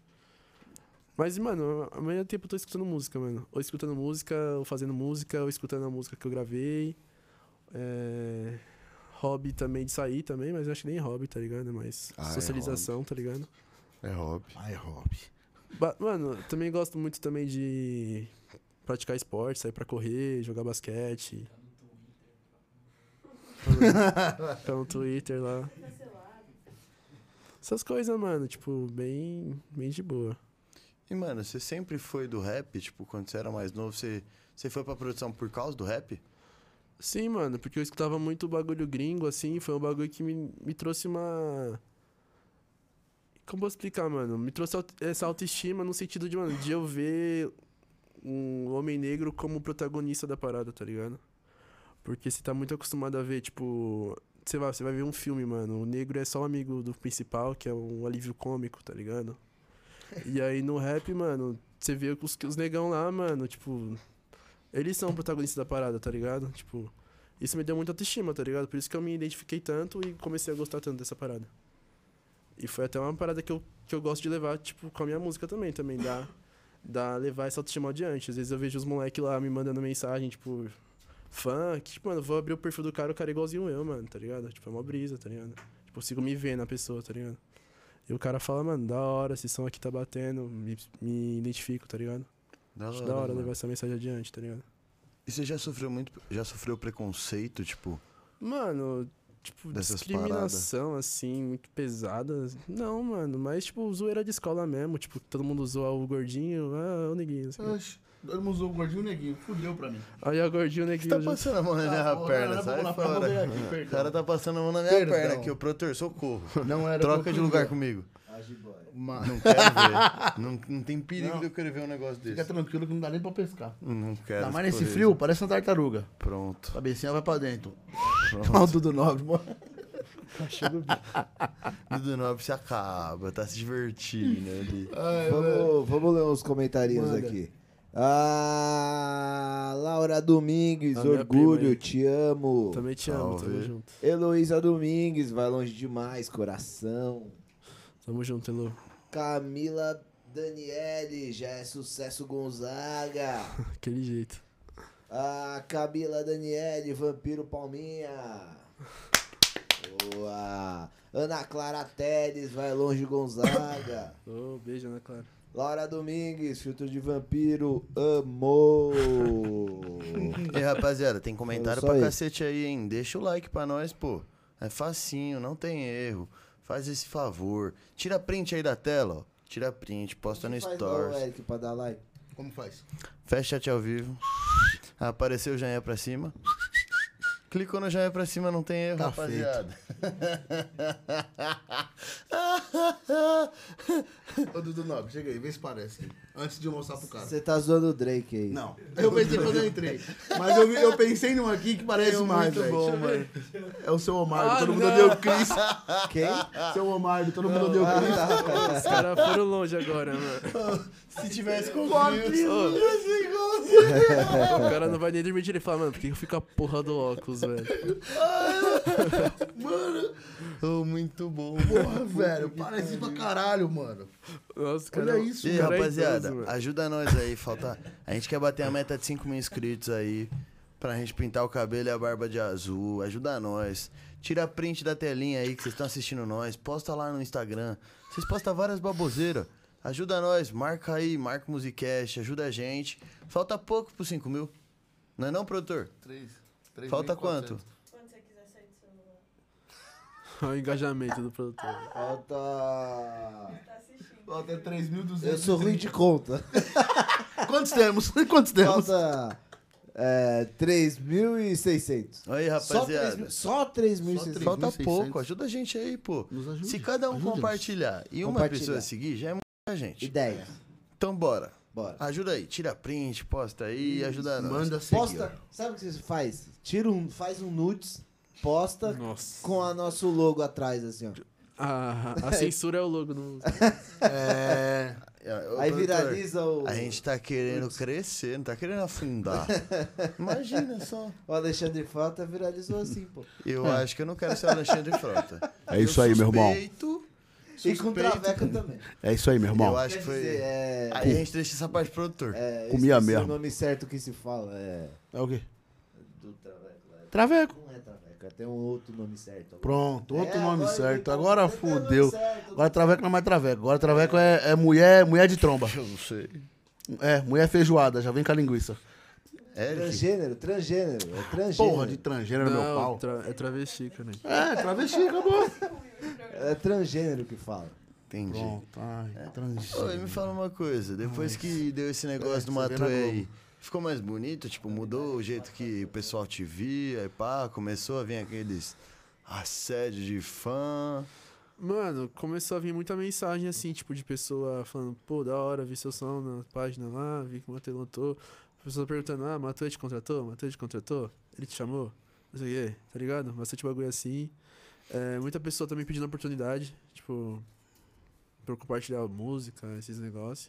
C: Mas, mano, a maioria do tempo eu tô escutando música, mano. Ou escutando música, ou fazendo música, ou escutando a música que eu gravei. É... Hobby também de sair também, mas eu acho que nem hobby, tá ligado? É mais
B: Ah, é
C: socialização, tá ligado?
B: É hobby.
D: Ah, é hobby.
C: Ba- Mano, eu também gosto muito também de praticar esporte, sair pra correr, jogar basquete. Tá no Twitter lá.
E: Cancelado.
C: Essas coisas, mano, tipo, bem, bem de boa.
B: E, mano, você sempre foi do rap? Tipo, quando você era mais novo, você, você foi pra produção por causa do rap?
C: Sim, mano, porque eu escutava muito bagulho gringo, assim, foi um bagulho que me, me trouxe uma. Como eu posso explicar, mano? Me trouxe aut- essa autoestima no sentido de, mano, de eu ver um homem negro como protagonista da parada, tá ligado? Porque você tá muito acostumado a ver, tipo. Você vai, você vai ver um filme, mano. O negro é só o amigo do principal, que é um alívio cômico, tá ligado? E aí no rap, mano, você vê os, os negão lá, mano, tipo. Eles são protagonistas da parada, tá ligado? Tipo. Isso me deu muita autoestima, tá ligado? Por isso que eu me identifiquei tanto e comecei a gostar tanto dessa parada. E foi até uma parada que eu, que eu gosto de levar, tipo, com a minha música também, também. Dá, dá levar essa autoestima adiante. Às vezes eu vejo os moleques lá me mandando mensagem, tipo, funk, tipo, mano, eu vou abrir o perfil do cara, o cara é igualzinho eu, mano, tá ligado? Tipo, é uma brisa, tá ligado? Tipo, eu consigo me ver na pessoa, tá ligado? E o cara fala, mano, da hora, esse som aqui tá batendo, me, me identifico, tá ligado?
B: Da
C: Acho da hora
B: mano.
C: levar essa mensagem adiante, tá ligado?
B: E você já sofreu muito, já sofreu preconceito, tipo,
C: Mano, tipo,
B: Dessas
C: discriminação, assim, muito pesada. Não, mano, mas, tipo, zoeira de escola mesmo. Tipo, todo mundo zoa o gordinho, ah, o neguinho. Assim.
D: Oxe, todo mundo usou o gordinho e o neguinho. Fudeu pra mim.
C: Aí o gordinho, o
B: você
C: neguinho.
B: tá
C: já-
B: passando a mão na minha
D: Ah, porra,
B: perna,
D: era
B: sai
D: pra lá, pra
B: fora.
D: poder aqui,
B: O
D: perdão.
B: cara tá passando a mão na minha
D: Perdão.
B: perna aqui, o protetor, socorro.
D: Não era pra
B: Troca
D: eu
B: de
D: fugir.
B: lugar comigo.
A: Age boy.
D: Mas
B: Não quero ver. não, não tem perigo
D: Não.
B: de eu querer ver um negócio
D: fica
B: desse.
D: tranquilo que não dá nem pra pescar.
B: Não quero.
D: Ainda mais nesse
B: explodir.
D: frio, parece uma tartaruga.
B: Pronto.
D: Cabecinha vai pra dentro. Olha o Dudu Nobre, mano. Ah.
B: Dudu Nobre se acaba, tá se divertindo ali.
A: Vamos, vamos ler uns comentários
D: Manda.
A: aqui. Ah, Laura Domingues,
C: Ah, minha prima
A: orgulho,
C: aí.
A: te amo.
C: Também te amo, tamo
B: Salve.
C: junto.
A: Heloísa Domingues, vai longe demais, coração.
C: Tamo junto, Elo.
A: Camila Daniele, já é sucesso Gonzaga.
C: Aquele jeito.
A: Ah, Camila Daniele, Vampiro Palminha. Boa. Ana Clara Teles, vai longe Gonzaga.
C: Ô, beijo, né, Clara?
A: Laura Domingues, filtro de vampiro, amou.
B: E rapaziada, tem comentário
A: Só
B: pra
A: É isso.
B: cacete aí, hein? Deixa o like pra nós, pô. É facinho, não tem erro. Faz esse favor. Tira print aí da tela, ó. Tira print, posta Tá no
A: Faz lá o
B: Stories.
A: Eric pra dar like.
D: Como faz?
B: Fecha chat ao vivo. Apareceu o joinha pra cima. Clicou no joinha pra cima, não tem erro,
D: Tá
B: rapaziada.
D: Ô, Dudu Nobre, chega aí, vê se parece. Antes de eu mostrar pro cara.
A: Você tá zoando o Drake aí.
D: Não. Eu pensei quando eu entrei. Mas eu, vi- eu pensei num aqui que parece
B: Tem um
D: mais,
B: muito
D: velho.
B: bom, mano.
D: É o seu Omar,
C: Ah,
D: todo mundo
C: não.
D: odeia o Chris.
A: Quem?
D: Seu Omar, todo mundo odeia o Chris.
C: Os caras foram longe agora, mano.
B: Se tivesse com
C: O cara não vai nem dormir direito. Ele fala, mano, por que eu fico com a porra do óculos, velho?
B: oh, muito bom.
D: Porra, velho, parece pra caralho, mano.
C: Nossa, o
D: Olha
C: cara
D: isso,
B: E aí,
C: o cara é
B: rapaziada,
C: idoso, mano.
B: ajuda nós aí, falta. A gente quer bater a meta de 5 mil inscritos aí. Pra gente pintar o cabelo e a barba de azul. Ajuda nós. Tira print da telinha aí que vocês estão assistindo nós. Posta lá no Instagram. Vocês postam várias baboseiras. Ajuda nós. Marca aí, marca o Musicast, ajuda a gente. Falta pouco pro 5 mil. Não é não, produtor?
D: Três. três
B: Falta
D: mil e
B: quanto?
D: quatrocentos.
E: Quando você quiser sair do celular.
C: Olha o engajamento do produtor.
A: Falta.
E: Tá assistindo.
D: Falta 3.200.
A: Eu sou ruim de conta.
D: Quantos temos? Quantos temos?
A: Falta. É, 3.600.
B: Aí,
A: Só
B: rapaziada.
A: 3.000, Só 3.600.
B: Falta
D: 3.600.
B: pouco, ajuda a gente aí, pô.
D: Nos ajude,
B: Se cada um
D: ajuda-nos.
B: compartilhar e uma
A: Compartilha.
B: pessoa seguir, já é muita
A: E
B: gente.
A: 10.
B: Então bora.
A: Bora.
B: Ajuda aí, tira print, posta aí, ajuda nós.
D: Manda seguir.
A: Posta. Sabe o que você faz? Tira um. Faz um nudes. Posta
C: Nossa.
A: com a nosso logo atrás, assim, ó.
C: Ah, a censura é o logo no.
D: É.
B: Ô,
A: Aí
B: produtor,
A: viraliza o.
B: A gente tá querendo crescer, não tá querendo afundar. Imagina só.
A: O Alexandre Frota viralizou assim, pô.
B: Eu
D: É.
B: acho que eu não quero ser o Alexandre Frota.
G: É isso aí, meu irmão.
B: Suspeito,
A: E com Traveca também.
G: É isso aí, meu irmão.
B: Eu acho
A: Quer
B: que foi. Ah,
A: dizer, é.
B: Aí a gente deixa essa parte pro produtor.
A: é eu
G: comia
A: esqueci
G: mesmo.
A: o nome certo que se fala. É.
G: É o quê?
A: Do Traveca. lá.
D: Traveco.
A: Não é Traveca, tem um outro nome certo.
D: Pronto, outro
A: É,
D: nome
A: agora
D: certo.
A: tem-
D: Agora
A: tem nome
D: fudeu.
A: certo.
D: Agora traveco não é mais traveco. Agora traveco é, é mulher, mulher de tromba.
B: Eu não sei.
D: É, mulher feijoada, já vem com a linguiça.
B: É, Eric?
A: Transgênero, transgênero, é transgênero.
D: Porra, de transgênero, meu
C: Não,
D: pau.
C: tra- é travesti, cara.
D: É, travesti, acabou.
A: É transgênero que fala.
B: Entendi.
D: Pronto, ai,
B: Ô, e
D: transgênero.
B: me fala uma coisa, depois que deu esse negócio
D: É,
B: do
D: você vê na
B: Matuê aí,
D: Globo.
B: ficou mais bonito? Tipo, mudou o jeito que o pessoal te via e pá, começou a vir aqueles assédio de fã.
C: Mano, começou a vir muita mensagem assim, tipo, de pessoa falando, pô, da hora, vi seu som na página lá, vi que o Matheus lançou. Pessoa perguntando, ah, Matheus te contratou? Matheus te contratou? ele te chamou, não sei o quê, tá ligado? Bastante bagulho assim. É, muita pessoa também pedindo oportunidade, tipo, pra eu compartilhar música, esses negócios.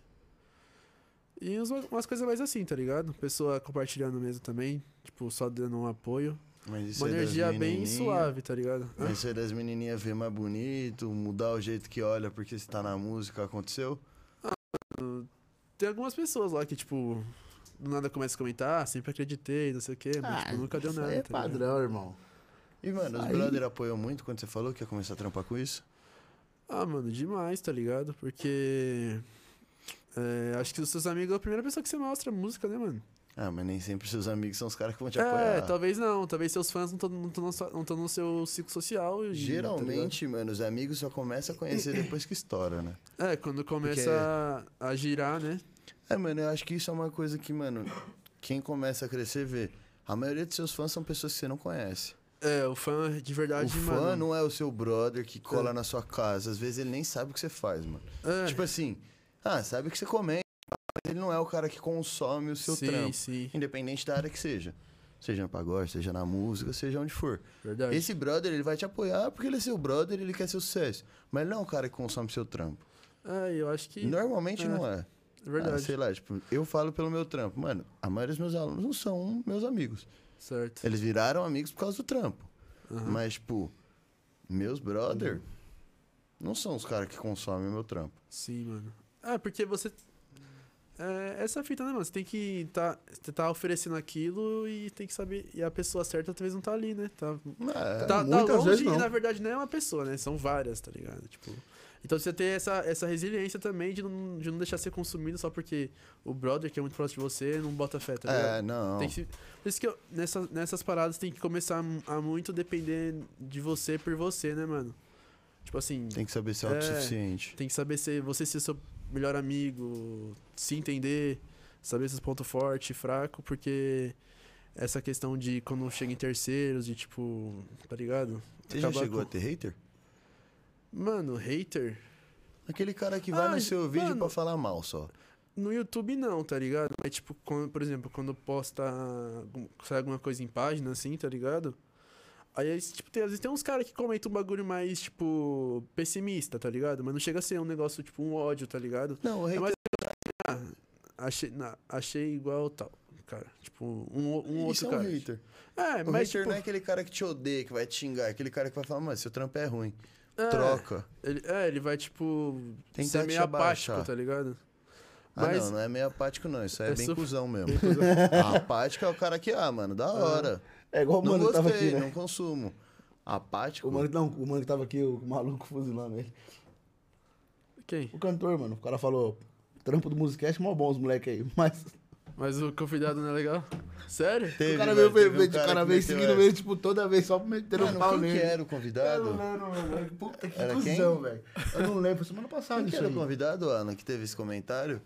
C: E uns- umas coisas mais assim, tá ligado? Pessoa compartilhando mesmo também, tipo, só dando um apoio.
B: Mas isso
C: Uma
B: aí é das
C: energia bem
B: menininhas-
C: suave, tá ligado? Hã?
B: mas Isso aí das menininhas ver mais bonito, mudar o jeito que olha porque você tá na música, aconteceu?
C: Tem algumas pessoas lá que, tipo, do nada começa a comentar, "Ah, sempre acreditei, não sei o quê, mas tipo, nunca deu
D: isso
C: nada.
D: aí É
C: tá ligado?
D: padrão, irmão.
B: E, mano, os
D: Aí-
B: brother apoiam muito quando você falou que ia começar a trampar com isso?
C: Ah, mano, demais, tá ligado? Porque. é, acho que os seus amigos é a primeira pessoa que você mostra a música, né, mano?
B: Ah, mas nem sempre seus amigos são os caras que vão te
C: é,
B: apoiar.
C: talvez não. Talvez seus fãs não estão não tão, na sua- não tão no seu ciclo
B: tá
C: social. e- tá
B: Geralmente, mano, os amigos só começam a conhecer depois que estoura, né?
C: tá ligado? é, quando começa a, a girar, né?
B: É, mano, eu acho que isso é uma coisa que, mano, quem começa a crescer vê. A maioria dos seus fãs são pessoas que você não conhece.
C: É, o fã de verdade,
B: o fã
C: mano.
B: não é o seu brother que cola
C: É.
B: na sua casa. Às vezes ele nem sabe o que você faz, mano.
C: É,
B: Tipo assim, ah, sabe o que você comenta, mas ele não é o cara que consome o seu
C: sim,
B: trampo.
C: sim.
B: Independente da área que seja. Seja no pagode, seja na música, seja onde for.
C: Verdade.
B: Esse brother, ele vai te apoiar porque ele é seu brother, ele quer seu sucesso. Mas ele não é um cara que consome seu trampo.
C: É, eu acho que.
B: Normalmente
C: É.
B: não é.
C: é verdade.
B: Ah, sei lá, tipo, eu falo pelo meu trampo. Mano, a maioria dos meus alunos não são meus amigos.
C: Certo.
B: Eles viraram amigos por causa do trampo.
C: Aham. Uhum.
B: Mas, tipo, meus brother não são os caras que consomem meu trampo.
C: Sim, mano. É, porque você. É, essa fita, né, mano? Você tem que tá, você tá oferecendo aquilo e tem que saber. E a pessoa certa talvez não tá ali, né? Tá,
B: É,
C: tá, tá
D: muitas
C: longe
D: vezes
C: e,
D: não.
C: na verdade não é uma pessoa, né? São várias, tá ligado? Tipo. Então você tem essa, essa resiliência também de não, de não deixar ser consumido só porque o brother, que é muito próximo de você, não bota fé, tá ligado?
B: é, não.
C: Tem que se- Por isso que eu, nessa- nessas paradas tem que começar a mu- a muito depender de você por você, né, mano? Tipo assim.
B: Tem que saber ser
C: É.
B: autossuficiente.
C: Tem que saber ser você ser seu melhor amigo, se entender, saber seus pontos fortes e fracos, porque essa questão de quando chega em terceiros, de tipo, tá ligado?
B: Você já
C: Acabar
B: chegou
C: com-
B: a ter hater?
C: Mano, hater?
B: Aquele cara que vai
C: Ah,
B: no seu vídeo
C: mano.
B: pra falar mal só.
C: No YouTube não, tá ligado? Mas tipo, quando- por exemplo, quando posta algum- sai alguma coisa em página assim, tá ligado? Aí, tipo, tem, às vezes tem uns caras que comentam um bagulho mais, tipo, pessimista, tá ligado? Mas não chega a ser um negócio, tipo, um ódio, tá ligado?
B: Não, o hater.
C: mais Ah, achei, na- achei igual tal, cara. Tipo, um, o- um
B: isso
C: outro
B: é um
C: cara.
B: hater.
C: É,
B: o
C: mas.
B: hater
C: tipo,
B: não é aquele cara que te odeia, que vai te xingar. É aquele cara que vai falar, mano, seu trampo é ruim.
C: é,
B: Troca.
C: Ele, é, ele vai, tipo,
B: Tentar
C: ser
B: te
C: meio apático,
B: abaixar.
C: tá ligado?
B: Ah,
C: Mas-
B: não, não é meio apático, não. Isso aí é,
C: É
B: bem
C: super-
B: cuzão mesmo. apático é o cara que, ah, mano, da hora.
G: É igual o
B: não
G: mano que tava
B: gostei,
G: aqui, né?
B: não consumo. Apático.
G: O mano, não, o mano que tava aqui, o maluco fuzilando ele.
C: Quem?
G: O cantor, mano, o cara falou, trampo do Musicast, mó bom os moleque aí. Mas
C: Mas o convidado não é legal? Sério?
B: Teve,
G: o cara
B: velho,
G: veio ver,
B: teve um
G: ver de
B: cara
G: cara
B: que
G: veio
B: meteu
G: seguindo
B: essa.
G: ele, tipo, toda vez, só metendo um
B: Mano,
G: pau
B: quem que
G: nele. Tá
B: era o
C: É,
G: Eu
B: convidado?
G: não lembro, mano. Puta que
B: Era
G: cuzão, velho. Eu não lembro, semana passada
B: Quem que
G: isso
B: era
G: aí.
B: o convidado, Ana, que teve esse comentário?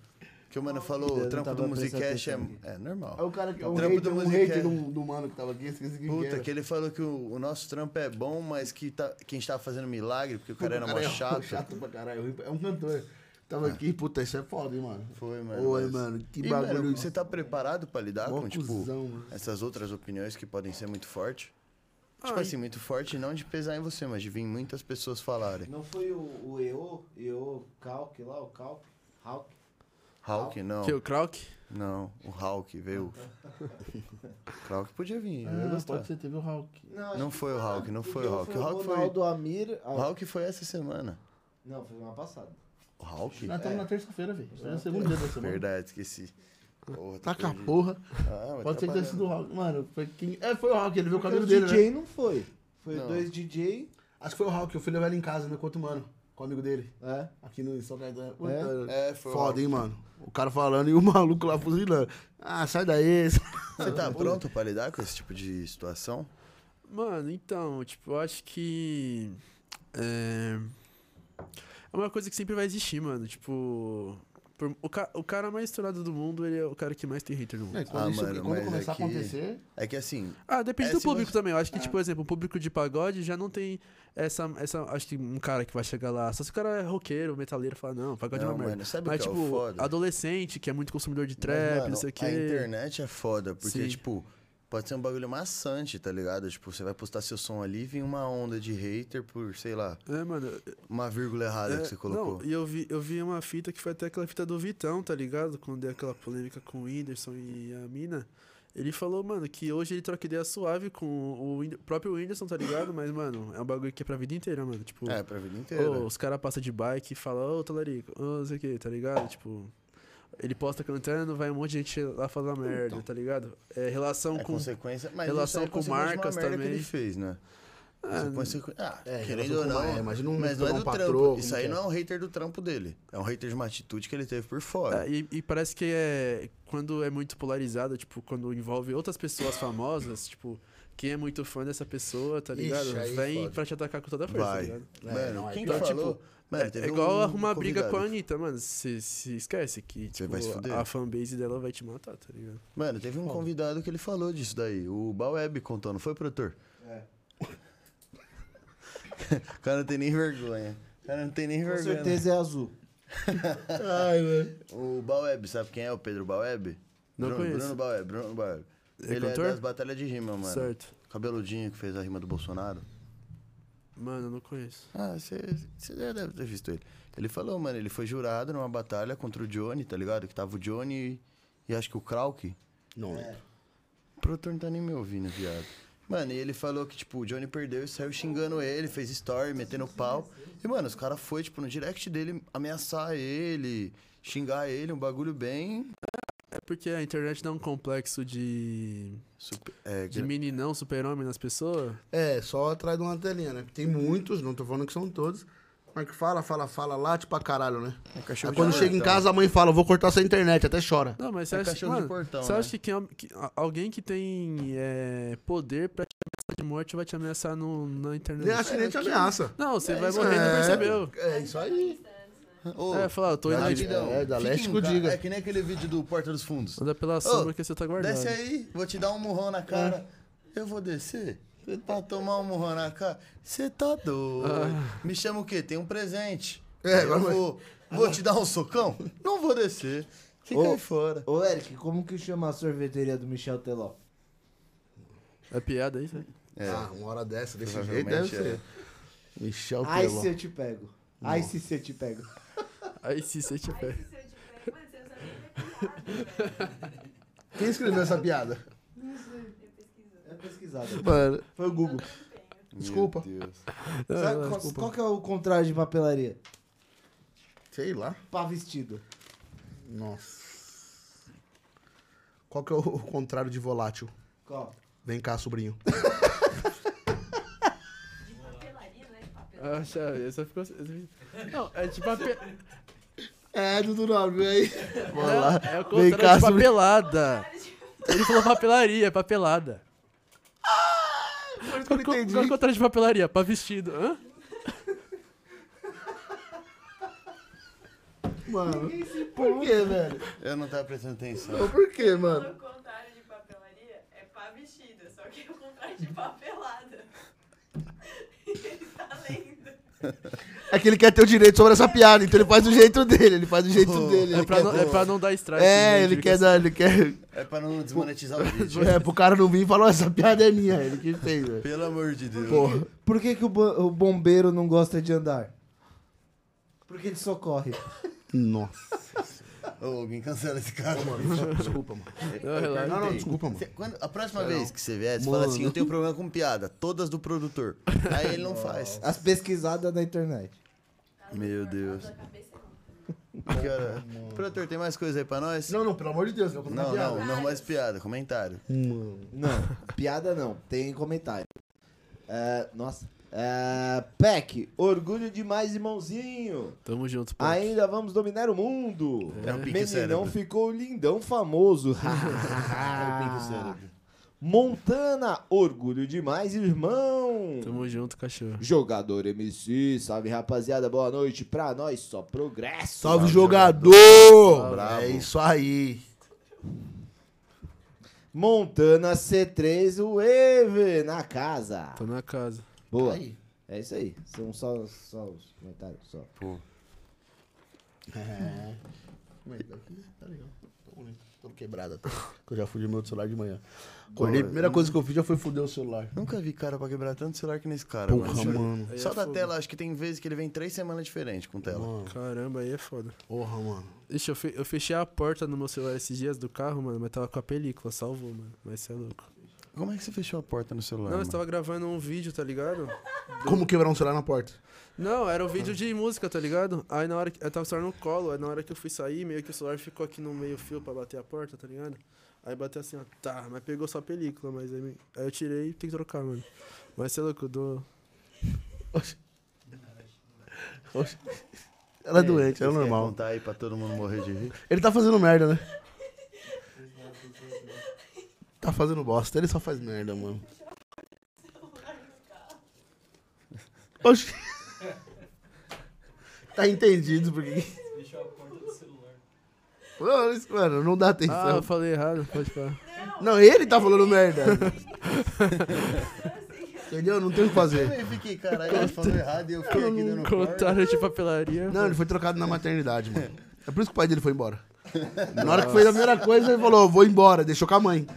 B: Que o mano falou, o
G: não
B: trampo
G: tava prestando
B: do Musicast é...
G: atenção aqui.
B: É
G: É
B: normal.
G: o cara que é um
B: Trampo
G: hater,
B: do
G: um
B: Musicast.
G: hater do, do mano que tava aqui, esqueci quem que
B: Puta,
G: era.
B: que ele falou que o, o nosso trampo é bom, mas que, tá, que a gente tava fazendo milagre, porque o cara
G: Puta, o
B: era mó
G: é
B: chato.
G: chato pra caralho. É um cantor. Tava aqui, puta, isso é foda, hein, mano.
B: Foi, mano.
G: Oi,
B: mas-
G: mano, que
B: E,
G: bagulho. é
B: mano, você tá preparado pra lidar
G: Mó
B: com, tipo,
G: cuzão, mano.
B: essas outras opiniões que podem ser muito fortes? Tipo
C: Ai.
B: assim, muito forte, não de pesar em você, mas de vir muitas pessoas falarem.
A: Não foi o, o EO, EO Calc lá, o Calc? Hawk?
B: Hulk, não.
C: Que o Krauk?
B: Não, o Hulk veio. o Hulk podia vir, eu ia
G: Ah,
B: gostar.
G: pode ser, teve o Hulk.
A: acho
B: Não
A: que-
B: foi o Hulk, não
A: porque
B: foi o Hulk. O Hulk foi-
A: Ronaldo Amir.
B: O Hulk foi essa semana.
A: Não, foi uma passada.
B: O Hulk?
G: Nós estamos na terça-feira, velho. Hoje é o segundo dia da semana.
B: É. Verdade, esqueci. Porra,
G: Tá
B: tô
G: com a
B: perdido.
G: porra.
B: Ah, mas
G: Pode ser que tenha
B: trabalhando.
G: sido o Hulk. Mano, foi quem. É, foi o Hulk, ele viu o cabelo
A: o
G: dele, né?
A: DJ não foi. Foi
B: Não.
A: dois DJ.
G: Acho que foi o Hulk, eu fui levar ele em casa, né? Com outro mano, com o amigo dele.
A: É.
G: Aqui no em São Caetano.
B: É, foi o
G: um Foda,
B: Hulk.
G: hein, mano. O cara falando e o maluco lá fuzilando. Ah, sai daí.
B: Você tá pronto pra lidar com esse tipo de situação?
C: Mano, então, tipo, eu acho que. É. É uma coisa que sempre vai existir, mano. Tipo. por- o, ca- o cara mais estourado do mundo, ele é o cara que mais tem hater do mundo.
G: É, quando
B: Ah,
G: isso,
B: mano,
G: quando
B: mas
G: começar
B: aqui-
G: a acontecer.
B: É que assim,
C: Ah, depende
B: É,
C: do
B: se
C: público
B: você-
C: também. Eu acho que, tipo, por exemplo, o público de pagode já não tem essa, essa. Acho que um cara que vai chegar lá. Só se o cara é roqueiro, metaleiro, fala, não, pagode é
B: Não,
C: uma merda.
B: mano, sabe o
C: Mas,
B: que é o
C: tipo,
B: foda?
C: adolescente que é muito consumidor de
B: Mas,
C: trap,
B: mano,
C: não sei o quê.
B: A internet é foda, porque,
C: Sim.
B: tipo, Pode ser um bagulho maçante, tá ligado? Tipo, você vai postar seu som ali e vem uma onda de hater por, sei lá,
C: É, mano,
B: uma vírgula errada
C: É,
B: que você colocou.
C: Não, e eu vi, eu vi uma fita que foi até aquela fita do Vitão, tá ligado? Quando deu aquela polêmica com o Whindersson e a mina. Ele falou, mano, que hoje ele troca ideia suave com o Whind- próprio Whindersson, tá ligado? Mas, mano, é um bagulho que é pra vida inteira, mano. Tipo,
B: É, pra vida inteira.
C: ô, os caras passam de bike e falam, ô, talarico, ô, não sei o que, tá ligado? Tipo, ele posta cantando, vai um monte de gente lá falar merda, tá ligado? É relação
B: Então. É
C: com...
B: consequência, mas
C: relação
B: isso é
C: com
B: consequência de uma
C: marcas
B: merda
C: também.
B: Que ele fez, né? Isso é consequ- Ah,
G: É,
B: querendo
G: relação
B: ou
G: com
B: não,
G: mar- é, imagina um-
B: mas
G: pegar
B: não é do
G: um
B: trampo.
G: patroa, como
B: isso aí
G: que é?
B: não é um hater do trampo dele. É um hater de uma atitude que ele teve por fora.
C: É, e, e parece que é quando é muito polarizado, tipo, quando envolve outras pessoas famosas, tipo, quem é muito fã dessa pessoa, tá
G: Ixi,
C: ligado?
G: aí
C: Vem
G: fode.
C: pra te atacar com toda a força, tá
B: Vai.
C: ligado?
G: É,
B: Mano,
G: não, aí
B: quem
G: tá,
B: que falou?
C: tipo,
B: Mano,
C: é,
B: teve
C: é igual
B: um
C: arrumar briga com a
B: convidado.
C: Anitta, mano. Se, se esquece que
B: Você
C: tipo,
B: vai se fuder.
C: a fanbase dela vai te matar, tá ligado?
B: Mano, teve um convidado que ele falou disso daí. O Baweb contou, não foi, produtor? É. o cara não tem nem vergonha. O cara não tem nem
A: Com
B: vergonha.
A: certeza é azul.
G: Ai, velho.
B: O Baweb, sabe quem é o Pedro Baweb?
C: Não
B: Bruno,
C: conheço.
B: Bruno Baweb, Bruno Baweb.
C: É
B: ele
C: cantor?
B: é das batalhas de rima, mano.
C: Certo.
B: Cabeludinho que fez a rima do Bolsonaro.
C: Mano, eu não conheço.
B: Ah, você já deve ter visto ele. Ele falou, mano, ele foi jurado numa batalha contra o Johnny, tá ligado? Que tava o Johnny e, e acho que o Krauk.
G: Não é. lembro.
B: O produtor não tá nem me ouvindo, viado. Mano, e ele falou que, tipo, o Johnny perdeu e saiu xingando ele, fez story, metendo pau. E, mano, os caras foi, tipo, no direct dele ameaçar ele, xingar ele, um bagulho bem.
C: É porque a internet dá um complexo de.
B: Super, é,
C: de meninão, super-homem nas pessoas.
G: É, só atrás de uma telinha, né? Tem muitos, não tô falando que são todos. Mas que fala, fala, fala, late pra caralho, né?
B: é
G: Aí
B: cachorro de
G: quando chega em
B: portão.
G: casa, a mãe fala, vou cortar sua internet, até chora.
C: Não, mas você
B: É
C: acha
B: cachorro de
C: mano,
B: portão,
C: Você
B: né?
C: acha que, quem- que a- alguém que tem é, poder pra te ameaçar de morte vai te ameaçar no, na internet?
G: Nem acha que nem te ameaça.
C: Não, você
B: É,
C: vai
B: isso
C: morrer e não
G: é.
C: percebeu.
G: É isso aí.
B: Ô,
C: É, falar, eu tô indo.
G: Dá
C: aqui.
G: de-
B: Rapidão.
G: É, da
B: Fica
G: Leste
B: em
G: que eu
B: ca-
G: diga.
B: É que nem aquele vídeo do Porta dos Fundos.
C: Anda pela sombra
B: Ô,
C: que você tá guardando.
B: Desce aí, vou te dar um murrão na cara.
G: Ah.
B: Eu vou descer? Pra tomar um murrão na cara? Você tá doido. Me chama o quê? Tem um presente.
G: Ah. É,
B: eu
G: vai- vai-
B: vou, vou te dar um socão? Não vou descer. Fica
A: Ô.
B: aí fora.
A: Ô, Eric, como que chama a sorveteria do Michel Teló?
C: É piada isso aí?
B: É.
G: Ah, uma hora dessa, desse jeito
B: Provavelmente
G: deve
B: é.
G: ser. Michel
A: Ai,
G: Teló.
A: se eu te pego. Ai, se eu te pego.
C: Aí se você
E: Aí
C: tiver.
E: se eu tiver, tipo é, mano, você não sabe nem decorar, velho.
G: Quem escreveu essa piada?
E: Eu pesquiso.
A: É pesquisado.
G: Mano,
A: Foi o Google.
G: desculpa.
B: Meu Deus.
A: Sabe
C: Ah,
A: qual,
C: desculpa.
A: qual que é o contrário de papelaria?
G: sei lá.
A: Pá vestido.
G: Nossa. Qual que é o contrário de volátil?
A: Qual?
G: Vem cá, sobrinho.
E: De papelaria, né? De papelaria.
C: Ah, chave, essa ficou. essa ficou- Não, é de papel.
G: É, Dudu Nobre, vem aí.
C: É, é o
G: Vem cá,
C: contrário de
G: sobre-
C: papelada. Ele falou papelaria, é papelada.
G: que eu
C: Qual
G: não
C: qual-
G: Então entendi.
C: qual é o contrário de papelaria? Pra vestido. Hã?
G: Mano, por que, velho?
B: Eu não tava prestando atenção.
G: Não, Por que, mano?
E: O contrário de papelaria é pá vestida, só que é o contrário de papelada. Ele tá lendo.
G: É que ele quer ter o direito sobre essa piada, então ele faz do jeito dele, ele faz do jeito dele.
C: É
G: Ele
C: pra,
G: quer-
C: não, é pra não dar strike.
G: É,
C: né,
G: ele
C: de-
G: quer dar, ele quer.
B: É pra não desmonetizar o vídeo.
G: É, pro cara não vir e falar, "Ó, essa piada é minha, ele que fez, velho.
B: Pelo amor de Deus.
G: Porra.
A: Por que, que o, bo- o bombeiro não gosta de andar? Porque ele socorre.
G: Nossa.
B: Ô, alguém cancela esse cara.
G: Desculpa, mano.
C: Não, relaxa.
G: Não, não, desculpa, mano.
B: Cê- quando- a próxima vez que você vier, você fala assim: eu tenho problema com piada, todas do produtor. Aí ele não faz.
A: As pesquisadas na internet.
B: Meu Deus.
E: Da cabeça é um.
B: Que hora? Produtor, tem mais coisa aí pra nós?
G: Não, não, pelo amor de Deus, não,
B: Não, não, não mais piada, comentário.
G: Mano.
A: Não, piada não. Tem comentário. É, nossa. É, Peck, orgulho demais, irmãozinho.
C: assim, Tamo junto, pô.
A: Ainda vamos dominar o mundo.
B: É o pique
A: Meninão
B: cérebro.
A: ficou lindão famoso.
B: Ah,
A: Montana, orgulho demais, irmão.
C: Tamo junto, cachorro.
A: Jogador MC, salve rapaziada, boa noite pra nós, só progresso.
G: Salve,
B: jogador.
G: jogador!
B: Bravo.
G: É isso aí.
A: Montana C3 Wave na casa.
C: Ah, Tô na casa.
A: Boa.
G: Aí.
A: É isso aí. São só, só os comentários. Só.
D: Como é que tá aqui? Tá legal. Tá bonito. Tô quebrada. Tá? Que eu já fudi meu celular de manhã. Acordei, a primeira coisa que eu fiz já foi fuder o celular.
B: Nunca vi cara pra quebrar tanto celular que nesse cara.
D: Porra, mano.
B: Só
C: Aí é
B: da
C: fogo.
B: tela, acho que tem vezes que ele vem três semanas diferente com tela.
C: Caramba, aí é foda.
D: Porra, mano.
C: Ixi, eu, fe- eu fechei a porta no meu celular esses dias do carro, mano, mas tava com a película, salvou, mano. Mas você é louco.
B: Como é que você fechou a porta no celular?
C: Não, eu
B: mano?
C: tava gravando um vídeo, tá ligado?
D: Como quebrar um celular na porta?
C: Não, era um vídeo
B: Ah.
C: de música, tá ligado? Aí na hora que. Eu tava com o celular no colo, aí na hora que eu fui sair, meio que o celular ficou aqui no meio fio pra bater a porta, tá ligado? Aí bateu assim, ó, tá, mas pegou só a película, mas aí, me- aí eu tirei e tem que trocar, mano. Mas você é louco, eu dou.
D: Ela é,
B: Ei,
D: doente, é
B: vocês
D: o
B: querem
D: normal.
B: contar aí pra todo mundo morrer de rir.
D: Ele tá fazendo merda, né? Tá fazendo bosta, ele só faz merda, mano. Oxi. Tá entendido porque. Mano, isso- mano, não dá
B: Então-
C: Ah, eu
D: atenção.
C: falei errado, pode falar.
D: Não, ele tá falando merda. Entendeu? Não tem o que fazer.
B: Eu fiquei, caralho, elas falando errado e eu fiquei aqui dando corda.
C: Contaram de papelaria.
D: Não, ele foi trocado na maternidade, mano. É por isso que o pai dele foi embora. Na hora que fez a primeira coisa, ele falou, vou embora. Deixou com a mãe.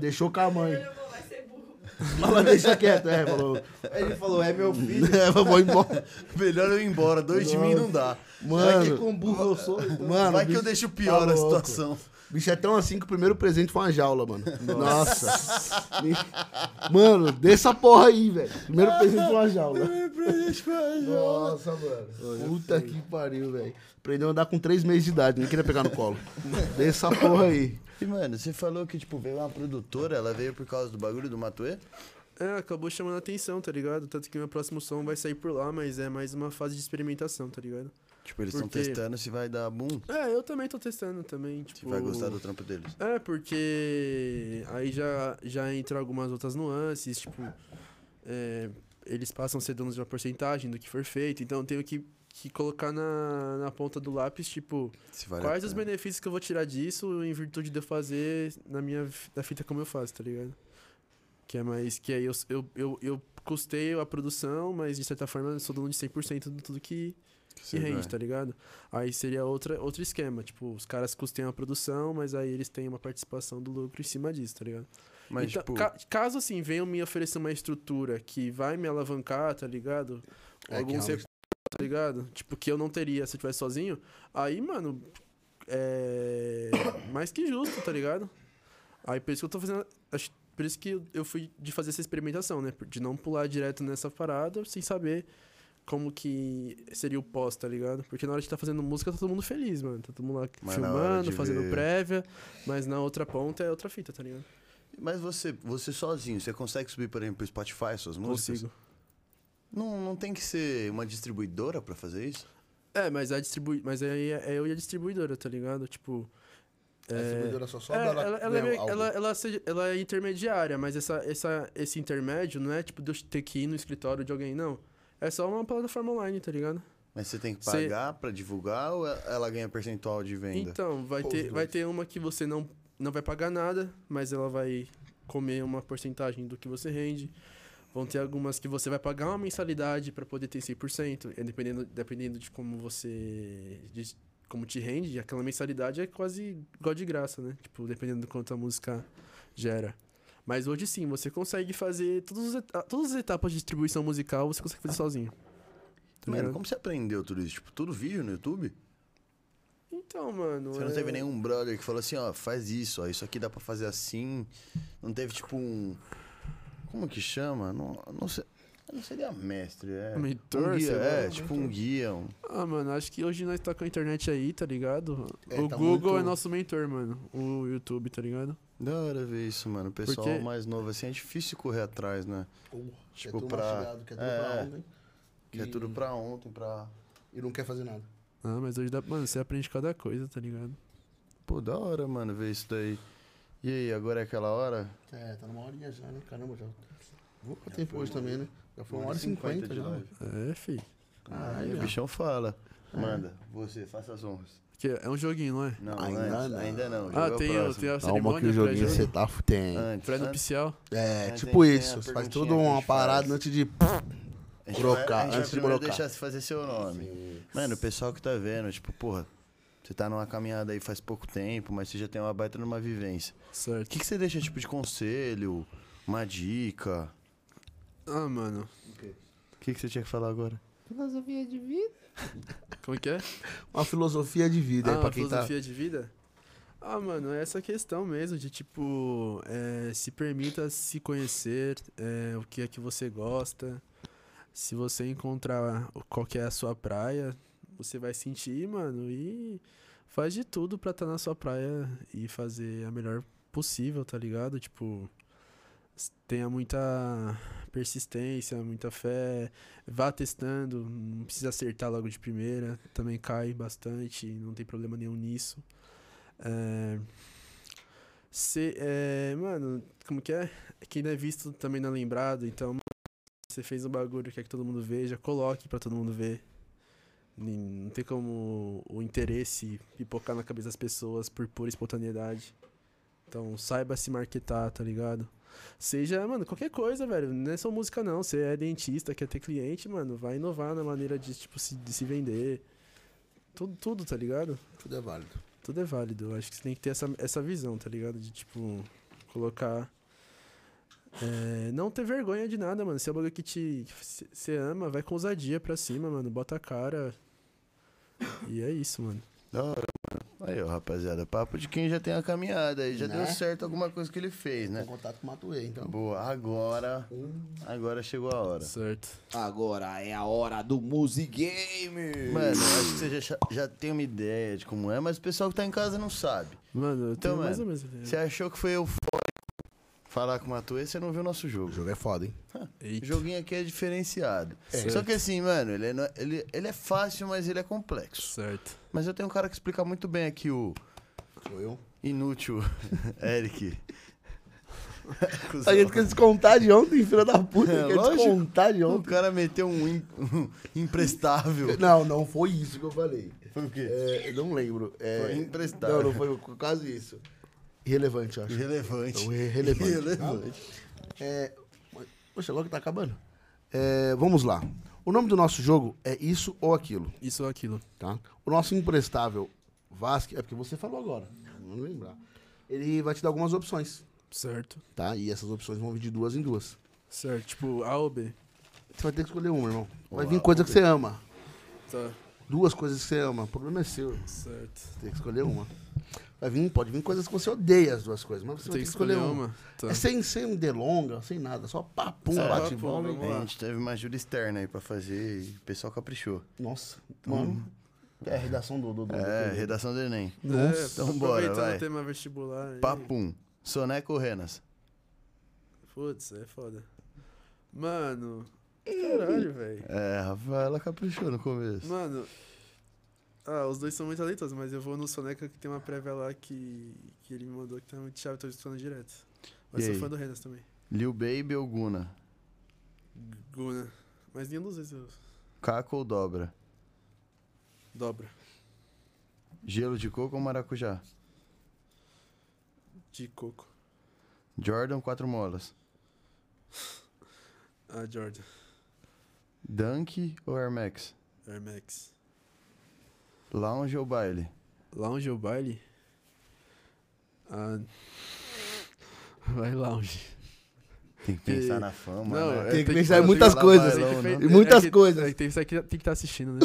D: Deixou com a mãe.
E: Não vai ser burro.
D: Ela deixa quieto, é, falou.
A: Ele falou, é meu filho.
D: É, vou embora.
B: Melhor eu ir embora, dois de mim não dá.
A: Vai que
D: Mano,
A: com burro eu sou. Então.
D: mano,
B: Vai que eu
D: bicho,
B: deixo pior
D: tá
B: a
D: louco.
B: situação.
D: bicho é tão assim que o primeiro presente foi uma jaula, mano. Nossa. mano, dê essa porra aí, velho. Primeiro presente foi uma jaula.
B: É
D: Nossa, mano. Puta que pariu, velho. Aprendeu a andar com três meses de idade, nem queria pegar no colo. Dê essa porra aí.
B: E, mano, você falou que, tipo, veio uma produtora, ela veio por causa do bagulho do Matuê?
C: É, acabou chamando a atenção, tá ligado? Tanto que meu próximo som vai sair por lá, mas é mais uma fase de experimentação, tá ligado?
B: Tipo, eles estão
C: Por quê?
B: testando se vai dar boom,
C: É, eu também tô testando também, tipo.
B: se vai gostar do trampo deles.
C: É, porque aí já, já entra algumas outras nuances, tipo, é, eles passam a ser donos de uma porcentagem do que for feito, então eu tenho que, que colocar na, na ponta do lápis, tipo,
B: Se vale a
C: quais os
B: pena.
C: benefícios que eu vou tirar disso em virtude de eu fazer na minha fi- na fita como eu faço, tá ligado? Que é mais, que aí eu, s- eu, eu, eu custeio a produção, mas de certa forma eu sou dono de 100% de tudo que, que
B: Sei,
C: rende,
B: vai.
C: tá ligado? Aí seria outra, outro esquema, tipo, os caras custeiam a produção, mas aí eles têm uma participação do lucro em cima disso, tá ligado?
B: Mas,
C: Então,
B: tipo,
C: ca- caso assim, venham me oferecer uma estrutura que vai me alavancar, tá ligado?
D: É, que
B: um
C: Alguns
D: é uma-
C: recursos, tá ligado? Tipo, que eu não teria se eu estivesse sozinho, aí, mano, é mais que justo, tá ligado? Aí por isso que eu tô fazendo. acho- Por isso que eu fui de fazer essa experimentação, né? De não pular direto nessa parada sem saber como que seria o pós, tá ligado? Porque na hora de tá fazendo música, tá todo mundo feliz, mano. Tá todo mundo lá
B: Mas na hora
C: filmando,
B: de
C: fazendo
B: ver-
C: prévia, mas na outra ponta é outra fita, tá ligado?
B: mas você, você sozinho, você consegue subir, por exemplo, pro Spotify suas músicas?
C: Consigo.
B: Não, não tem que ser uma distribuidora pra fazer isso?
C: É, mas, a distribui... mas aí é é eu e a distribuidora, tá ligado? Tipo.
D: A distribuidora só
C: É,
D: Né, sobra,
C: ela, ela é
D: ganha
C: meio-
D: algo.
C: ela- ela seja- ela é intermediária, mas essa, essa- esse intermédio não é tipo de eu ter que ir no escritório de alguém, não. É só uma plataforma online, tá ligado?
B: Mas você tem que
C: Você-
B: pagar pra divulgar ou ela ganha percentual de venda?
C: Então, vai
D: Ou os
C: ter,
D: dois.
C: vai ter uma que você não, não vai pagar nada, mas ela vai comer uma porcentagem do que você rende. Vão ter algumas que você vai pagar uma mensalidade para poder ter 100%, e é dependendo, dependendo de como você. de como te rende, aquela mensalidade é quase igual de graça, né? Tipo, dependendo do quanto a música gera. Mas hoje sim, você consegue fazer todas as, eta- todas as etapas de distribuição musical, você consegue fazer sozinho. Tá
B: Mano,
C: ligado?
B: como você aprendeu tudo isso? Tipo, tudo vídeo no YouTube?
C: Então, mano.
B: Você não
C: é-
B: teve nenhum brother que falou assim, ó, faz isso, ó, isso aqui dá pra fazer assim. Não teve, tipo, um... Como que chama? Não, não sei... Não seria mestre, é.
C: Um mentor,
B: um guia,
C: sei lá,
B: é,
C: um
B: tipo um guia. um-
C: Ah, mano, acho que hoje nós tá com a internet aí, tá ligado?
D: É,
C: o
D: tá
C: Google
D: muito-
C: é nosso mentor, mano. O YouTube, tá ligado?
B: Da hora ver isso, mano. O pessoal
C: Porque-
B: mais novo assim é difícil correr atrás, né?
D: Porra,
B: Tipo,
D: é tudo
B: pra-
D: mastigado, quer tudo
B: é.
D: pra ontem
B: Que é tudo pra ontem, pra.
D: e não quer fazer nada.
C: Ah, mas hoje dá. Mano, você aprende cada coisa, tá ligado?
B: Pô, da hora, mano, ver isso daí. E aí, agora é aquela hora?
D: É, tá numa horinha já, né? Caramba, já. Vou pra tempo hoje também, né? Já foi uma hora e cinquenta já. mano. É.
C: É, fi.
B: Caralho, Ah, o bichão fala. Manda, você, faça as honras.
C: Que é um joguinho, não é?
B: Não,
D: Ainda
B: antes,
D: não.
B: ainda não. o jogo é
C: ah,
B: o
C: tem, a-
B: próximo.
C: tem a
D: Calma que
C: cerimônia
D: o joguinho
C: pré-jogo.
D: você tá tem.
B: Antes, antes.
C: Pré-nupcial.
D: É,
B: Ah, Tem-
D: tipo
B: tem a
D: isso. Você faz
B: perguntinha
D: toda
B: que a
D: uma
B: gente faz.
D: parada antes de.
B: A gente vai-
D: Brocar,
B: a gente vai
D: antes de
B: primeiro
D: brocar.
B: deixar você fazer seu nome. Mano, o pessoal que tá vendo, tipo, porra, Você tá numa caminhada aí faz pouco tempo, mas você já tem uma baita numa vivência. O
C: Certo.
B: que, que você deixa, tipo, de conselho, uma dica?
C: Ah, mano.
B: O que, que você tinha que falar agora?
A: Filosofia de vida.
C: Como que é?
G: Uma filosofia de
D: é
G: vida aí
C: ah,
G: pra quem tá.
C: filosofia de vida? Ah, mano, é essa questão mesmo de, tipo, é, se permita se conhecer, é, o que é que você gosta. Se você encontrar o- qual que é a sua praia, você vai sentir, mano, e faz de tudo pra estar na sua praia e fazer a melhor possível, tá ligado? Tipo, s- tenha muita persistência, muita fé, Vá testando, não precisa acertar logo de primeira, também cai bastante, não tem problema nenhum nisso. É... Se, é, mano, como que é? Quem não é visto também não é lembrado, então você fez um bagulho, quer que todo mundo veja, coloque pra todo mundo ver. Ni- Não tem como o interesse pipocar na cabeça das pessoas por pura espontaneidade. Então saiba se marketar, tá ligado? Seja, mano, qualquer coisa, velho. Não é só música, não. Você é dentista, quer ter cliente, mano. Vai inovar na maneira de, tipo, se, de se vender. Tudo, tudo, tá ligado?
D: Tudo é válido.
C: Tudo é válido. Eu acho que você tem que ter essa, essa visão, tá ligado? De, tipo, colocar. é, não ter vergonha de nada, mano. Se é um bagulho que te. Você ama, vai com ousadia pra cima, mano. Bota a cara. E é isso, mano.
B: Da hora, mano. Aí, ó, rapaziada, papo de quem já tem a caminhada aí. Já
D: Né?
B: deu certo alguma coisa que ele fez,
D: Tem
B: né?
D: contato com o Matuê, então.
B: Boa, agora. Agora chegou a hora.
C: Certo.
A: Agora é a hora do Music Game.
B: Mano, eu acho que você já, já tem uma ideia de como é, mas o pessoal que tá em casa não sabe.
C: Mano, eu
B: Então,
C: tenho mais ou
B: mano,
C: menos. né? ideia.
B: Você achou que foi eufórico falar com o Matuê, você não viu o nosso
D: O
B: jogo.
D: jogo é foda, hein?
C: Eita.
B: O joguinho aqui é diferenciado.
C: Certo.
B: Só que assim, mano, ele é, no- ele, ele é fácil, mas ele é complexo.
C: Certo.
B: Mas eu tenho um cara que explica muito bem aqui o
D: Sou eu.
B: inútil Eric.
G: A gente quer descontar de ontem, filha da puta.
B: É,
G: quer
B: lógico.
G: descontar de
B: O
G: ontem.
B: cara meteu um, im- um imprestável.
D: Não, não foi isso que eu falei.
B: Foi o quê?
D: É, eu não lembro. É,
B: Foi emprestado.
D: Não, não foi quase isso. Irrelevante, eu acho.
B: Irrelevante.
D: Então, é relevante.
B: Irrelevante.
D: É, poxa, logo tá acabando. É, vamos lá. O nome do nosso jogo é Isso ou Aquilo,
C: Isso ou aquilo.
D: tá? O nosso imprestável Vasque, é porque você falou agora, não lembrar. Ele vai te dar algumas opções,
C: Certo.
D: tá? E essas opções vão vir de duas em duas.
C: Certo. Tipo, A ou B.
D: Você vai ter que escolher uma, irmão. Vai
B: Olá,
D: vir coisa que você ama.
C: Tá.
D: Duas coisas que você ama. O problema é seu. Você
C: Certo.
D: tem que escolher uma. Vai vir, pode vir coisas que você odeia as duas coisas, mas você
C: Tem
D: vai
C: que escolher uma. Tá.
D: É sem, sem delonga, sem nada, só papum,
C: Só
D: bate e
C: papum,
D: bola.
C: vamos
B: A
C: lá.
B: gente teve uma ajuda externa aí pra fazer e o pessoal caprichou.
D: Nossa,
G: Então,
D: mano. É a redação do. do, do
B: É,
D: do-
B: redação do Enem.
C: É,
B: então bora,
C: aproveitando
B: vai.
C: o tema vestibular. aí.
B: Papum. Soneca ou Renas?
C: Putz, é foda. Mano. Caralho, velho.
B: É, Rafael, ela caprichou no começo.
C: Mano. Ah, os dois são muito talentosos, mas eu vou no Soneca que tem uma prévia lá que, que ele me mandou que tá muito chave, tô escutando direto. Mas
B: E
C: sou
B: aí?
C: fã do Renas também.
B: Lil Baby ou Guna?
C: Guna. Mas nenhum dos dois eu
B: Caco ou Dobra?
C: dobra.
B: Gelo de coco ou maracujá?
C: De coco.
B: Jordan, quatro molas.
C: Ah, Jordan.
B: Dunk ou Air Max?
C: Air Max.
B: Lounge ou baile?
C: Lounge ou baile? Ah. Vai lounge.
B: Tem que
C: pensar
B: pensar na
C: E- na
B: fama,
C: Não,
B: né?
C: né?
G: Tem
C: é-
G: que
C: tem
G: pensar
C: que
G: em
C: fazer
G: muitas
B: lá,
G: coisas.
B: vai,
C: Tem que
G: E
C: fe-
G: muitas
C: é que-
G: coisas.
C: é que Tem que estar tem que tá assistindo, né?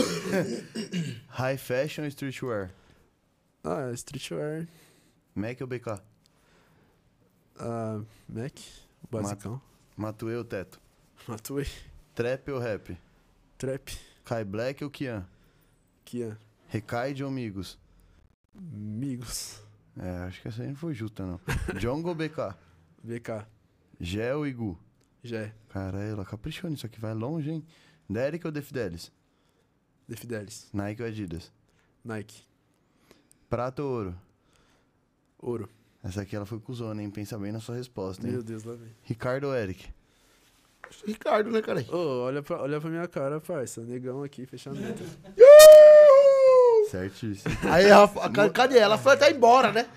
B: High fashion ou streetwear?
C: ah, streetwear.
B: Mac ou BK?
C: Ah, Mac. o Basicão.
B: Matuê ou Teto?
C: Matuei.
B: Trap ou rap?
C: Trap.
B: Kai Black ou Kian?
C: Kia.
B: Recaide ou Migos?
C: Migos.
B: É, acho que essa aí não foi justa, não. Jongo ou BK?
C: VK.
B: Gel e Gu?
C: Jé.
B: Caralho, ela caprichou nisso aqui, vai longe, hein? Derek ou The Fidelis?
C: The Fidelis.
B: Nike ou Adidas?
C: Nike.
B: Prata ou ouro?
C: Ouro.
B: Essa aqui ela foi cuzona, hein? Pensa bem na sua resposta, hein?
C: Meu Deus, lá vem.
B: Ricardo ou Eric?
D: Ricardo, né, cara?
C: Ô, olha, pra, olha pra minha cara, parça. Negão aqui, fechamento.
B: Certíssimo.
G: Aí, Rafa, ca- cadê ela? Foi até embora, né?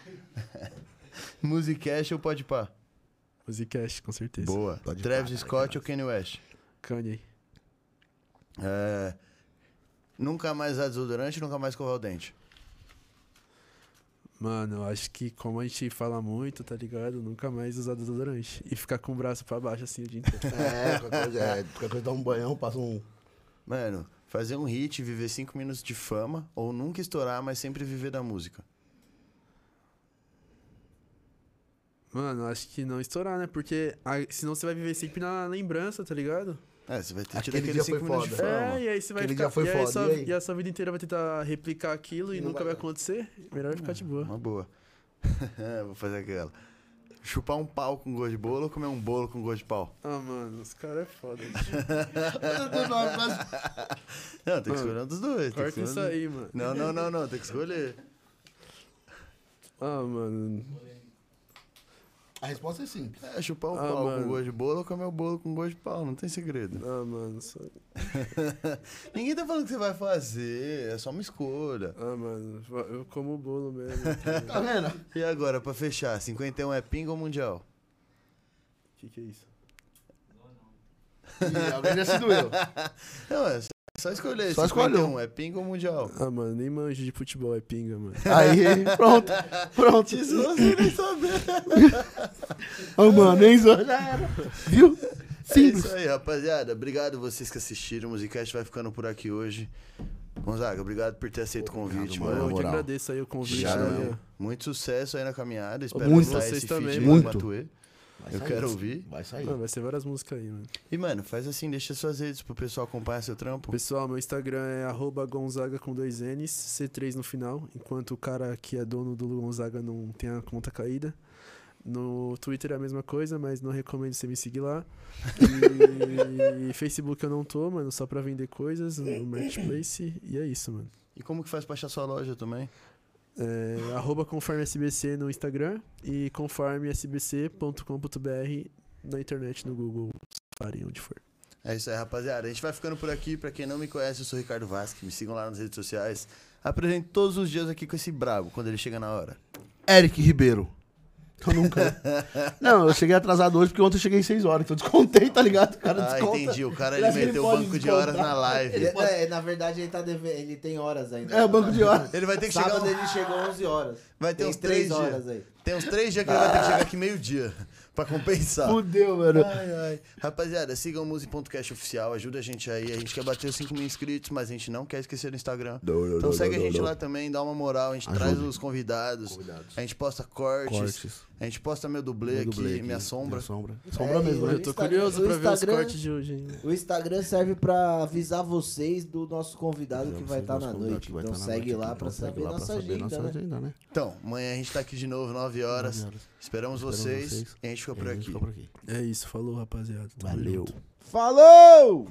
B: Musicast ou Podpah?
C: Musicast, com certeza.
B: Boa. Travis
C: tá
B: Scott ou Kanye West?
C: Kanye.
B: É... Nunca mais usar desodorante, nunca mais escovar o dente.
C: Mano, eu acho que como a gente fala muito, tá ligado? Nunca mais usar desodorante. E ficar com o braço pra baixo assim o dia inteiro.
G: É, qualquer coisa, é, qualquer coisa dá um banhão, passa um.
B: Mano, fazer um hit, viver cinco minutos de fama, ou nunca estourar, mas sempre viver da música.
C: Mano, eu acho que não estourar, né? Porque a- senão você vai viver sempre na lembrança, tá ligado?
B: É, você vai ter tido
G: Aquele
B: aqueles
G: dia
B: cinco
G: foi
B: minutos de
G: foda.
B: fama.
C: É, e aí você vai
G: Aquele
C: ficar.
G: dia foi
C: e, aí
G: foda,
C: sua-
G: e aí?
C: a sua vida inteira vai tentar replicar aquilo e,
G: E não
C: nunca
G: vai dar.
C: vai acontecer. Melhor ficar de boa.
B: Uma boa. Vou fazer aquela. Chupar um pau com gosto de bolo ou comer um bolo com gosto de pau?
C: Ah, mano, os caras é foda.
B: Não, tem que
C: Mano,
B: escolher um dos dois. tem que
C: Corta
B: escolher um
C: isso
B: dos-
C: aí, mano.
B: Não, não, não, não, tem que escolher.
C: Ah, mano.
G: A resposta é sim.
B: É, chupar um
C: Ah,
B: pau
C: mano.
B: com gosto de bolo ou comer o bolo com gosto de pau, não tem segredo.
C: Ah, mano. só-
B: Ninguém tá falando que você vai fazer, é só uma escolha.
C: Ah, mano. Eu como o bolo mesmo.
G: Tá vendo?
B: E agora, pra fechar, 51 é pinga ou mundial?
C: O que, que é isso?
G: Ih, alguém já se doeu.
B: Não, é só- só escolher.
G: Só
B: 51
G: escolhe um.
B: é pinga ou mundial?
C: Ah, mano, nem manjo de futebol, é pinga, mano.
G: Aí, pronto. Pronto.
B: Jesus, você nem saber.
G: Ô, mano, nem zo- Viu?
B: É
G: Simples.
B: isso aí, rapaziada. Obrigado vocês que assistiram. O Musicast vai ficando por aqui hoje. Gonzaga, obrigado por ter aceito o convite,
G: mano.
B: mano.
C: eu que
G: moral.
C: agradeço aí o convite.
B: Obrigado,
C: né?
B: meu. Muito sucesso aí na caminhada. Espero
G: Muito.
B: lançar
C: Vocês
B: esse
C: também,
B: feed
G: mano.
B: do
G: Muito.
B: Matuê. Eu quero ouvir.
G: Vai sair.
C: Mano, vai ser várias músicas aí, mano.
B: E, mano, faz assim, deixa suas redes pro pessoal acompanhar seu trampo.
C: Pessoal, meu Instagram é arroba Gonzaga com dois N's, C3 no final, enquanto o cara que é dono do Gonzaga não tem a conta caída. No Twitter é a mesma coisa, mas não recomendo você me seguir lá. E Facebook eu não tô, mano, só pra vender coisas no Marketplace. E é isso, mano.
B: E como que faz pra achar sua loja também?
C: É, arroba conforme SBC no Instagram e conforme sbc.com.br na internet, no Google, Safari, onde for.
B: É isso aí, rapaziada. A gente vai ficando por aqui. Pra quem não me conhece, eu sou o Ricardo Vasque. Me sigam lá nas redes sociais. Apresento todos os dias aqui com esse brabo, quando ele chega na hora.
G: Eric Ribeiro. Eu nunca. Não, eu cheguei atrasado hoje porque ontem eu cheguei às 6 horas. Então eu descontei, tá ligado? O cara
B: ah,
G: desconta.
B: entendi. O cara,
G: Ele
B: ele
G: acha que ele
B: meteu o
G: pode
B: banco de horas na
G: descontar.
B: live.
A: Ele- é, na verdade, ele, tá deve- ele tem horas ainda.
G: É, o banco de horas.
B: Ele vai ter que chegar...
A: Sábado
B: um-
A: ele chegou 11 horas.
B: Vai ter
A: tem
B: uns
A: três
B: três
A: horas
B: dias.
A: aí.
B: Tem uns três dias que ele vai ter que chegar aqui meio-dia pra compensar.
G: Fudeu, mano.
B: Ai, ai. Rapaziada, sigam o Muse.cast oficial, ajuda a gente aí. A gente quer bater os 5 mil inscritos, mas a gente não quer esquecer do Instagram. então segue a gente lá também, dá uma moral, a gente traz os convidados, A gente posta cortes,
G: Cortes.
B: A gente posta meu dublê,
G: Meu dublê
B: aqui,
G: aqui,
B: minha sombra.
G: Minha sombra. Sombra
A: É,
G: mesmo,
A: e
G: né?
A: o
C: Eu tô
A: Instagram-
C: curioso
A: o
C: pra ver os
A: Instagram-
C: cortes de hoje, hein?
A: O Instagram serve pra avisar vocês do nosso convidado que
G: Vocês
A: vai estar
G: vão
A: na
G: escutar
A: noite.
G: que vai
A: Então
G: tá na
A: segue
G: noite,
A: lá
G: então
A: pra
G: segue
A: saber
G: lá pra
A: nossa
G: saber
A: agenda, né?
G: agenda, né?
B: Então, amanhã a gente tá aqui de novo, 9 horas.
G: horas.
B: Esperamos, vocês,
G: vocês.
B: e a gente fica por
G: E a gente
B: aqui.
G: fica por aqui.
C: É isso, falou, rapaziada.
G: Valeu.
A: Falou!